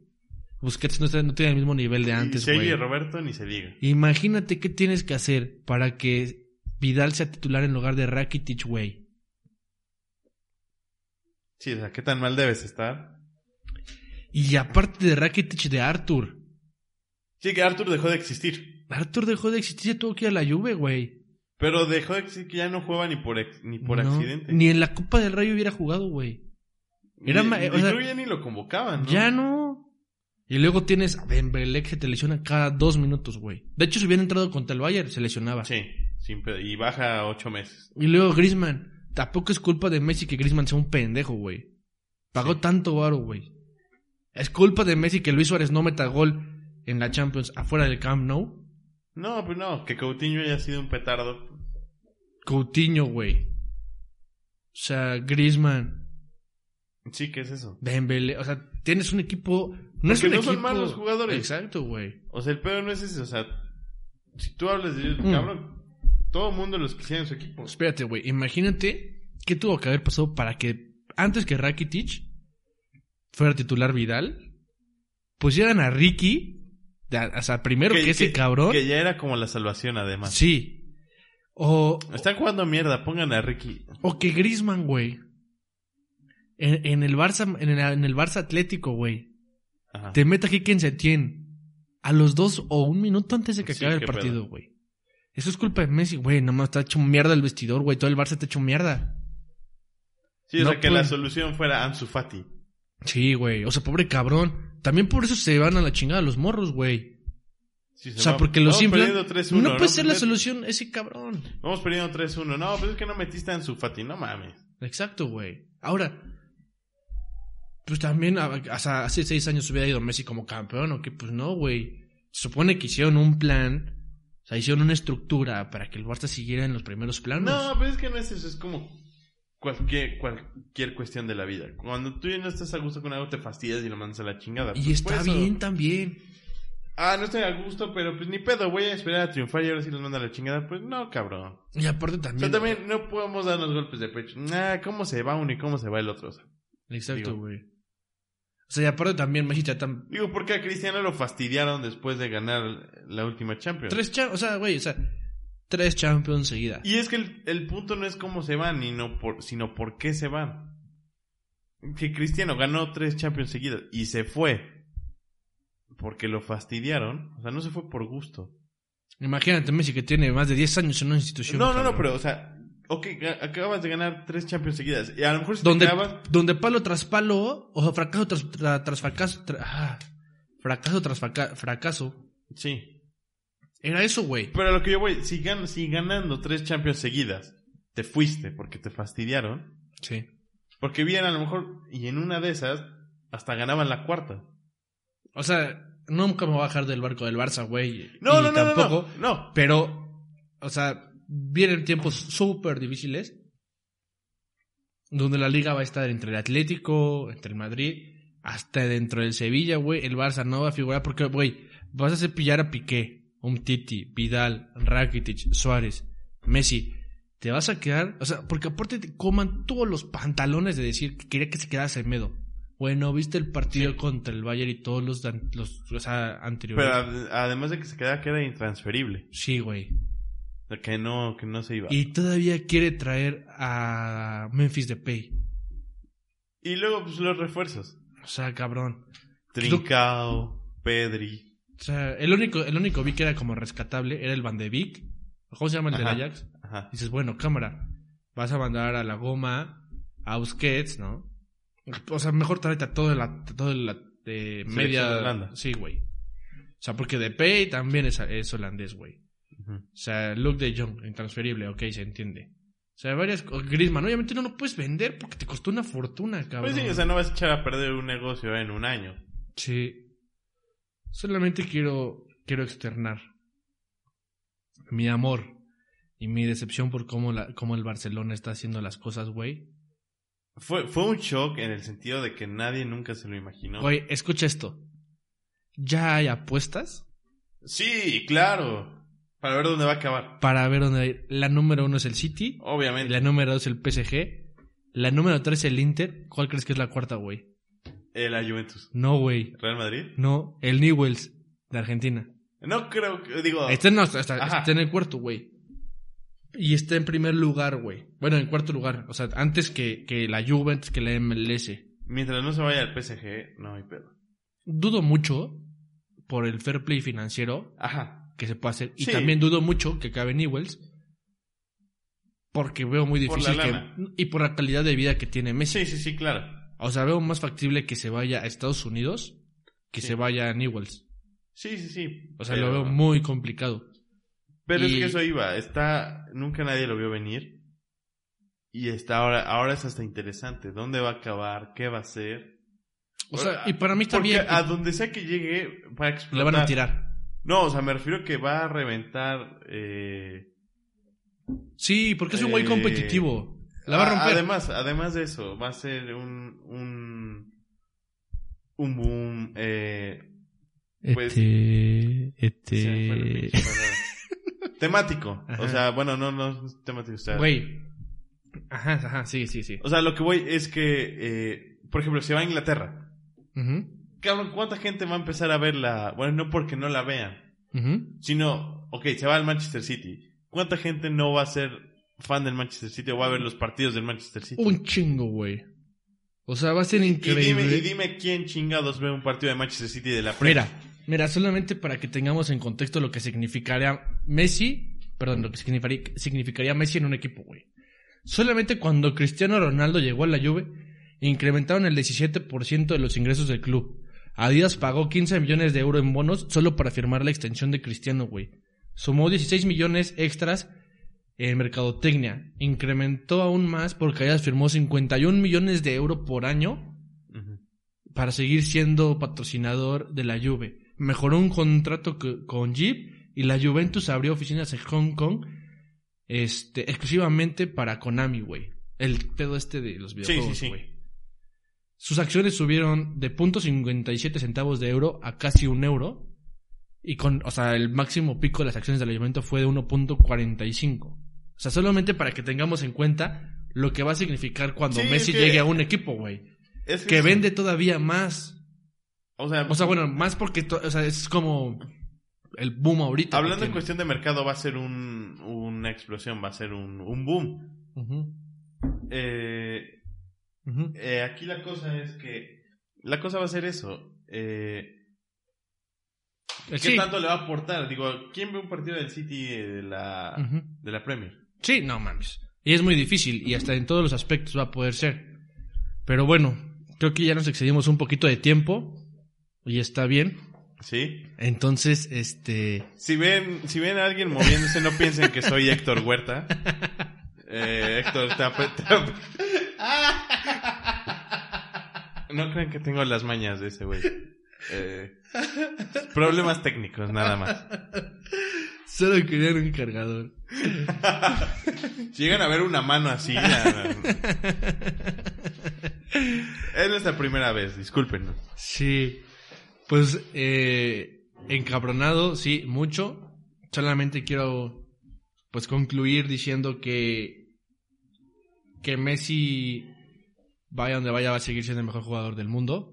[SPEAKER 1] Busquets no, está- no tiene el mismo nivel de antes,
[SPEAKER 2] y Sergio
[SPEAKER 1] güey.
[SPEAKER 2] y Roberto ni se diga.
[SPEAKER 1] Imagínate qué tienes que hacer para que Vidal sea titular en lugar de Rakitic, güey.
[SPEAKER 2] Sí, o sea, ¿qué tan mal debes estar?
[SPEAKER 1] Y aparte de Rakitic, de Arthur.
[SPEAKER 2] Sí, que Arthur dejó de existir.
[SPEAKER 1] Arthur dejó de existir, se tuvo que ir a la Juve, güey.
[SPEAKER 2] Pero dejó de existir que ya no jugaba ni por, ex- ni por
[SPEAKER 1] No,
[SPEAKER 2] accidente.
[SPEAKER 1] Ni en la Copa del Rayo hubiera jugado, güey. era
[SPEAKER 2] Ni-
[SPEAKER 1] ma-
[SPEAKER 2] ni-
[SPEAKER 1] o sea-
[SPEAKER 2] creo que ya ni lo convocaban, ¿no?
[SPEAKER 1] Ya no. Y luego tienes a Dembélé que se te lesiona cada dos minutos, güey. De hecho, si hubiera entrado contra el Bayern, se lesionaba.
[SPEAKER 2] Sí, sin pedo. Y baja ocho meses.
[SPEAKER 1] Y luego Griezmann. Tampoco es culpa de Messi que Griezmann sea un pendejo, güey. Pagó
[SPEAKER 2] Sí.
[SPEAKER 1] tanto varo, güey. Es culpa de Messi que Luis Suárez no meta gol en la Champions afuera del Camp Nou.
[SPEAKER 2] No, pues no, que Coutinho haya sido un petardo.
[SPEAKER 1] Coutinho, güey. O sea, Griezmann,
[SPEAKER 2] Sí, ¿qué es eso?
[SPEAKER 1] Dembélé. O sea, tienes un equipo... No es
[SPEAKER 2] Porque
[SPEAKER 1] un
[SPEAKER 2] no son
[SPEAKER 1] equipo-
[SPEAKER 2] malos jugadores.
[SPEAKER 1] Exacto, güey.
[SPEAKER 2] O sea, el pedo no es ese. O sea, si tú hablas de
[SPEAKER 1] Mm.
[SPEAKER 2] cabrón, todo el mundo los quisiera en su equipo.
[SPEAKER 1] Espérate, güey. Imagínate qué tuvo que haber pasado para que antes que Rakitic fuera titular Vidal, pusieran a Ricky, de- o sea, primero que, ese cabrón.
[SPEAKER 2] Que ya era como la salvación, además.
[SPEAKER 1] sí. O,
[SPEAKER 2] Están jugando mierda, pongan a Ricky.
[SPEAKER 1] o que Griezmann, güey. En, en el Barça, en el, en el Barça Atlético, güey.
[SPEAKER 2] Ajá.
[SPEAKER 1] Te meta aquí quien se tiene. A los dos o un minuto antes de que
[SPEAKER 2] Sí,
[SPEAKER 1] acabe
[SPEAKER 2] qué
[SPEAKER 1] el partido,
[SPEAKER 2] pedo.
[SPEAKER 1] güey. Eso es culpa de Messi, güey. Nada más está hecho mierda el vestidor, güey. Todo el Barça está hecho mierda.
[SPEAKER 2] Sí, o
[SPEAKER 1] no
[SPEAKER 2] sea, que la
[SPEAKER 1] pueden-
[SPEAKER 2] solución fuera Ansu Fati.
[SPEAKER 1] Sí, güey. O sea, pobre cabrón. También por eso se van a la chingada los morros, güey.
[SPEAKER 2] Sí,
[SPEAKER 1] O
[SPEAKER 2] se
[SPEAKER 1] sea,
[SPEAKER 2] va-
[SPEAKER 1] porque los
[SPEAKER 2] vamos
[SPEAKER 1] inflan.
[SPEAKER 2] perdiendo 3-1,
[SPEAKER 1] No puede ser la
[SPEAKER 2] Pues,
[SPEAKER 1] solución ese cabrón.
[SPEAKER 2] Vamos perdiendo 3-1. No, pero es que no metiste a Ansu Fati, no mames.
[SPEAKER 1] Exacto, güey. Ahora, pues también, a- o sea, hace seis años hubiera ido Messi como campeón, o que pues no, güey. Se supone que hicieron un plan, o sea, hicieron una estructura para que el Barça siguiera en los primeros planos.
[SPEAKER 2] No, pero es que no es eso, es como cualquier, cualquier cuestión de la vida. Cuando tú ya no estás a gusto con algo, te fastidias y lo mandas a la chingada.
[SPEAKER 1] y
[SPEAKER 2] Pues,
[SPEAKER 1] está
[SPEAKER 2] por eso-
[SPEAKER 1] bien también.
[SPEAKER 2] Ah, no estoy a gusto, pero pues ni pedo, voy a esperar a triunfar y ahora sí los mando a la chingada. Pues no, cabrón.
[SPEAKER 1] Y aparte
[SPEAKER 2] O
[SPEAKER 1] también.
[SPEAKER 2] sea, también no podemos darnos golpes de pecho. Ah, ¿cómo se va uno y cómo se va el otro? O sea,
[SPEAKER 1] Exacto,
[SPEAKER 2] digo.
[SPEAKER 1] güey. O sea, y aparte también Messi ya tan
[SPEAKER 2] digo, ¿por qué a Cristiano lo fastidiaron después de ganar la última Champions?
[SPEAKER 1] Tres champions, o sea, güey, o sea, tres champions seguidas.
[SPEAKER 2] Y es que el, el punto no es cómo se van, y no por- sino por qué se van. Que Cristiano ganó tres Champions seguidas y se fue porque lo fastidiaron. O sea, no se fue por gusto.
[SPEAKER 1] Imagínate Messi que tiene más de 10 años en una institución.
[SPEAKER 2] No, no, no,
[SPEAKER 1] cabrón.
[SPEAKER 2] pero, o sea, ok, ga- acabas de ganar tres Champions seguidas. Y a lo mejor si
[SPEAKER 1] Donde,
[SPEAKER 2] te quedabas,
[SPEAKER 1] donde palo tras palo, o sea, fracaso tras, tra- tras fracaso, tra- ah, fracaso tras fraca- fracaso.
[SPEAKER 2] Sí.
[SPEAKER 1] Era eso, güey.
[SPEAKER 2] Pero a lo que yo voy, si, gan- si ganando tres Champions seguidas te fuiste porque te fastidiaron,
[SPEAKER 1] Sí.
[SPEAKER 2] porque bien, a lo mejor, y en una de esas, hasta ganaban la cuarta.
[SPEAKER 1] O sea, nunca me voy a bajar del barco del Barça, güey.
[SPEAKER 2] No,
[SPEAKER 1] Y
[SPEAKER 2] no, no, no,
[SPEAKER 1] tampoco,
[SPEAKER 2] no, no.
[SPEAKER 1] Pero, o sea, vienen tiempos súper difíciles. Donde la liga va a estar entre el Atlético, entre el Madrid, hasta dentro del Sevilla, güey. El Barça no va a figurar porque, güey, vas a cepillar a Piqué, Umtiti, Vidal, Rakitic, Suárez, Messi. Te vas a quedar, o sea, porque aparte te coman todos los pantalones de decir que quería que se quedase Medo. Bueno, viste el partido contra el Bayern y todos los, dan- los o sea, anteriores.
[SPEAKER 2] Pero ad- además de que se quedaba que era intransferible.
[SPEAKER 1] sí, güey.
[SPEAKER 2] O sea, Que no, que no se iba. Y,
[SPEAKER 1] Y todavía quiere traer a Memphis Depay.
[SPEAKER 2] luego, pues, los refuerzos.
[SPEAKER 1] O sea, cabrón.
[SPEAKER 2] Trincao, Pedri.
[SPEAKER 1] O sea, el único, el único vi que era como rescatable era el Van de Beek. ¿Cómo se llama el del
[SPEAKER 2] Ajá.
[SPEAKER 1] Ajax?
[SPEAKER 2] Ajá.
[SPEAKER 1] Dices, bueno, cámara. Vas a mandar a la goma, a Busquets, ¿no? O sea, mejor tráete a todo la, todo la de
[SPEAKER 2] Selección de
[SPEAKER 1] media.
[SPEAKER 2] Holanda.
[SPEAKER 1] Sí, güey. O sea, porque Depay también es, es holandés, güey.
[SPEAKER 2] Ujú.
[SPEAKER 1] O sea, Luke de Jong, intransferible, ok, se entiende. O sea, varias cosas. Griezmann, obviamente no lo puedes vender porque te costó una fortuna, cabrón.
[SPEAKER 2] Pues sí, o sea, no vas a echar a perder un negocio en un año.
[SPEAKER 1] Sí. Solamente quiero, quiero externar mi amor Y mi decepción por cómo, la, cómo el Barcelona está haciendo las cosas, güey.
[SPEAKER 2] Fue, fue un shock en el sentido de que nadie nunca se lo imaginó.
[SPEAKER 1] Güey, escucha esto. Ya hay apuestas
[SPEAKER 2] Sí, claro. Para ver dónde va a acabar.
[SPEAKER 1] para ver dónde ir. La número uno es el City.
[SPEAKER 2] Obviamente.
[SPEAKER 1] La número dos es el PSG. La número tres el Inter. ¿Cuál crees que es la cuarta, güey?
[SPEAKER 2] Eh, La Juventus.
[SPEAKER 1] No, güey.
[SPEAKER 2] Real Madrid.
[SPEAKER 1] No, el Newells de Argentina.
[SPEAKER 2] No creo que. Digo.
[SPEAKER 1] Este no, está, está-
[SPEAKER 2] Ajá.
[SPEAKER 1] está en el cuarto, güey. Y está en primer lugar, güey. Bueno, en cuarto lugar. O sea, antes que, que la Juve, antes que la MLS.
[SPEAKER 2] Mientras no se vaya al PSG, no hay pedo.
[SPEAKER 1] Dudo mucho por el fair play financiero
[SPEAKER 2] Ajá.
[SPEAKER 1] que se puede hacer. Y
[SPEAKER 2] Sí.
[SPEAKER 1] también dudo mucho que acabe Newells. Porque veo muy
[SPEAKER 2] Por
[SPEAKER 1] difícil
[SPEAKER 2] la
[SPEAKER 1] que.
[SPEAKER 2] lana.
[SPEAKER 1] Y por la calidad de vida que tiene Messi.
[SPEAKER 2] Sí, sí, sí, claro.
[SPEAKER 1] O sea, veo más factible que se vaya a Estados Unidos que
[SPEAKER 2] Sí.
[SPEAKER 1] se vaya a Newells.
[SPEAKER 2] Sí, sí, sí.
[SPEAKER 1] O sea,
[SPEAKER 2] Pero-
[SPEAKER 1] lo veo muy complicado.
[SPEAKER 2] Pero es
[SPEAKER 1] y-
[SPEAKER 2] que eso iba. Está. Nunca nadie lo vio venir. Y está ahora. Ahora es hasta interesante. ¿Dónde va a acabar? ¿Qué va a ser?
[SPEAKER 1] O sea, y para mí
[SPEAKER 2] Porque
[SPEAKER 1] también
[SPEAKER 2] a donde sea que llegue, va a explotar.
[SPEAKER 1] le van a tirar.
[SPEAKER 2] No, o sea, me refiero que va a reventar. Eh,
[SPEAKER 1] Sí, porque es un güey
[SPEAKER 2] Eh,
[SPEAKER 1] competitivo. La va a romper.
[SPEAKER 2] Además, además de eso, va a ser un. un un boom eh, pues-
[SPEAKER 1] este,
[SPEAKER 2] se me fue la pinche palabra. temático
[SPEAKER 1] Ajá.
[SPEAKER 2] o sea bueno no no es temático o sea,
[SPEAKER 1] Güey. Ajá, ajá, sí, sí, sí.
[SPEAKER 2] o sea lo que voy es que eh, por ejemplo se va a Inglaterra
[SPEAKER 1] Ujú,
[SPEAKER 2] cabrón cuánta gente va a empezar a verla bueno no porque no la vean
[SPEAKER 1] ujú.
[SPEAKER 2] sino ok, se va al Manchester City cuánta gente no va a ser fan del Manchester City o va a ver los partidos del Manchester City
[SPEAKER 1] Un chingo, güey. O sea, va a ser
[SPEAKER 2] Y dime,
[SPEAKER 1] increíble.
[SPEAKER 2] y dime quién chingados ve un partido de Manchester City de la Premier.
[SPEAKER 1] Mira, mira, solamente para que tengamos en contexto lo que significaría Messi, perdón, lo que significaría, significaría Messi en un equipo, güey. Solamente cuando Cristiano Ronaldo llegó a la Juve, incrementaron el 17% de los ingresos del club. Adidas pagó 15 millones de euros en bonos solo para firmar la extensión de Cristiano, güey. Sumó 16 millones extras en mercadotecnia. Incrementó aún más porque Adidas firmó 51 millones de euros por año
[SPEAKER 2] Ujú.
[SPEAKER 1] para seguir siendo patrocinador de la Juve. Mejoró un contrato co- con Jeep y la Juventus abrió oficinas en Hong Kong este, exclusivamente para Konami, güey. El pedo este de los videojuegos,
[SPEAKER 2] sí.
[SPEAKER 1] güey. Sus acciones subieron de .57 centavos de euro a casi un euro. Y con, o sea, el máximo pico de las acciones de la Juventus fue de 1.45. O sea, solamente para que tengamos en cuenta lo que va a significar cuando
[SPEAKER 2] Sí,
[SPEAKER 1] Messi
[SPEAKER 2] es que-
[SPEAKER 1] llegue a un equipo, güey
[SPEAKER 2] Es
[SPEAKER 1] que
[SPEAKER 2] sí.
[SPEAKER 1] vende todavía más.
[SPEAKER 2] O sea,
[SPEAKER 1] O sea, bueno, más porque to- o sea, es como el boom ahorita. que
[SPEAKER 2] hablando en
[SPEAKER 1] tiene.
[SPEAKER 2] cuestión de mercado, va a ser un, una explosión, va a ser un, un boom.
[SPEAKER 1] Ujú,
[SPEAKER 2] Eh,
[SPEAKER 1] ujú.
[SPEAKER 2] eh, aquí la cosa es que. La cosa va a ser eso. Eh, ¿Qué
[SPEAKER 1] Sí.
[SPEAKER 2] tanto le va a aportar? Digo, ¿quién ve un partido del City eh, de la,
[SPEAKER 1] Ujú.
[SPEAKER 2] de la Premier?
[SPEAKER 1] Sí, no mames. Y es muy difícil y hasta en todos los aspectos va a poder ser. Pero bueno, creo que ya nos excedimos un poquito de tiempo y está bien.
[SPEAKER 2] ¿Sí?
[SPEAKER 1] Entonces, este...
[SPEAKER 2] Si ven, si ven a alguien moviéndose, no piensen que soy Héctor Huerta. Eh, Héctor está... No crean que tengo las mañas de ese güey. Eh, problemas técnicos, nada más.
[SPEAKER 1] Solo querían un cargador.
[SPEAKER 2] Si llegan a ver una mano así... ya- Es nuestra primera vez, discúlpenos.
[SPEAKER 1] Sí, pues eh, encabronado, sí, mucho. Solamente quiero pues concluir diciendo que que Messi vaya donde vaya va a seguir siendo el mejor jugador del mundo.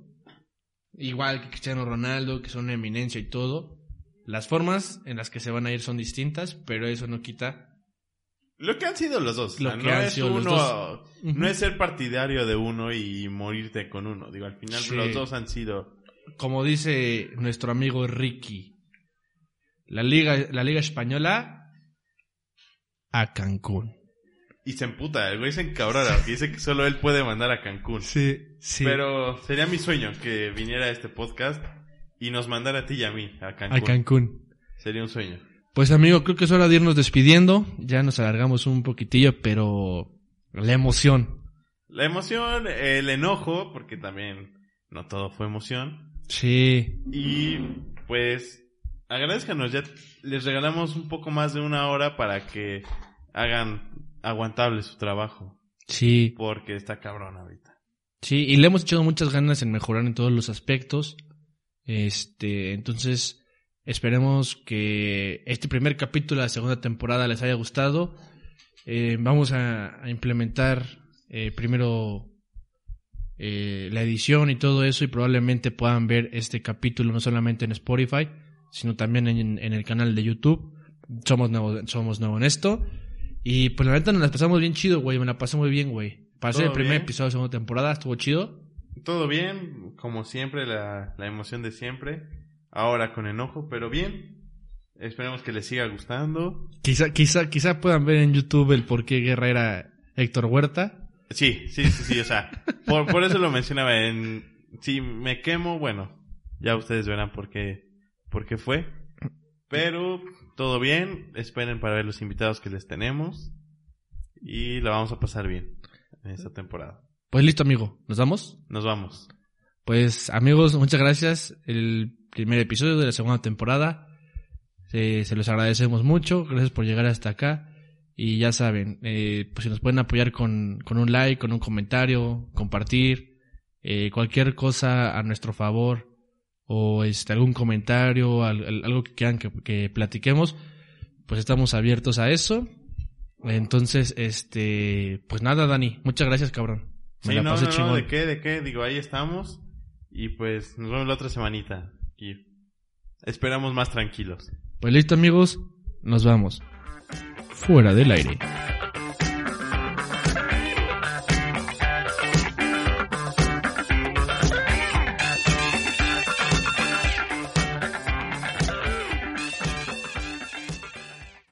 [SPEAKER 1] Igual que Cristiano Ronaldo, que son una eminencia y todo. Las formas en las que se van a ir son distintas, pero eso no quita.
[SPEAKER 2] Lo que han sido los dos.
[SPEAKER 1] Lo
[SPEAKER 2] o sea,
[SPEAKER 1] que
[SPEAKER 2] no
[SPEAKER 1] han
[SPEAKER 2] es
[SPEAKER 1] sido los
[SPEAKER 2] uno-
[SPEAKER 1] dos.
[SPEAKER 2] No es ser partidario de uno y morirte con uno. Digo, al final
[SPEAKER 1] Sí.
[SPEAKER 2] los dos han sido...
[SPEAKER 1] como dice nuestro amigo Ricky, la liga, la liga española a Cancún.
[SPEAKER 2] Y se emputa, el güey se encabrona, porque dice que solo él puede mandar a Cancún.
[SPEAKER 1] Sí, sí.
[SPEAKER 2] Pero sería mi sueño que viniera a este podcast y nos mandara a ti y a mí a Cancún.
[SPEAKER 1] a Cancún.
[SPEAKER 2] Sería un sueño.
[SPEAKER 1] Pues amigo, creo que es hora de irnos despidiendo. Ya nos alargamos un poquitillo, pero la emoción.
[SPEAKER 2] La emoción, el enojo, porque también no todo fue emoción.
[SPEAKER 1] Sí.
[SPEAKER 2] Y pues agradezcanos, ya les regalamos un poco más de una hora para que hagan aguantable su trabajo.
[SPEAKER 1] Sí,
[SPEAKER 2] Porque está cabrón ahorita.
[SPEAKER 1] sí, y le hemos echado muchas ganas en mejorar en todos los aspectos. Este, entonces, esperemos que este primer capítulo de la segunda temporada les haya gustado. Eh, vamos a, a implementar eh, primero eh, la edición y todo eso y probablemente puedan ver este capítulo no solamente en Spotify, sino también en, en el canal de YouTube. Somos nuevo, somos nuevo en esto. Y pues la neta nos la pasamos bien chido, güey. Me la pasé muy bien, güey. Para ser
[SPEAKER 2] Todo
[SPEAKER 1] el primer
[SPEAKER 2] bien.
[SPEAKER 1] episodio de segunda temporada, estuvo chido.
[SPEAKER 2] Todo bien, como siempre, la, la emoción de siempre. Ahora con enojo, pero bien. Esperemos que les siga gustando.
[SPEAKER 1] Quizá, quizá, quizá puedan ver en YouTube el por qué Guerra era Héctor Huerta.
[SPEAKER 2] Sí, sí, sí, sí, o sea, por, por eso lo mencionaba. En, si me quemo, bueno, ya ustedes verán por qué, por qué fue. Pero todo bien, esperen para ver los invitados que les tenemos y la vamos a pasar bien en esta temporada.
[SPEAKER 1] Pues listo, amigo. ¿Nos vamos?
[SPEAKER 2] Nos vamos.
[SPEAKER 1] Pues amigos, muchas gracias. El primer episodio de la segunda temporada. Eh, se los agradecemos mucho. Gracias por llegar hasta acá. Y ya saben, eh, pues si nos pueden apoyar con, con un like, con un comentario, compartir, eh, cualquier cosa a nuestro favor o este, algún comentario, al- al- algo que quieran que, que platiquemos, pues estamos abiertos a eso. Entonces, este, pues nada, Dani, muchas gracias, cabrón. Me
[SPEAKER 2] Sí,
[SPEAKER 1] la
[SPEAKER 2] no,
[SPEAKER 1] pasé
[SPEAKER 2] no, no,
[SPEAKER 1] chingón.
[SPEAKER 2] ¿de qué? ¿De qué? Digo, ahí estamos y pues nos vemos la otra semanita. Y esperamos más tranquilos.
[SPEAKER 1] Pues listo amigos, nos vamos. Fuera del aire.